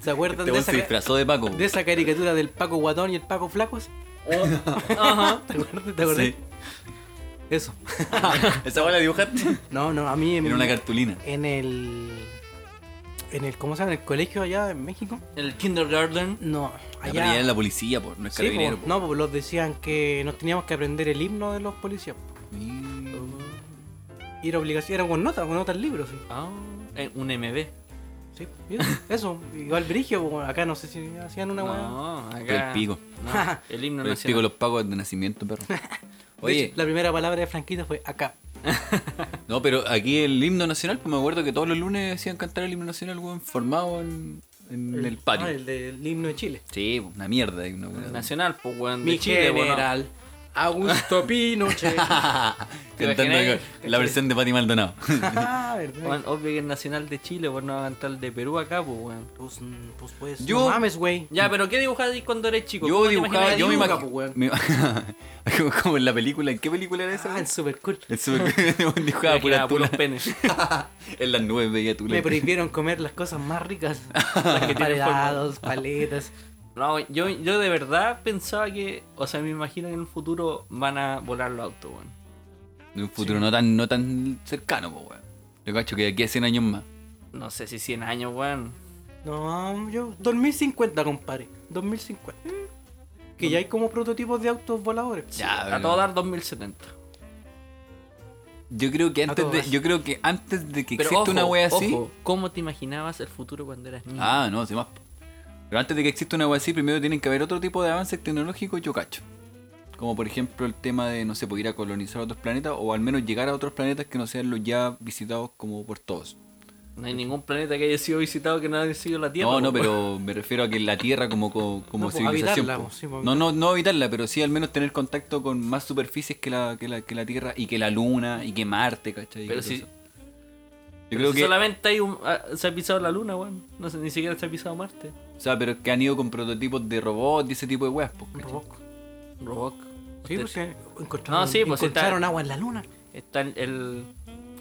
[SPEAKER 3] ¿Se acuerdan
[SPEAKER 2] Este
[SPEAKER 3] de,
[SPEAKER 2] weón
[SPEAKER 3] esa,
[SPEAKER 2] se disfrazó de Paco.
[SPEAKER 3] de esa caricatura del Paco Guatón y el Paco Flacos?
[SPEAKER 4] Oh, Ajá.
[SPEAKER 3] ¿Te acuerdas? ¿Te acuerdas?
[SPEAKER 2] Sí.
[SPEAKER 3] Eso.
[SPEAKER 2] ¿Esa weá la dibujaste?
[SPEAKER 3] No, no, a mí en,
[SPEAKER 2] Era una cartulina.
[SPEAKER 3] en el. En el. ¿Cómo se llama? En el colegio allá en México.
[SPEAKER 4] El kindergarten.
[SPEAKER 3] No,
[SPEAKER 2] La
[SPEAKER 3] allá.
[SPEAKER 2] era la policía, por no es
[SPEAKER 3] Sí, po,
[SPEAKER 2] carabinero. po.
[SPEAKER 3] no, pues los decían que nos teníamos que aprender el himno de los policías. po.
[SPEAKER 2] Mm.
[SPEAKER 3] Y era obligación, era con notas, con notas libros, sí.
[SPEAKER 4] Ah, eh, un MB.
[SPEAKER 3] Sí, mira, eso, igual Brigio, po, acá no sé si hacían una hueá.
[SPEAKER 4] No, acá.
[SPEAKER 2] Pero el pico.
[SPEAKER 4] No, el himno
[SPEAKER 2] Pero explico
[SPEAKER 4] nacional.
[SPEAKER 2] los pagos de nacimiento, perro.
[SPEAKER 3] De
[SPEAKER 2] Oye,
[SPEAKER 3] hecho, la primera palabra de Franquita fue acá.
[SPEAKER 2] no, pero aquí el himno nacional, pues me acuerdo que todos los lunes hacían cantar el himno nacional, weón, formado en, en el, patio.
[SPEAKER 3] Ah, el del himno de Chile.
[SPEAKER 2] Sí, pues, una mierda de himno, weón.
[SPEAKER 4] Nacional, pues, weón. De
[SPEAKER 3] Mi
[SPEAKER 4] Chile, weón.
[SPEAKER 3] general, Augusto Pinochet.
[SPEAKER 4] ¿Te
[SPEAKER 2] Cantando
[SPEAKER 4] imaginas?
[SPEAKER 2] la versión de Pati Maldonado.
[SPEAKER 3] ah, verdad.
[SPEAKER 4] Weón, obvio que el nacional de Chile, weón, no va a cantar el de Perú acá, pues, weón.
[SPEAKER 3] Pues, mm, pues, pues,
[SPEAKER 2] Yo-
[SPEAKER 3] no mames, güey.
[SPEAKER 4] Ya, pero ¿qué dibujáis cuando eres chico? ¿Cómo
[SPEAKER 2] Mm. Yo
[SPEAKER 4] te
[SPEAKER 2] dibujaba,
[SPEAKER 4] imaginabas
[SPEAKER 2] yo me
[SPEAKER 4] dibujar?
[SPEAKER 3] dibuja, po,
[SPEAKER 2] imagino.
[SPEAKER 3] weón.
[SPEAKER 2] Como en la película, ¿en qué película era esa?
[SPEAKER 3] Ah, es súper cool.
[SPEAKER 2] El super- dibujaba
[SPEAKER 4] Mira, que
[SPEAKER 2] pura
[SPEAKER 4] era puros
[SPEAKER 2] tula.
[SPEAKER 4] penes.
[SPEAKER 2] En las nubes veía tula.
[SPEAKER 3] Me prohibieron comer las cosas más ricas.
[SPEAKER 4] que tienen
[SPEAKER 3] Paredados, paletas.
[SPEAKER 4] No, yo, yo de verdad pensaba que, o sea, me imagino que en un futuro van a volar los autos, weón.
[SPEAKER 2] En un futuro no tan, no tan cercano, pues, weón. Yo cacho que de aquí a 100 años más.
[SPEAKER 4] No sé si 100 años, weón.
[SPEAKER 3] No, yo. 2050, compadre. 2050.
[SPEAKER 4] Mm.
[SPEAKER 3] Que ya hay como prototipos de autos voladores.
[SPEAKER 2] Ya,
[SPEAKER 4] a
[SPEAKER 2] pero-
[SPEAKER 4] todo dar 2070.
[SPEAKER 2] Yo creo que antes
[SPEAKER 3] todo
[SPEAKER 2] de,
[SPEAKER 3] gas.
[SPEAKER 2] yo creo que antes de que
[SPEAKER 4] Pero
[SPEAKER 2] exista
[SPEAKER 4] ojo,
[SPEAKER 2] una wea así.
[SPEAKER 4] ojo, ¿cómo te imaginabas el futuro cuando eras niño?
[SPEAKER 2] Ah, no, sí más. Pero antes de que exista una wea así, primero tienen que haber otro tipo de avances tecnológicos, yo cacho. Como por ejemplo el tema de, no sé, pues ir a colonizar otros planetas o al menos llegar a otros planetas que no sean los ya visitados como por todos.
[SPEAKER 4] No hay ningún planeta que haya sido visitado que no haya sido la Tierra.
[SPEAKER 2] no, no,
[SPEAKER 4] po, weón.
[SPEAKER 2] pero me refiero a que la Tierra como, co- como,
[SPEAKER 3] pues, No, pues,
[SPEAKER 2] civilización.
[SPEAKER 3] habitarla,
[SPEAKER 2] po.
[SPEAKER 3] sí, pues,
[SPEAKER 2] no, no, no habitarla, pero sí al menos tener contacto con más superficies que la, que la, que la Tierra y que la Luna y que Marte, ¿cachai? Y
[SPEAKER 4] Pero
[SPEAKER 2] todo
[SPEAKER 4] si-
[SPEAKER 2] eso. Yo
[SPEAKER 4] Pero
[SPEAKER 2] creo
[SPEAKER 4] si
[SPEAKER 2] que,
[SPEAKER 4] solamente hay un, ah, se ha pisado la luna, weón. No sé, ni siquiera se ha pisado Marte.
[SPEAKER 2] o sea, pero es que han ido con prototipos de robots y ese tipo de weas, pues, po,
[SPEAKER 3] Un
[SPEAKER 2] ¿cachai?
[SPEAKER 3] robot.
[SPEAKER 4] Roboc.
[SPEAKER 3] Sí, pues sí, encontraron,
[SPEAKER 4] pues, No, sí, pues, sí, está-
[SPEAKER 3] encontraron agua en la luna.
[SPEAKER 4] Está el, el,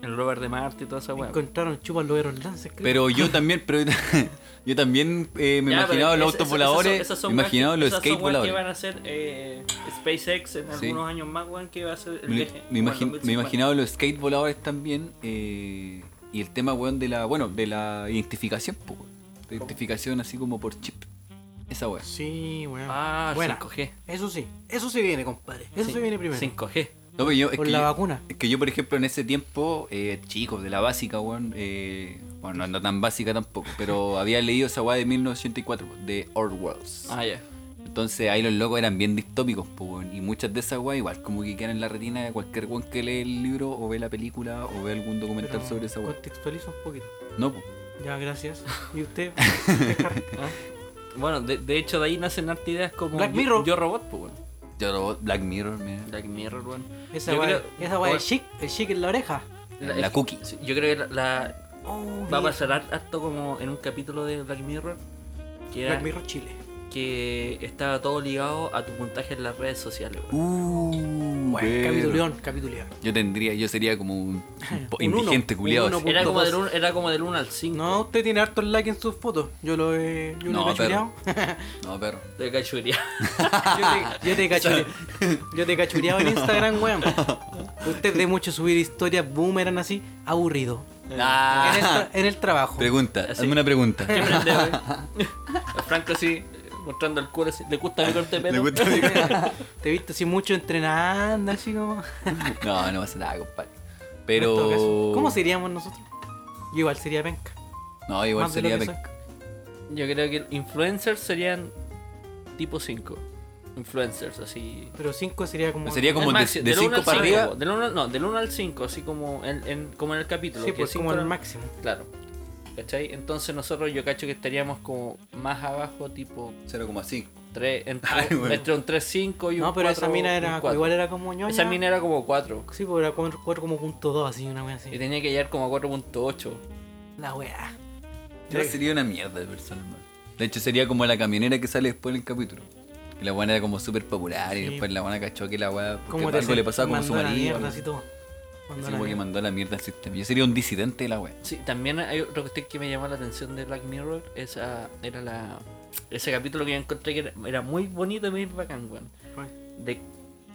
[SPEAKER 4] el rover de Marte y toda esa weá.
[SPEAKER 3] Encontraron chupas los lances,
[SPEAKER 2] Pero yo también, pero yo también eh, me
[SPEAKER 4] Ya,
[SPEAKER 2] imaginaba
[SPEAKER 4] pero
[SPEAKER 2] los
[SPEAKER 4] es-
[SPEAKER 2] autos
[SPEAKER 4] es-
[SPEAKER 2] voladores,
[SPEAKER 4] esas son-
[SPEAKER 2] me imaginaba los
[SPEAKER 4] esas son
[SPEAKER 2] skate
[SPEAKER 4] weas que van
[SPEAKER 2] voladores.
[SPEAKER 4] a hacer eh, SpaceX en
[SPEAKER 2] Sí.
[SPEAKER 4] algunos años más, weón, que va a ser el
[SPEAKER 2] Me,
[SPEAKER 4] viaje.
[SPEAKER 2] me
[SPEAKER 4] como el
[SPEAKER 2] imagin-
[SPEAKER 4] 2050.
[SPEAKER 2] me imaginaba los skate voladores también eh, y el tema weón de la, bueno, de la identificación, po, weón. De identificación así como por chip. Esa weón.
[SPEAKER 3] Sí, weón.
[SPEAKER 4] Ah,
[SPEAKER 3] Buena.
[SPEAKER 4] 5G.
[SPEAKER 3] Eso sí, eso se viene, compadre. Eso se viene primero.
[SPEAKER 4] 5G.
[SPEAKER 2] No, pero yo, es
[SPEAKER 3] Por
[SPEAKER 2] que
[SPEAKER 3] la
[SPEAKER 2] yo-
[SPEAKER 3] vacuna.
[SPEAKER 2] Es que yo, por ejemplo, en ese tiempo, eh, chico, de la básica, weón, eh, bueno, no anda tan básica tampoco, pero había leído esa weá de 1984, de Orwells.
[SPEAKER 4] Ah, ya.
[SPEAKER 2] Entonces ahí los locos eran bien distópicos, po, weón, y muchas de esas weas igual como que quedan en la retina de cualquier weón que lee el libro o ve la película o ve algún
[SPEAKER 3] Pero
[SPEAKER 2] documental sobre esa weá.
[SPEAKER 3] Contextualiza un poquito.
[SPEAKER 2] No, po.
[SPEAKER 3] Ya, gracias. ¿Y usted?
[SPEAKER 4] Ah. Bueno, de, de hecho de ahí nacen hartas ideas como
[SPEAKER 3] Black
[SPEAKER 4] Yo-
[SPEAKER 3] Mirror.
[SPEAKER 4] Yo, Robot, pues, weón.
[SPEAKER 2] Yo lo- Black Mirror, mira.
[SPEAKER 4] Black Mirror, weón.
[SPEAKER 3] Esa
[SPEAKER 4] Yo
[SPEAKER 3] weá
[SPEAKER 4] creo- Oh.
[SPEAKER 3] esa weá de
[SPEAKER 4] Bueno.
[SPEAKER 3] chic, el chic en la oreja.
[SPEAKER 2] La, cookie.
[SPEAKER 4] Sí, Yo creo que la, la-
[SPEAKER 3] Oh,
[SPEAKER 4] va
[SPEAKER 3] mira.
[SPEAKER 4] a pasar har- harto como en un capítulo de Black Mirror. Que, era
[SPEAKER 3] Black Mirror Chile.
[SPEAKER 4] que estaba todo ligado a tu puntaje en las redes sociales, weón.
[SPEAKER 2] Uh,
[SPEAKER 3] Bueno,
[SPEAKER 2] ver.
[SPEAKER 3] capitulión, capitulión.
[SPEAKER 2] Yo tendría, yo sería como un, un po-
[SPEAKER 3] Un uno,
[SPEAKER 2] indigente
[SPEAKER 3] un
[SPEAKER 2] culiado.
[SPEAKER 3] uno,
[SPEAKER 2] así.
[SPEAKER 3] po.
[SPEAKER 4] Era
[SPEAKER 3] Punto
[SPEAKER 4] como,
[SPEAKER 3] dos.
[SPEAKER 4] del un- era como del 1 al 5.
[SPEAKER 3] No, usted tiene hartos likes en sus fotos. Yo lo he, yo
[SPEAKER 2] No,
[SPEAKER 3] lo he
[SPEAKER 2] pero-
[SPEAKER 3] cachureado.
[SPEAKER 2] No, perro.
[SPEAKER 4] De cachuría.
[SPEAKER 3] yo, te, yo te cachure- yo te cachureaba en Instagram, weón. Usted de mucho subir historias boom, eran así, aburrido.
[SPEAKER 2] Ah.
[SPEAKER 3] Eh, En, el tra- en el trabajo.
[SPEAKER 2] Pregunta,
[SPEAKER 4] Así.
[SPEAKER 2] hazme una pregunta.
[SPEAKER 4] ¿Qué prende, weón? El Franco así, eh, mostrando el culo así. ¿Le gusta mi corte de pelo?
[SPEAKER 2] ¿Le gusta mi-
[SPEAKER 3] Te he visto así mucho entrenando, así como.
[SPEAKER 2] No, no pasa nada, compadre.
[SPEAKER 3] En todo
[SPEAKER 2] Pero.
[SPEAKER 3] caso, ¿Cómo seríamos nosotros? Yo igual sería penca.
[SPEAKER 2] No, igual
[SPEAKER 3] Más de lo
[SPEAKER 2] sería
[SPEAKER 3] que
[SPEAKER 2] penca.
[SPEAKER 4] Yo creo que influencers serían tipo 5. Influencers, así.
[SPEAKER 3] Pero 5 sería como.
[SPEAKER 2] Sería como
[SPEAKER 4] El
[SPEAKER 2] de-
[SPEAKER 4] máximo,
[SPEAKER 2] de
[SPEAKER 4] del uno
[SPEAKER 2] 5
[SPEAKER 4] al
[SPEAKER 2] para
[SPEAKER 4] cinco,
[SPEAKER 2] arriba.
[SPEAKER 4] Del uno- no, del 1 al 5, así como en, en- como en el capítulo.
[SPEAKER 3] Sí,
[SPEAKER 4] que
[SPEAKER 3] pues
[SPEAKER 4] cinco
[SPEAKER 3] como el
[SPEAKER 4] era-
[SPEAKER 3] máximo.
[SPEAKER 4] Claro. ¿Cachai? Entonces nosotros yo cacho que estaríamos como más abajo, tipo
[SPEAKER 2] 0,5.
[SPEAKER 4] 3, entre,
[SPEAKER 2] Ay, bueno.
[SPEAKER 4] entre un 3-5 y un
[SPEAKER 3] No, pero esa
[SPEAKER 4] cuatro-
[SPEAKER 3] mina
[SPEAKER 4] un
[SPEAKER 3] era.
[SPEAKER 4] cuatro.
[SPEAKER 3] Igual era como ñoña.
[SPEAKER 4] Esa mina era como 4.
[SPEAKER 3] Sí, pues era como 4.2, así, una wea así.
[SPEAKER 4] Y tenía que llegar como a 4.8.
[SPEAKER 3] La wea.
[SPEAKER 2] Yo sería una mierda de persona, hermano. De hecho, sería como la camionera que sale después en el capítulo. Que la buena era como súper popular y
[SPEAKER 3] Sí.
[SPEAKER 2] después la buena cachó que la weá. Porque
[SPEAKER 3] Como
[SPEAKER 2] algo le pasaba como a su
[SPEAKER 3] mandó a la
[SPEAKER 2] marido.
[SPEAKER 3] mierda, así todo. Mandó a
[SPEAKER 2] Así
[SPEAKER 3] la
[SPEAKER 2] fue que
[SPEAKER 3] mierda.
[SPEAKER 2] mandó a la mierda al sistema. Yo sería un disidente de la weá.
[SPEAKER 4] Sí, también hay otra cuestión que me llamó la atención de Black Mirror. Esa era la ese capítulo que yo encontré que era, era muy bonito y muy bacán, weón.
[SPEAKER 3] ¿Cuál?
[SPEAKER 4] De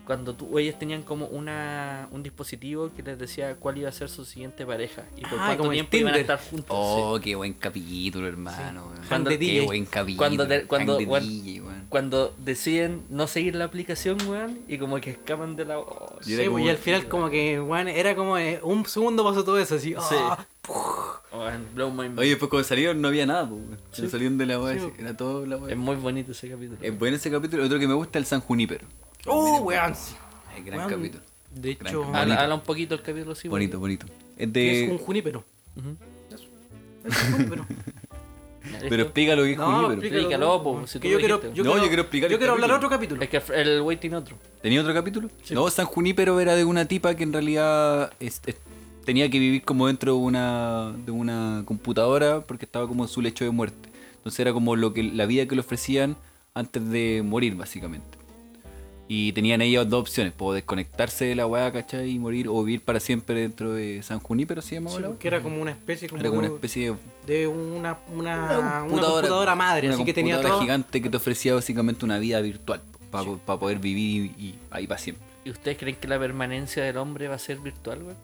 [SPEAKER 4] cuando tú, ellas tenían como una un dispositivo que les decía cuál iba a ser su siguiente pareja y por
[SPEAKER 3] Ah,
[SPEAKER 4] cuánto
[SPEAKER 3] como el
[SPEAKER 4] tiempo iban a
[SPEAKER 3] Tinder.
[SPEAKER 4] estar juntos.
[SPEAKER 2] Oh, qué buen capítulo, hermano. weón.
[SPEAKER 3] Cuando-
[SPEAKER 2] qué
[SPEAKER 3] DJ.
[SPEAKER 2] buen capítulo.
[SPEAKER 4] Cuando te-
[SPEAKER 2] Hank
[SPEAKER 4] cuando-
[SPEAKER 2] de
[SPEAKER 4] cuan-
[SPEAKER 2] DJ, weón.
[SPEAKER 4] sí. Cuando deciden no seguir la aplicación, weón, y como que escapan de la oh,
[SPEAKER 2] Y era
[SPEAKER 3] Sí, pues,
[SPEAKER 2] como-
[SPEAKER 3] y al final como que, weón, era como eh, un segundo pasó todo eso, así.
[SPEAKER 4] Sí.
[SPEAKER 3] ah,
[SPEAKER 4] weón, blow my mind.
[SPEAKER 2] Oye, pues cuando salieron no había nada, pues. weón. Cuando Salieron de la weá,
[SPEAKER 3] Sí.
[SPEAKER 2] era todo la
[SPEAKER 4] Es
[SPEAKER 2] weá.
[SPEAKER 4] muy bonito ese capítulo.
[SPEAKER 2] Es bueno ese capítulo. Otro que me gusta es el San Junípero.
[SPEAKER 3] Oh, weón. sí.
[SPEAKER 2] Es gran
[SPEAKER 3] Weón,
[SPEAKER 2] capítulo. Gran
[SPEAKER 3] De hecho,
[SPEAKER 2] capítulo.
[SPEAKER 4] Habla, habla un poquito el capítulo, sí.
[SPEAKER 2] Bonito, bonito. Es de.
[SPEAKER 3] es un junípero.
[SPEAKER 4] Ujú.
[SPEAKER 3] Es un junípero.
[SPEAKER 4] bonito.
[SPEAKER 2] Pero explica lo que es
[SPEAKER 3] No,
[SPEAKER 2] Junípero.
[SPEAKER 3] explica-
[SPEAKER 4] Explícalo, po,
[SPEAKER 2] pues,
[SPEAKER 4] si tú
[SPEAKER 3] Que
[SPEAKER 4] lo
[SPEAKER 3] yo quiero,
[SPEAKER 4] dijiste.
[SPEAKER 3] yo
[SPEAKER 2] No,
[SPEAKER 3] quiero,
[SPEAKER 2] yo quiero explicar
[SPEAKER 3] Yo
[SPEAKER 2] el
[SPEAKER 3] quiero hablar otro
[SPEAKER 2] capítulo.
[SPEAKER 3] capítulo.
[SPEAKER 4] Es que el güey tiene otro.
[SPEAKER 2] ¿Tenía otro capítulo? No, San Junípero era de una tipa que en realidad es- es- tenía que vivir como dentro de una, de una computadora porque estaba como en su lecho de muerte. Entonces era como lo que la vida que le ofrecían antes de morir, básicamente. Y tenían ellos dos opciones, puedo desconectarse de la weá, ¿cachai? Y morir o vivir para siempre dentro de San Junípero, ¿se llamaba
[SPEAKER 3] Sí,
[SPEAKER 2] la weá?
[SPEAKER 3] que era como una especie como
[SPEAKER 2] Era como una especie de
[SPEAKER 3] de una, una, una computadora, madre,
[SPEAKER 2] una
[SPEAKER 3] así que tenía
[SPEAKER 2] computadora
[SPEAKER 3] todo.
[SPEAKER 2] gigante que te ofrecía básicamente una vida virtual para poder vivir y, y ahí para siempre.
[SPEAKER 4] ¿Y ustedes creen que la permanencia del hombre va a ser virtual, güey?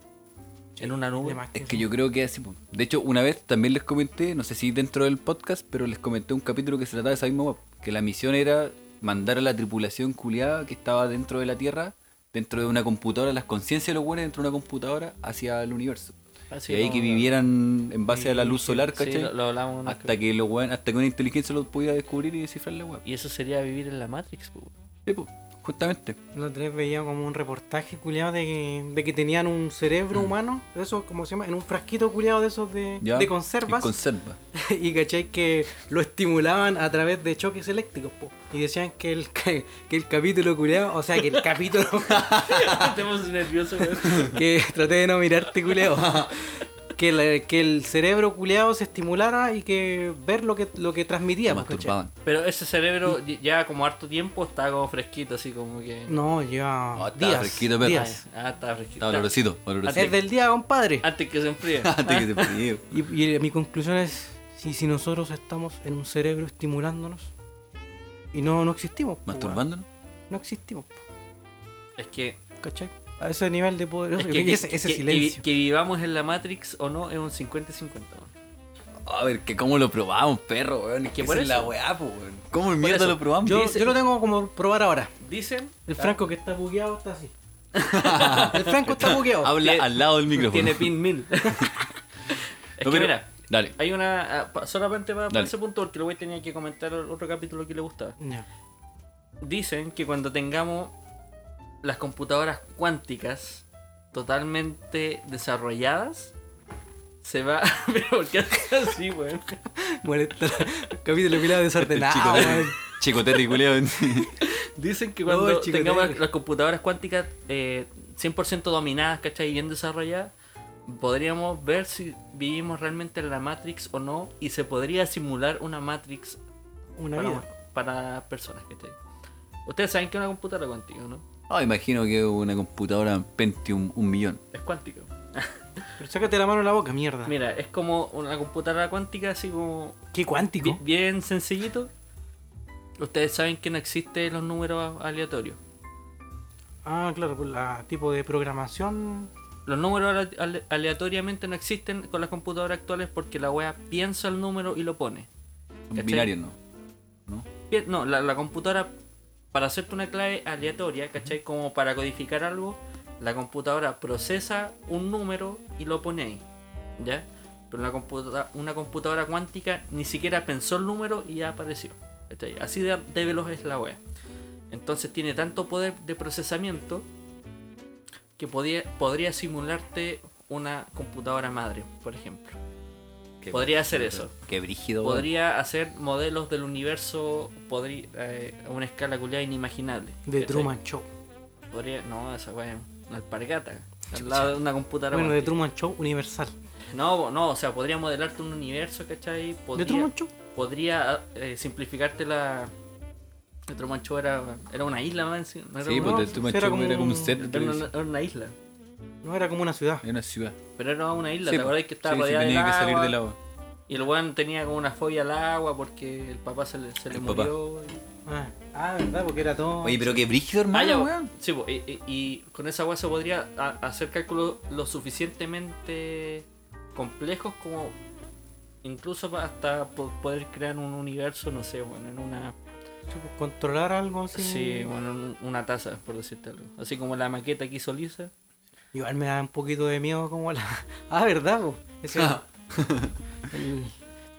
[SPEAKER 4] en una nube.
[SPEAKER 3] de más
[SPEAKER 2] Es
[SPEAKER 3] eso.
[SPEAKER 2] que yo creo que así. po. De hecho, una vez también les comenté, no sé si dentro del podcast, pero les comenté un capítulo que se trataba de esa misma web, que la misión era mandar a la tripulación culiada que estaba dentro de la Tierra, dentro de una computadora, las conciencias de los buenos dentro de una computadora hacia el universo.
[SPEAKER 4] Así
[SPEAKER 2] y ahí
[SPEAKER 4] como
[SPEAKER 2] que
[SPEAKER 4] la-
[SPEAKER 2] vivieran en base a la luz solar,
[SPEAKER 4] Sí,
[SPEAKER 2] ¿cachai?
[SPEAKER 4] lo, lo hablamos. en el
[SPEAKER 2] hasta que los buenos- hasta que una inteligencia los pudiera descubrir y descifrar la web.
[SPEAKER 4] capítulo. Y eso sería vivir en la Matrix, po, güey.
[SPEAKER 2] Sí, po, justamente.
[SPEAKER 3] Los tres veía como un reportaje culiado de que, de que tenían un cerebro humano, de esos, como se llama? En un frasquito culiado de esos de,
[SPEAKER 2] Mm. ¿ya?
[SPEAKER 3] de conservas.
[SPEAKER 2] Y conserva.
[SPEAKER 3] y cachai que lo estimulaban a través de choques eléctricos, po. Y decían que el, que, el capítulo culiado, o sea, que el capítulo
[SPEAKER 4] Estamos nerviosos, güey.
[SPEAKER 3] que traté de no mirarte culiado. que, la- que el cerebro culeado se estimulara y que ver lo que, lo que transmitía.
[SPEAKER 2] Se
[SPEAKER 3] pues, ¿cachai?
[SPEAKER 2] masturbaban.
[SPEAKER 4] Pero ese cerebro y- ya como harto tiempo está como fresquito, así como que.
[SPEAKER 3] No, lleva
[SPEAKER 2] No, estaba
[SPEAKER 3] días.
[SPEAKER 2] fresquito, pero-
[SPEAKER 3] días.
[SPEAKER 4] Ah, está fresquito.
[SPEAKER 2] Estaba olorosito, olorosito.
[SPEAKER 3] Es del día, compadre.
[SPEAKER 4] Antes que se enfríe.
[SPEAKER 2] Antes que te fríe.
[SPEAKER 3] Y, y mi conclusión es, si, si nosotros estamos en un cerebro estimulándonos y no, no existimos. po, weón.
[SPEAKER 2] ¿Masturbándonos?
[SPEAKER 3] No existimos, po,
[SPEAKER 4] es que.
[SPEAKER 3] ¿cachai? A ese nivel de poderoso.
[SPEAKER 4] Es
[SPEAKER 3] que,
[SPEAKER 4] que,
[SPEAKER 3] ese, ese
[SPEAKER 4] que- que-
[SPEAKER 3] silencio.
[SPEAKER 4] que vivamos en la Matrix o no es un 50-50.
[SPEAKER 2] A ver, que cómo lo probamos, perro, weón. Es que
[SPEAKER 4] por
[SPEAKER 2] por la
[SPEAKER 4] eso.
[SPEAKER 2] weá, po, weón. ¿Cómo en mierda
[SPEAKER 4] eso.
[SPEAKER 2] lo probamos?
[SPEAKER 3] yo,
[SPEAKER 4] dice- Ah.
[SPEAKER 3] yo lo tengo como probar ahora.
[SPEAKER 4] Dicen.
[SPEAKER 3] El Franco que está bugueado está así. el Franco está bugueado.
[SPEAKER 2] Habla
[SPEAKER 4] Tiene-
[SPEAKER 2] al lado del micrófono.
[SPEAKER 4] Tiene pin mil. es
[SPEAKER 2] No,
[SPEAKER 4] que
[SPEAKER 2] pero-
[SPEAKER 4] mira,
[SPEAKER 2] Dale.
[SPEAKER 4] hay una. ah, pa- Solamente para, para
[SPEAKER 2] Dale.
[SPEAKER 4] ese punto, porque luego tenía que comentar otro capítulo que le gustaba.
[SPEAKER 3] Ya.
[SPEAKER 4] Dicen que cuando tengamos las computadoras cuánticas totalmente desarrolladas, se va. Pero ¿por qué haces así, weón?
[SPEAKER 3] Bueno, está- capítulo pilado desordenado.
[SPEAKER 2] Chico,
[SPEAKER 4] Este
[SPEAKER 2] te-
[SPEAKER 3] weón.
[SPEAKER 2] Chico Terry, culiao.
[SPEAKER 4] Dicen que
[SPEAKER 3] No,
[SPEAKER 4] cuando
[SPEAKER 3] el chico
[SPEAKER 4] tengamos
[SPEAKER 3] tiene-
[SPEAKER 4] las, las computadoras cuánticas eh, 100% dominadas, ¿cachai? Y bien desarrolladas, podríamos ver si vivimos realmente en la Matrix o no, y se podría simular una Matrix
[SPEAKER 3] Una
[SPEAKER 4] para,
[SPEAKER 3] vida.
[SPEAKER 4] para personas, ¿cachai? Ustedes saben que una computadora cuántica, ¿no?
[SPEAKER 2] Ah, imagino que una computadora Pentium un millón.
[SPEAKER 4] Es cuántica.
[SPEAKER 3] Pero sácate la mano de la boca, mierda.
[SPEAKER 4] Mira, es como una computadora cuántica, así como
[SPEAKER 3] Qué cuántico.
[SPEAKER 4] Bi- Bien sencillito. Ustedes saben que no existen los números aleatorios.
[SPEAKER 3] Ah, claro, por la tipo de programación.
[SPEAKER 4] Los números ale- ale- aleatoriamente no existen con las computadoras actuales porque la wea piensa el número y lo pone.
[SPEAKER 2] Son
[SPEAKER 4] ¿Cachai?
[SPEAKER 2] binarios, ¿no?
[SPEAKER 4] Pi- No, la, la computadora, para hacerte una clave aleatoria, ¿cachai? Como para codificar algo, la computadora procesa un número y lo pone ahí. ¿Ya? Pero una, computa- una computadora cuántica ni siquiera pensó el número y ya apareció. ¿cachai? Así de, de veloz es la web. Entonces tiene tanto poder de procesamiento que podía- podría simularte una computadora madre, por ejemplo.
[SPEAKER 2] Qué
[SPEAKER 4] Podría hacer
[SPEAKER 2] brígido,
[SPEAKER 4] eso.
[SPEAKER 2] Qué brígido, weón.
[SPEAKER 4] Podría hacer modelos del universo podri- eh, a una escala culiada inimaginable.
[SPEAKER 3] De
[SPEAKER 4] ¿cachai?
[SPEAKER 3] Truman Show.
[SPEAKER 4] Podría, no, esa weá es una alpargata. Al lado de una computadora.
[SPEAKER 3] Bueno, de
[SPEAKER 4] cuántica.
[SPEAKER 3] Truman Show universal.
[SPEAKER 4] No, no, o sea, podría modelarte un universo, ¿cachai?
[SPEAKER 3] ¿De
[SPEAKER 4] Podría,
[SPEAKER 3] Truman Show?
[SPEAKER 4] podría eh, simplificarte la. De Truman Show era, era una isla, man. Sí, no era
[SPEAKER 2] Sí,
[SPEAKER 4] una-
[SPEAKER 2] pues de
[SPEAKER 3] no,
[SPEAKER 2] tu macho
[SPEAKER 3] era como
[SPEAKER 2] era como un
[SPEAKER 3] un-
[SPEAKER 2] set de
[SPEAKER 4] era una,
[SPEAKER 2] televisión.
[SPEAKER 4] era una isla.
[SPEAKER 3] No, era como una ciudad.
[SPEAKER 2] Era una ciudad.
[SPEAKER 4] Pero era una isla,
[SPEAKER 2] Sí,
[SPEAKER 4] ¿te
[SPEAKER 2] pues.
[SPEAKER 4] acordás que estaba
[SPEAKER 2] Sí, sí,
[SPEAKER 4] rodeada
[SPEAKER 2] tenía
[SPEAKER 4] del
[SPEAKER 2] que salir
[SPEAKER 4] agua?
[SPEAKER 2] del agua.
[SPEAKER 4] Y el weón tenía como una fobia al agua porque el papá se le, se le
[SPEAKER 2] El papá.
[SPEAKER 4] murió. y-
[SPEAKER 3] Ah, ah, verdad, porque era todo.
[SPEAKER 2] Oye, pero qué brígido,
[SPEAKER 4] Ah, ya,
[SPEAKER 2] hermano,
[SPEAKER 4] pues.
[SPEAKER 2] weón.
[SPEAKER 4] Sí, pues, y, y- y con esa weá se podría a- hacer cálculos lo suficientemente complejos como incluso pa- hasta po- poder crear un universo, no sé, bueno, en una
[SPEAKER 3] Chupo, pues, Controlar algo así.
[SPEAKER 4] sí. bueno, en una taza, por decirte algo. Así como la maqueta que hizo Lisa.
[SPEAKER 3] Igual me da un poquito de miedo como la. Ah, verdad, po? Ese-
[SPEAKER 2] Ah.
[SPEAKER 3] el-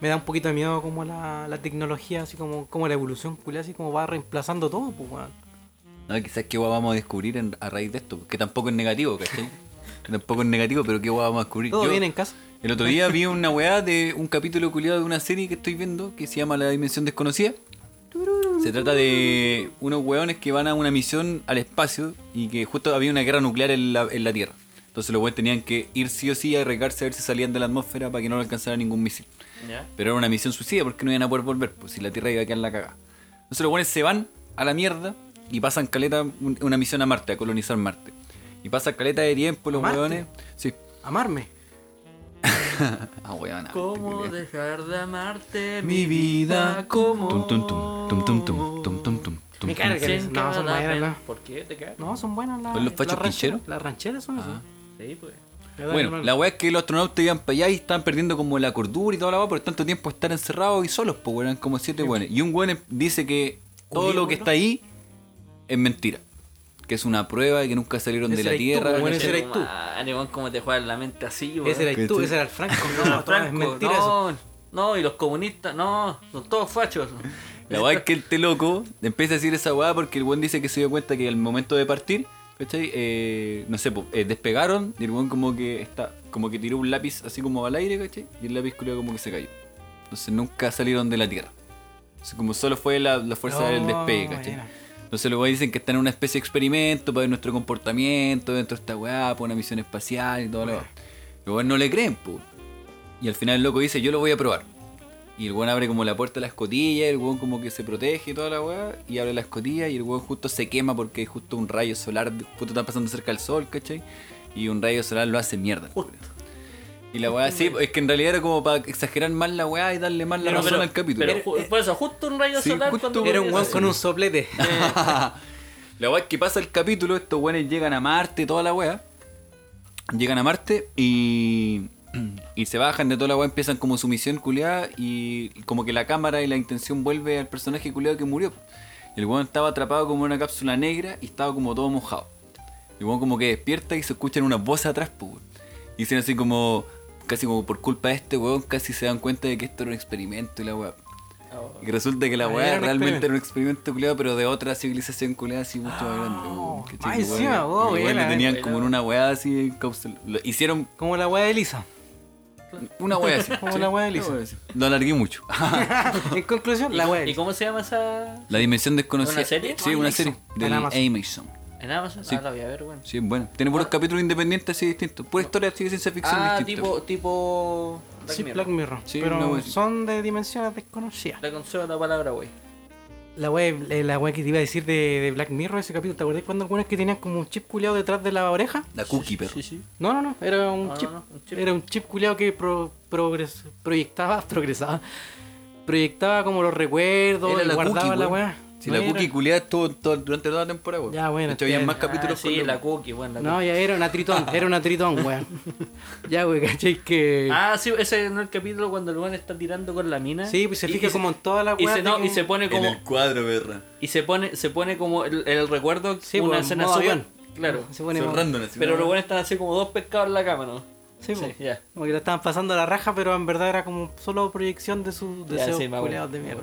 [SPEAKER 3] Me da un poquito de miedo como la, la tecnología, así como, como la evolución culia, así como va reemplazando todo, pues, weón.
[SPEAKER 2] No, quizás qué guay vamos a descubrir en- a raíz de esto, que tampoco es negativo, ¿cachai? Que tampoco es negativo, pero qué guay vamos a descubrir.
[SPEAKER 3] Todo
[SPEAKER 2] Yo-
[SPEAKER 3] viene en casa.
[SPEAKER 2] El otro día vi una weá de un capítulo culiado de una serie que estoy viendo que se llama La Dimensión Desconocida. Se trata de unos weones que van a una misión al espacio y que justo había una guerra nuclear en la, en la Tierra. Entonces los weones tenían que ir sí o sí a arriesgarse a ver si salían de la atmósfera para que no lo alcanzara ningún misil.
[SPEAKER 4] ¿Ya?
[SPEAKER 2] Pero era una misión suicida porque no iban a poder volver, pues si la Tierra iba a quedar en la cagada. Entonces los buenos se van a la mierda y pasan caleta un- una misión a Marte, a colonizar Marte. Y pasan caleta de tiempo los
[SPEAKER 3] ¿Marte?
[SPEAKER 2] hueones. Sí.
[SPEAKER 3] Amarme.
[SPEAKER 2] Ah, weón. ah,
[SPEAKER 4] ¿Cómo
[SPEAKER 2] culiao.
[SPEAKER 4] dejar de amarte
[SPEAKER 2] Mi vida
[SPEAKER 4] como
[SPEAKER 2] Tum, tum, tum, tum, tum, tum, tum, tum, tum, tum.
[SPEAKER 3] Me carga.
[SPEAKER 4] sin
[SPEAKER 3] No, son
[SPEAKER 4] cada
[SPEAKER 3] maneras,
[SPEAKER 4] pena.
[SPEAKER 3] no.
[SPEAKER 4] ¿Por qué te caes?
[SPEAKER 3] No, son buenas las.
[SPEAKER 2] ¿Son los fachos
[SPEAKER 3] las rancheras.
[SPEAKER 2] pincheros?
[SPEAKER 3] Las rancheras son
[SPEAKER 2] Ah.
[SPEAKER 4] Sí, pues.
[SPEAKER 3] así.
[SPEAKER 2] Bueno, la weá es que los astronautas iban para allá y estaban perdiendo como la cordura y toda la weá por tanto tiempo estar encerrados y solos, pues weón, eran como siete weones. Y un weón em, dice que todo lo que está ahí es mentira. Que es una prueba y que nunca salieron de
[SPEAKER 3] Ese
[SPEAKER 2] la
[SPEAKER 3] eres tú,
[SPEAKER 2] Tierra.
[SPEAKER 3] weón,
[SPEAKER 2] ¿cachai?
[SPEAKER 3] ese eres tú.
[SPEAKER 4] como te juegas la mente así, weón.
[SPEAKER 3] Ese eras tú, ese era el Franco. No, todo es
[SPEAKER 4] Franco,
[SPEAKER 3] mentira eso.
[SPEAKER 4] no, no, y los comunistas, no, son todos fachos.
[SPEAKER 2] La weá es que el te loco empieza a decir esa weá porque el weón dice que se dio cuenta que al momento de partir, ¿cachai? Eh, no sé, po, eh, despegaron y el weón como que está, como que tiró un lápiz así como al aire, ¿cachai? Y el lápiz culiao como que se cayó. Entonces nunca salieron de la tierra. Así como solo fue la, la fuerza del
[SPEAKER 3] No,
[SPEAKER 2] despegue, ¿cachai?
[SPEAKER 3] buena.
[SPEAKER 2] Entonces los weones dicen que están en una especie de experimento para ver nuestro comportamiento dentro de esta weá, para una misión espacial y todo lo demás. Los weones no le creen, po. Y al final el loco dice, yo lo voy a probar. Y el weón abre como la puerta de la escotilla, el weón como que se protege y toda la weá, y abre la escotilla y el weón justo se quema porque justo un rayo solar, justo está pasando cerca del sol, ¿cachai? Y un rayo solar lo hace mierda. Y la weá, sí, es que en realidad era como para exagerar más la weá y darle más la
[SPEAKER 4] Pero-
[SPEAKER 2] razón
[SPEAKER 4] pero-
[SPEAKER 2] al capítulo.
[SPEAKER 4] Pero
[SPEAKER 3] Eh,
[SPEAKER 4] ju- por eso, justo un rayo
[SPEAKER 2] Sí,
[SPEAKER 4] solar
[SPEAKER 2] justo
[SPEAKER 4] cuando
[SPEAKER 2] un-
[SPEAKER 3] Era un
[SPEAKER 4] eso.
[SPEAKER 3] weón con un soplete.
[SPEAKER 2] La weá es que pasa el capítulo, estos weones llegan a Marte, toda la weá. Llegan a Marte y. Y se bajan de toda la weá, empiezan como su misión culiada y como que la cámara y la intención vuelve al personaje culiado que murió. El weón estaba atrapado como en una cápsula negra y estaba como todo mojado. El weón como que despierta y se escuchan unas voces atrás, pues. weón. Y dicen así como, casi como por culpa de este weón, casi se dan cuenta de que esto era un experimento y la weá. Y resulta que la
[SPEAKER 3] Ah,
[SPEAKER 2] weá
[SPEAKER 3] era un
[SPEAKER 2] realmente
[SPEAKER 3] experimento.
[SPEAKER 2] era un experimento culiado, pero de otra civilización culiada así mucho más grande. weón, ¿cachai?
[SPEAKER 3] ah,
[SPEAKER 2] Que weón-
[SPEAKER 3] encima, wow,
[SPEAKER 2] que weón le
[SPEAKER 3] buena, eh.
[SPEAKER 2] tenían
[SPEAKER 4] buena.
[SPEAKER 2] como en una weá así, en cápsula. Lo hicieron
[SPEAKER 3] Como la weá de Elisa.
[SPEAKER 2] una weá así.
[SPEAKER 3] Como
[SPEAKER 2] ¿sí?
[SPEAKER 3] la weá de
[SPEAKER 2] Una
[SPEAKER 3] Lisa.
[SPEAKER 2] así. Lo alargué mucho.
[SPEAKER 3] En conclusión, la weá de
[SPEAKER 4] ¿Y
[SPEAKER 3] Elisa.
[SPEAKER 4] cómo se llama esa?
[SPEAKER 2] La dimensión desconocida.
[SPEAKER 4] ¿Una serie?
[SPEAKER 2] Sí, una serie.
[SPEAKER 3] Amazon.
[SPEAKER 2] Del
[SPEAKER 3] En Amazon.
[SPEAKER 2] Amazon.
[SPEAKER 4] En Amazon.
[SPEAKER 2] Sí.
[SPEAKER 4] Ah, la voy a ver, bueno.
[SPEAKER 2] Sí, bueno. Tiene puros capítulos independientes así distintos. Pura historia así de ciencia ficción
[SPEAKER 4] Ah,
[SPEAKER 2] distinta.
[SPEAKER 4] tipo, tipo.
[SPEAKER 3] Sí,
[SPEAKER 4] Black
[SPEAKER 3] Black
[SPEAKER 4] Mirror.
[SPEAKER 3] Mirror.
[SPEAKER 2] Sí,
[SPEAKER 3] pero
[SPEAKER 2] una weá así.
[SPEAKER 3] son de dimensiones desconocidas.
[SPEAKER 4] La consola la palabra, güey.
[SPEAKER 3] La weá, eh, la weá que te iba a decir de, de Black Mirror, ese capítulo, ¿te acordás cuando algunos que tenían como un chip culeado detrás de la oreja?
[SPEAKER 2] La cookie, perro.
[SPEAKER 4] sí.
[SPEAKER 3] No, no, no, era un,
[SPEAKER 4] No, no,
[SPEAKER 3] chip,
[SPEAKER 4] no, un chip.
[SPEAKER 3] Era un chip culeado que pro- progres- proyectaba, progresaba. Proyectaba como los recuerdos
[SPEAKER 2] Era
[SPEAKER 3] y
[SPEAKER 2] la
[SPEAKER 3] guardaba
[SPEAKER 2] cookie,
[SPEAKER 3] la
[SPEAKER 2] weón.
[SPEAKER 3] weá.
[SPEAKER 2] Si
[SPEAKER 3] No
[SPEAKER 2] la
[SPEAKER 3] era-
[SPEAKER 2] cookie culiada estuvo todo- durante toda la temporada, weón.
[SPEAKER 3] Ya, bueno,
[SPEAKER 2] De hecho, había
[SPEAKER 3] está
[SPEAKER 2] más
[SPEAKER 3] bien.
[SPEAKER 2] capítulos
[SPEAKER 4] Ah, sí,
[SPEAKER 2] con
[SPEAKER 4] la
[SPEAKER 2] loco.
[SPEAKER 4] cookie, bueno. la
[SPEAKER 3] No, ya era una tritón, era una tritón, weón. ya, weón, ¿cachai? Que...
[SPEAKER 4] cookie. Ah, sí, ese no es el capítulo cuando el weón está tirando con la mina.
[SPEAKER 3] sí, pues se
[SPEAKER 4] Y-
[SPEAKER 3] fija
[SPEAKER 4] y
[SPEAKER 3] como en toda la
[SPEAKER 4] Y
[SPEAKER 3] weá
[SPEAKER 4] se,
[SPEAKER 3] de
[SPEAKER 4] no,
[SPEAKER 3] que-
[SPEAKER 4] y se pone
[SPEAKER 2] En
[SPEAKER 4] como
[SPEAKER 2] el cuadro, perra.
[SPEAKER 4] y se pone se pone como el, el recuerdo
[SPEAKER 3] Sí,
[SPEAKER 4] una
[SPEAKER 3] pues,
[SPEAKER 4] escena
[SPEAKER 3] modo
[SPEAKER 4] súper-
[SPEAKER 3] avión.
[SPEAKER 4] claro
[SPEAKER 3] Se pone
[SPEAKER 2] Son
[SPEAKER 3] como-
[SPEAKER 2] random así.
[SPEAKER 4] pero los buenos están así como dos pescados en la cama no
[SPEAKER 3] Sí,
[SPEAKER 4] Sí,
[SPEAKER 3] pues.
[SPEAKER 4] ya.
[SPEAKER 3] Como que la estaban pasando a la raja, pero en verdad era como solo proyección de sus
[SPEAKER 4] Ya,
[SPEAKER 3] deseos
[SPEAKER 4] sí, me acuerdo,
[SPEAKER 3] culeados de
[SPEAKER 4] me
[SPEAKER 3] mierda.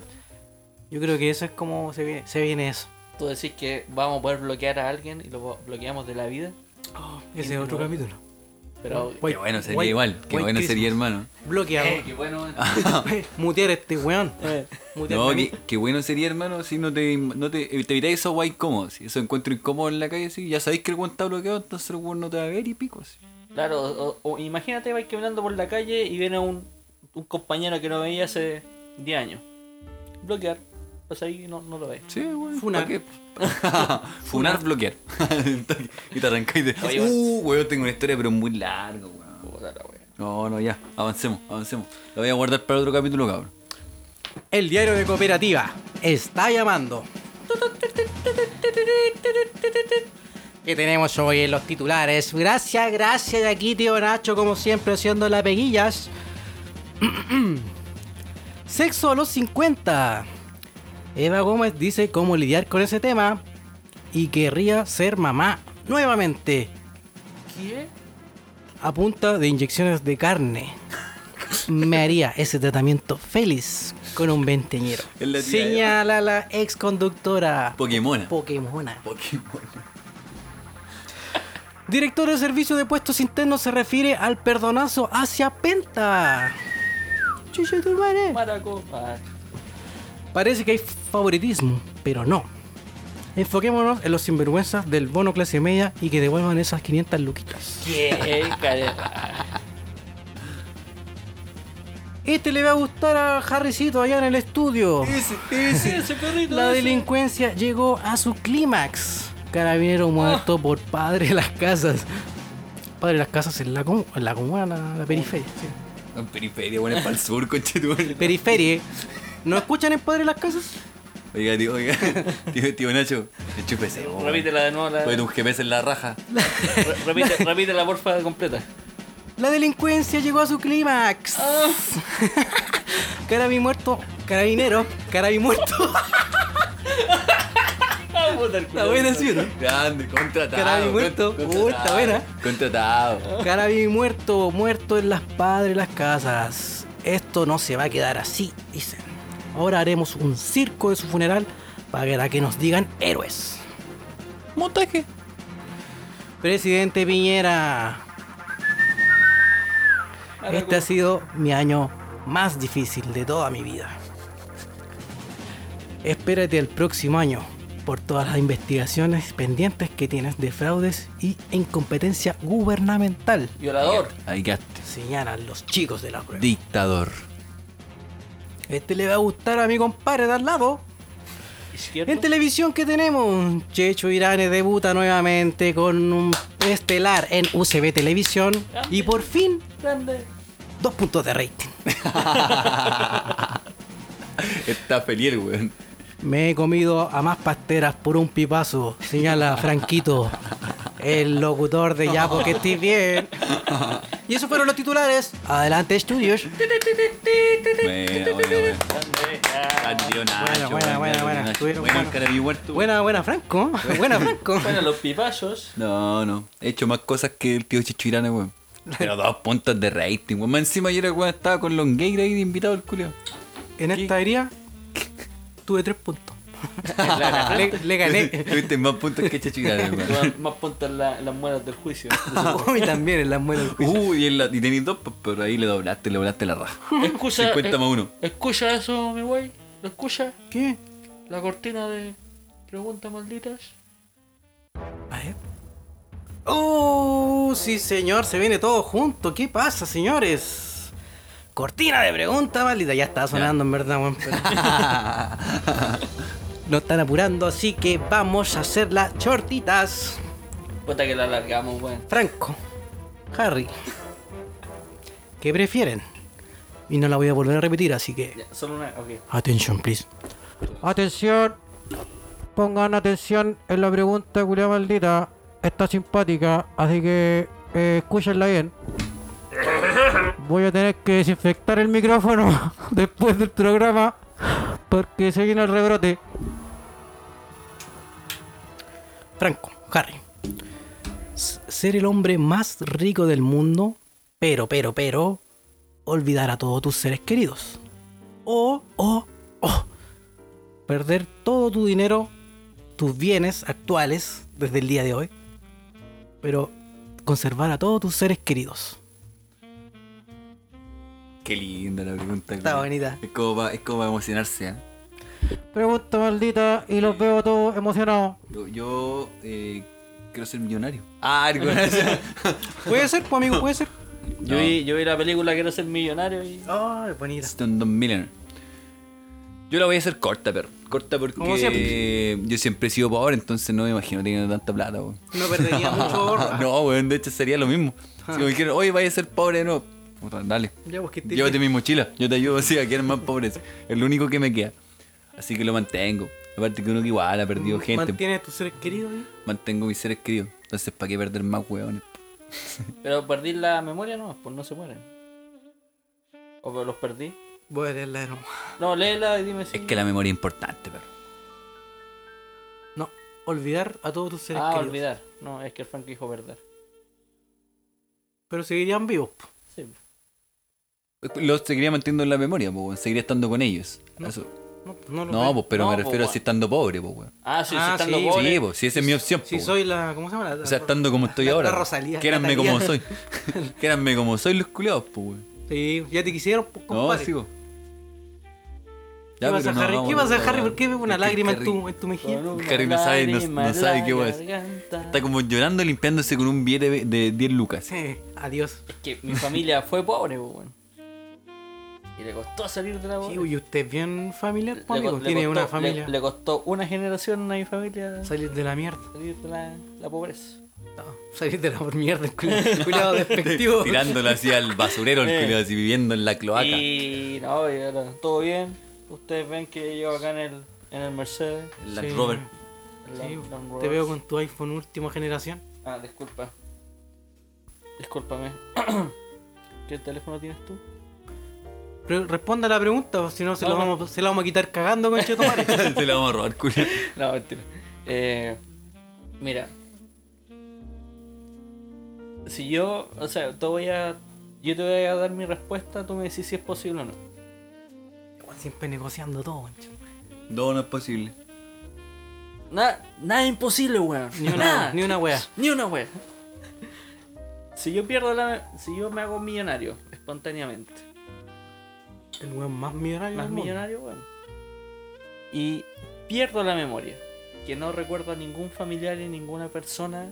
[SPEAKER 3] Yo creo que eso es como se viene, se viene eso.
[SPEAKER 4] tú decís que vamos a poder bloquear a alguien y lo bo- bloqueamos de la vida
[SPEAKER 3] Ese es otro capítulo.
[SPEAKER 4] pero
[SPEAKER 2] Qué
[SPEAKER 3] White-
[SPEAKER 2] bueno sería
[SPEAKER 3] White-
[SPEAKER 2] igual. Qué
[SPEAKER 3] White
[SPEAKER 2] bueno sería,
[SPEAKER 3] Christmas.
[SPEAKER 2] hermano.
[SPEAKER 3] Bloqueado.
[SPEAKER 4] Eh, qué bueno eh.
[SPEAKER 3] Mutear a este weón. Mutear
[SPEAKER 2] No,
[SPEAKER 3] a mí.
[SPEAKER 2] qué, qué bueno sería, hermano, si no te, no te, eh, te evitáis esos guay incómodos. Si eso encuentro incómodo en la calle, sí, ya sabéis que el weón está bloqueado, entonces el weón no te va a ver y pico. así.
[SPEAKER 4] claro o, o imagínate vais caminando por la calle y viene un, un compañero que no veía hace 10 años bloquear pues ahí no, no lo ves
[SPEAKER 2] Sí, weón.
[SPEAKER 3] Funar.
[SPEAKER 2] ¿pa' qué? Funar, bloquear. y te arrancáis de.
[SPEAKER 4] Oye,
[SPEAKER 2] uh, weón, tengo una historia, pero muy larga, weón.
[SPEAKER 4] Puta la wea.
[SPEAKER 2] No, no, ya, avancemos, avancemos. La voy a guardar para otro capítulo, cabrón.
[SPEAKER 3] El diario de cooperativa está llamando. ¿Qué tenemos hoy en los titulares? Gracias, gracias de aquí, tío Nacho, como siempre, haciendo las peguillas. Sexo a los 50. Eva Gómez dice cómo lidiar con ese tema y querría ser mamá nuevamente
[SPEAKER 4] ¿Qué?
[SPEAKER 3] a punta de inyecciones de carne. Me haría ese tratamiento feliz con un venteñero.
[SPEAKER 2] Es la tía
[SPEAKER 3] Señala la ex conductora
[SPEAKER 2] Pokémona.
[SPEAKER 3] Pokémona.
[SPEAKER 2] Pokémona.
[SPEAKER 3] Director de Servicio de Puestos Internos se refiere al perdonazo hacia Penta. Chucha tu madre.
[SPEAKER 4] Maraco. Ah,
[SPEAKER 3] Parece que hay favoritismo, pero no. Enfoquémonos en los sinvergüenzas del bono clase media y que devuelvan esas 500 luquitas.
[SPEAKER 4] ¿Qué? Cara.
[SPEAKER 3] Este le va a gustar a Harrycito allá en el estudio.
[SPEAKER 4] Ese perrito.
[SPEAKER 3] La
[SPEAKER 4] ese.
[SPEAKER 3] delincuencia llegó a su clímax. Carabinero muerto por padre de las casas. Padre de las casas en la, com- en la comuna, la, la periferia. sí.
[SPEAKER 2] En periferia, weón, es para el sur, conchetumare.
[SPEAKER 3] Periferia. ¿No escuchan en padre de las casas?
[SPEAKER 2] Oiga, tío, oiga. Tío, tío Nacho, enchúfese, weón.
[SPEAKER 4] Repítela de nuevo. La...
[SPEAKER 2] Puede un GPS en la raja.
[SPEAKER 4] Re- Repite, repite la porfa completa.
[SPEAKER 3] La delincuencia llegó a su clímax. Carabin muerto. Carabinero. Carabin muerto. La buena sí, ¿no?
[SPEAKER 2] Grande, contratado.
[SPEAKER 3] Carabi muerto.
[SPEAKER 2] Con-
[SPEAKER 3] Uh, está buena.
[SPEAKER 2] Contratado.
[SPEAKER 3] Carabi muerto, muerto en las padres las casas. Esto no se va a quedar así, dicen. Ahora haremos un circo de su funeral para que nos digan héroes. Montaje. Presidente Piñera. Este ha sido mi año más difícil de toda mi vida. Espérate el próximo año. por todas las investigaciones pendientes que tienes de fraudes y incompetencia gubernamental.
[SPEAKER 4] Violador.
[SPEAKER 2] Ahí quedaste.
[SPEAKER 3] Señalan los chicos de la prueba.
[SPEAKER 2] Dictador.
[SPEAKER 3] Este le va a gustar a mi compadre de al lado.
[SPEAKER 4] Izquierdo.
[SPEAKER 3] En televisión, ¿qué tenemos? Checho Irane debuta nuevamente con un estelar en UCB Televisión. Y por fin, dos puntos de rating.
[SPEAKER 2] Está feliz, el weón.
[SPEAKER 3] Me he comido a más pasteras por un pipazo, señala Franquito, el locutor de Ya porque estoy bien. Y esos fueron los titulares. Adelante, estudios.
[SPEAKER 2] Buena, buena, buena. Adiós, Ah, Nacho,
[SPEAKER 3] Buena, buena,
[SPEAKER 2] weón.
[SPEAKER 3] buena, buena.
[SPEAKER 2] Nacho.
[SPEAKER 3] Estuvieron
[SPEAKER 2] Bueno,
[SPEAKER 3] buenos.
[SPEAKER 2] Carabineros Muertos.
[SPEAKER 3] Buena, buena, Franco. Buena, Franco.
[SPEAKER 4] Bueno, los pipazos.
[SPEAKER 2] No, no. He hecho más cosas que el tío Chichirana, weón. Pero dos puntos de rating, weón. Más Encima ayer, weón, estaba con Longueira ahí de invitado el culio.
[SPEAKER 3] En esta herida tuve tres puntos. Le, le gané.
[SPEAKER 2] Tuviste más puntos que Chichirana, weón.
[SPEAKER 4] Más- Más puntos en la- en las muelas del juicio.
[SPEAKER 3] Y también en las muelas.
[SPEAKER 2] Uy, y, en la- y tenéis dos, pues, pero ahí le doblaste, le doblaste la raja.
[SPEAKER 4] Escucha,
[SPEAKER 2] 50 más
[SPEAKER 4] eh,
[SPEAKER 2] uno.
[SPEAKER 4] Escucha eso, mi güey. ¿Lo escucha?
[SPEAKER 3] ¿Qué?
[SPEAKER 4] La cortina de preguntas malditas.
[SPEAKER 3] A ver. ¡Oh! Sí, señor, se viene todo junto. ¿Qué pasa, señores? Cortina de pregunta, maldita. Ya está sonando, en verdad, weón. pero- No están apurando, así que vamos a hacer las chortitas.
[SPEAKER 4] Puta que la alargamos, weón.
[SPEAKER 3] Franco, Harry, ¿qué prefieren? Y no la voy a volver a repetir, así que.
[SPEAKER 4] Ya, solo una. Ok.
[SPEAKER 3] Attention, please.
[SPEAKER 5] Atención, pongan atención en la pregunta, culia maldita. Está simpática, así que eh, escúchenla bien. Voy a tener que desinfectar el micrófono después del programa porque se viene el rebrote.
[SPEAKER 3] Franco, Harry. S- Ser el hombre más rico del mundo, pero, pero, pero, olvidar a todos tus seres queridos. O, o, o, perder todo tu dinero, tus bienes actuales desde el día de hoy, pero conservar a todos tus seres queridos.
[SPEAKER 2] Qué linda la pregunta.
[SPEAKER 3] Está
[SPEAKER 2] culiao.
[SPEAKER 3] bonita.
[SPEAKER 2] Es como para emocionarse, ¿eh?
[SPEAKER 5] Pregunta maldita y los veo todos emocionados.
[SPEAKER 2] Yo, yo, eh, quiero ser millonario. Ah, algo así.
[SPEAKER 3] Puede ser, pues, amigo, puede ser.
[SPEAKER 4] Yo, vi, yo vi la película Quiero ser millonario y.
[SPEAKER 3] Ay, bonita.
[SPEAKER 2] Stone este Don Miller. Yo la voy a hacer corta, pero corta porque
[SPEAKER 3] Como siempre.
[SPEAKER 2] yo siempre he sido pobre, entonces no me imagino teniendo tanta plata, weón.
[SPEAKER 3] No perdería mucho ahorro. Ah.
[SPEAKER 2] No, weón, de hecho sería lo mismo. Si me dijeron, oye, vaya a ser pobre, no. Puta, dale.
[SPEAKER 3] Ya, pues, que te-
[SPEAKER 2] Llévate mi mochila, yo te ayudo así a quedar más pobres. Es lo único que me queda. Así que lo mantengo. Aparte que uno que igual ha
[SPEAKER 3] Mm,
[SPEAKER 2] perdido gente.
[SPEAKER 3] Mantienes a tus seres queridos ahí.
[SPEAKER 2] Mantengo mis seres queridos. Entonces, ¿para qué perder más weones?
[SPEAKER 4] Pero perdí la memoria no, pues no se mueren. O pero los perdí.
[SPEAKER 3] Voy a leerla de nuevo.
[SPEAKER 4] No, léela y dime si.
[SPEAKER 2] Es que la memoria es importante, pero.
[SPEAKER 3] No, olvidar a todos tus seres
[SPEAKER 4] Ah,
[SPEAKER 3] queridos.
[SPEAKER 4] olvidar. No, es que el Frank dijo perder.
[SPEAKER 3] Pero seguirían vivos. pues. po.
[SPEAKER 4] Sí.
[SPEAKER 2] Los seguiría manteniendo en la memoria, po, weón. Seguiría estando con ellos. Eso-
[SPEAKER 3] No, no, lo
[SPEAKER 2] No,
[SPEAKER 3] sé.
[SPEAKER 2] pues, pero
[SPEAKER 4] No,
[SPEAKER 2] me
[SPEAKER 4] po,
[SPEAKER 2] refiero a
[SPEAKER 4] weón.
[SPEAKER 2] si estando pobre, pues, weón.
[SPEAKER 4] Ah, sí,
[SPEAKER 3] Ah,
[SPEAKER 4] sí, estando
[SPEAKER 3] sí.
[SPEAKER 4] pobre.
[SPEAKER 2] Sí, pues, si esa es mi opción, po,
[SPEAKER 3] Si
[SPEAKER 2] weón.
[SPEAKER 3] soy la. ¿Cómo se llama? La,
[SPEAKER 2] O sea, estando como estoy
[SPEAKER 3] la-
[SPEAKER 2] ahora.
[SPEAKER 3] La
[SPEAKER 2] po.
[SPEAKER 3] Rosalía.
[SPEAKER 2] Quéranme
[SPEAKER 3] Catalina.
[SPEAKER 2] como soy. Quéranme como soy los culiados, pues, weón.
[SPEAKER 3] Sí, ya te quisieron, po,
[SPEAKER 2] No,
[SPEAKER 3] compadre.
[SPEAKER 2] sí, po.
[SPEAKER 3] ¿Qué
[SPEAKER 2] Ya,
[SPEAKER 3] pasa,
[SPEAKER 2] pero no,
[SPEAKER 3] Harry?
[SPEAKER 2] vamos,
[SPEAKER 3] ¿Qué pasa,
[SPEAKER 2] weón.
[SPEAKER 3] Harry? ¿Por qué veo una
[SPEAKER 2] Es que
[SPEAKER 3] lágrima en
[SPEAKER 2] Harry-
[SPEAKER 3] tu, en tu mejilla?
[SPEAKER 4] Con una
[SPEAKER 2] Harry no sabe, no-
[SPEAKER 4] lágrima
[SPEAKER 2] no
[SPEAKER 4] en
[SPEAKER 2] sabe qué
[SPEAKER 4] la
[SPEAKER 2] weá es.
[SPEAKER 4] garganta.
[SPEAKER 2] Está como llorando limpiándose con un billete de- de 10 lucas.
[SPEAKER 3] Sí, adiós.
[SPEAKER 4] Es que mi familia fue pobre, pues, weón. Y le costó salir de la
[SPEAKER 3] Sí,
[SPEAKER 4] pobreza.
[SPEAKER 3] uy, usted es bien familiar, po,
[SPEAKER 4] Le
[SPEAKER 3] Pues,
[SPEAKER 4] co-
[SPEAKER 3] amigo.
[SPEAKER 4] le
[SPEAKER 3] Tiene
[SPEAKER 4] costó-
[SPEAKER 3] una
[SPEAKER 4] le-
[SPEAKER 3] familia.
[SPEAKER 4] Le, costó una generación a mi familia
[SPEAKER 3] Salir de la mierda.
[SPEAKER 4] salir de la, la pobreza.
[SPEAKER 3] No, salir de la mierda, cuidado despectivo.
[SPEAKER 2] Tirándola así al basurero, el culiao, así viviendo en la cloaca.
[SPEAKER 4] Y no, y ahora todo bien. Ustedes ven que yo acá en el, en el Mercedes.
[SPEAKER 2] La
[SPEAKER 3] Sí.
[SPEAKER 2] Robert.
[SPEAKER 4] en la-
[SPEAKER 3] Sí,
[SPEAKER 4] la Rolls
[SPEAKER 3] te veo
[SPEAKER 4] Royce.
[SPEAKER 3] con tu iPhone última generación.
[SPEAKER 4] Ah, disculpa. Discúlpame. ¿Qué teléfono tienes tú?
[SPEAKER 3] Pero responda la pregunta, o si no, se,
[SPEAKER 4] No,
[SPEAKER 3] lo
[SPEAKER 4] no.
[SPEAKER 3] vamos, se la vamos a quitar cagando, conchetumare.
[SPEAKER 2] Se la vamos a robar, culiao.
[SPEAKER 4] No, mentira. Eh, mira. Si yo, o sea, te voy a, yo te voy a dar mi respuesta, tú me decís si es posible o no.
[SPEAKER 3] Siempre negociando todo, concho.
[SPEAKER 2] No, no es posible.
[SPEAKER 4] Nada, nada es imposible, weón.
[SPEAKER 3] Ni una,
[SPEAKER 4] nada.
[SPEAKER 3] ni una wea.
[SPEAKER 4] Ni una wea. Si yo pierdo la. Si yo me hago millonario, espontáneamente.
[SPEAKER 3] El weón más millonario.
[SPEAKER 4] Más
[SPEAKER 3] del mundo.
[SPEAKER 4] millonario, weón. Y pierdo la memoria. que no recuerdo a ningún familiar y ninguna persona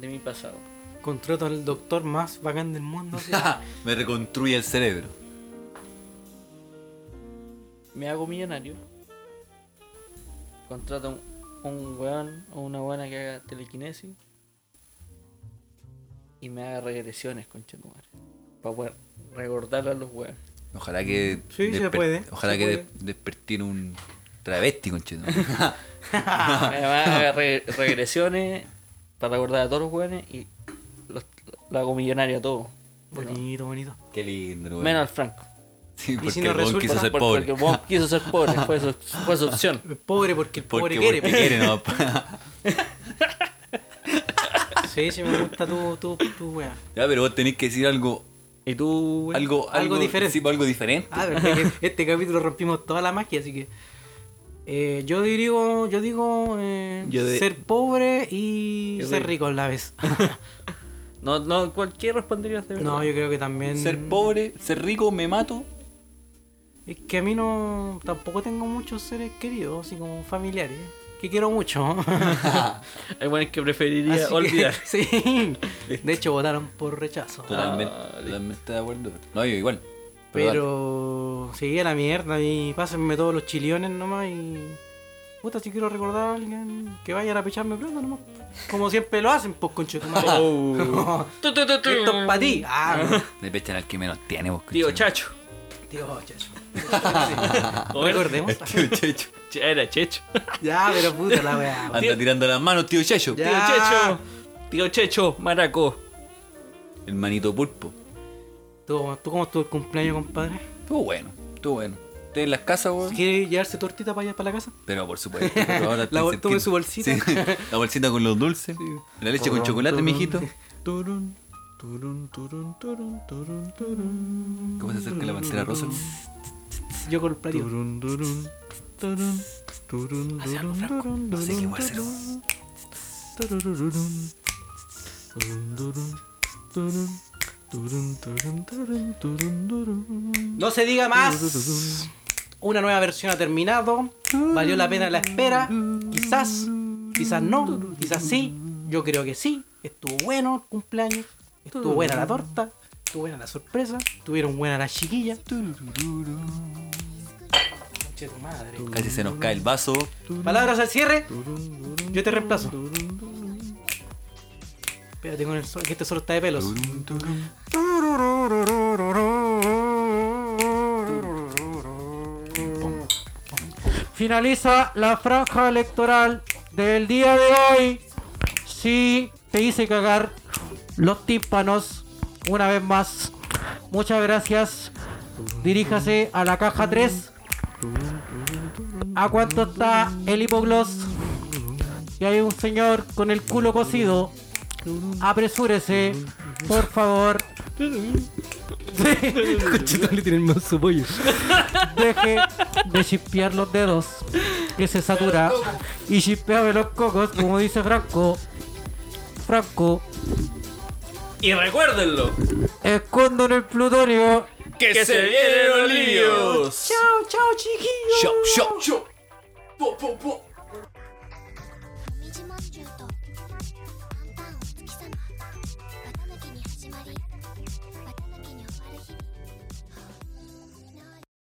[SPEAKER 4] de mi pasado.
[SPEAKER 3] Contrato al doctor más bacán del mundo. así.
[SPEAKER 2] Me reconstruye el cerebro.
[SPEAKER 4] Me hago millonario. Contrato un, un weón o una buena que haga telequinesis. Y me haga regresiones, con Para poder recordar a los weones.
[SPEAKER 2] Ojalá que.
[SPEAKER 3] Mm. Sí, se
[SPEAKER 2] desper-
[SPEAKER 3] puede,
[SPEAKER 2] Ojalá
[SPEAKER 3] se
[SPEAKER 2] que
[SPEAKER 3] puede.
[SPEAKER 2] de- despertir un travesti, conchito. Ah.
[SPEAKER 4] Además, haga re- regresiones para recordar a todos los hueones y los, lo hago millonario a todos.
[SPEAKER 3] Bonito, bonito.
[SPEAKER 2] Qué lindo, weón.
[SPEAKER 4] Menos al Franco.
[SPEAKER 2] Sí, porque
[SPEAKER 3] si
[SPEAKER 2] el
[SPEAKER 3] no
[SPEAKER 2] weón
[SPEAKER 3] resulta,
[SPEAKER 2] quiso ser
[SPEAKER 4] Por-
[SPEAKER 2] pobre.
[SPEAKER 4] Porque el weón quiso ser pobre, fue su, fue su opción.
[SPEAKER 3] Pobre porque el pobre
[SPEAKER 2] Porque,
[SPEAKER 3] quiere. pues.
[SPEAKER 2] porque quiere, no.
[SPEAKER 3] Sí, sí, me gusta tu, tu, tu wea.
[SPEAKER 2] Ya, pero vos tenés que decir algo.
[SPEAKER 4] ¿Y tú, güey?
[SPEAKER 2] Algo, algo,
[SPEAKER 3] Algo diferente.
[SPEAKER 2] sí, algo diferente.
[SPEAKER 3] Ah, verdad que este capítulo rompimos toda la magia, así que. eh, yo digo, yo digo eh,
[SPEAKER 4] Yo de-
[SPEAKER 3] ser pobre y
[SPEAKER 4] Yo
[SPEAKER 3] ser
[SPEAKER 4] de-
[SPEAKER 3] rico a la vez.
[SPEAKER 4] No, no, cualquier responderías de verdad.
[SPEAKER 3] no, yo creo que también.
[SPEAKER 2] Ser pobre, ser rico, me mato.
[SPEAKER 3] Es que a mí no. Tampoco tengo muchos seres queridos, así como familiares. Que quiero mucho.
[SPEAKER 4] Hay buenos que preferiría
[SPEAKER 3] Así que-
[SPEAKER 4] olvidar.
[SPEAKER 3] sí. De hecho, votaron por rechazo.
[SPEAKER 2] Totalmente,
[SPEAKER 4] Ah,
[SPEAKER 2] totalmente de acuerdo. No, yo igual.
[SPEAKER 3] Pero sí, a la mierda y pásenme todos los chiliones nomás y. Puta, si quiero recordar a alguien que vayan a pecharme plata nomás. Como siempre lo hacen, pues concho tu madre.
[SPEAKER 4] Tu, tu, tu, tu.
[SPEAKER 3] Esto es para ti. Ah,
[SPEAKER 2] dale, le pechan al que menos tiene, vos.
[SPEAKER 4] Tío
[SPEAKER 2] conchito.
[SPEAKER 4] Chacho.
[SPEAKER 3] Dios, chacho. Recordemos.
[SPEAKER 2] Tío Checho.
[SPEAKER 4] Che- Era Checho.
[SPEAKER 3] Ya, pero puta la weá.
[SPEAKER 2] Anda tirando las manos, tío Checho.
[SPEAKER 3] Ya.
[SPEAKER 4] Tío Checho. Tío Checho, Maraco.
[SPEAKER 2] El manito pulpo.
[SPEAKER 3] ¿Tú, ¿Tú cómo estuvo el cumpleaños, compadre?
[SPEAKER 2] Estuvo bueno, estuvo bueno. ¿Ustedes en las casas, vos?
[SPEAKER 3] ¿Quieres llevarse tortita para allá, para la casa?
[SPEAKER 2] Pero por supuesto. pero ahora está
[SPEAKER 3] La
[SPEAKER 2] en
[SPEAKER 3] bol-
[SPEAKER 2] septiembre.
[SPEAKER 3] tuve su bolsita.
[SPEAKER 2] Sí, la bolsita con los dulces. La leche con chocolate, mijito. Turun, turun, turun, turun, turun, turun. ¿Cómo se acerca la pantera rosa?
[SPEAKER 3] Yo con el platillo.
[SPEAKER 1] Turun, turun, turun, turun,
[SPEAKER 2] Hace algo, Franco. No sé qué voy a hacer.
[SPEAKER 1] tururururun. Turun, turun, turun, turun, turun, turun, turun, turun.
[SPEAKER 3] No se diga más. Una nueva versión ha terminado. Valió la pena la espera. Quizás, quizás no, quizás sí. Yo creo que sí. Estuvo bueno el cumpleaños. Estuvo buena la torta. Estuvo buena la sorpresa. Estuvieron buenas las chiquillas. Che, tu madre.
[SPEAKER 2] Casi se nos cae el vaso.
[SPEAKER 3] Palabras al cierre. Yo te reemplazo. Espérate con el sol, que este solo está de pelos.
[SPEAKER 5] Finaliza la franja electoral del día de hoy. Si te hice cagar los tímpanos una vez más. Muchas gracias. Diríjase a la caja 3. ¿A cuánto está el hipogloss? Y hay un señor con el culo cocido. Apresúrese, por favor. deje de chispear los dedos, que se satura, y chispeame los cocos, como dice Franco. Franco,
[SPEAKER 4] Y recuérdenlo.
[SPEAKER 5] escondo en el plutonio.
[SPEAKER 4] Que, se vienen los líos.
[SPEAKER 5] Chao, chao, chiquillos.
[SPEAKER 2] Show, show, show. Po, po, po.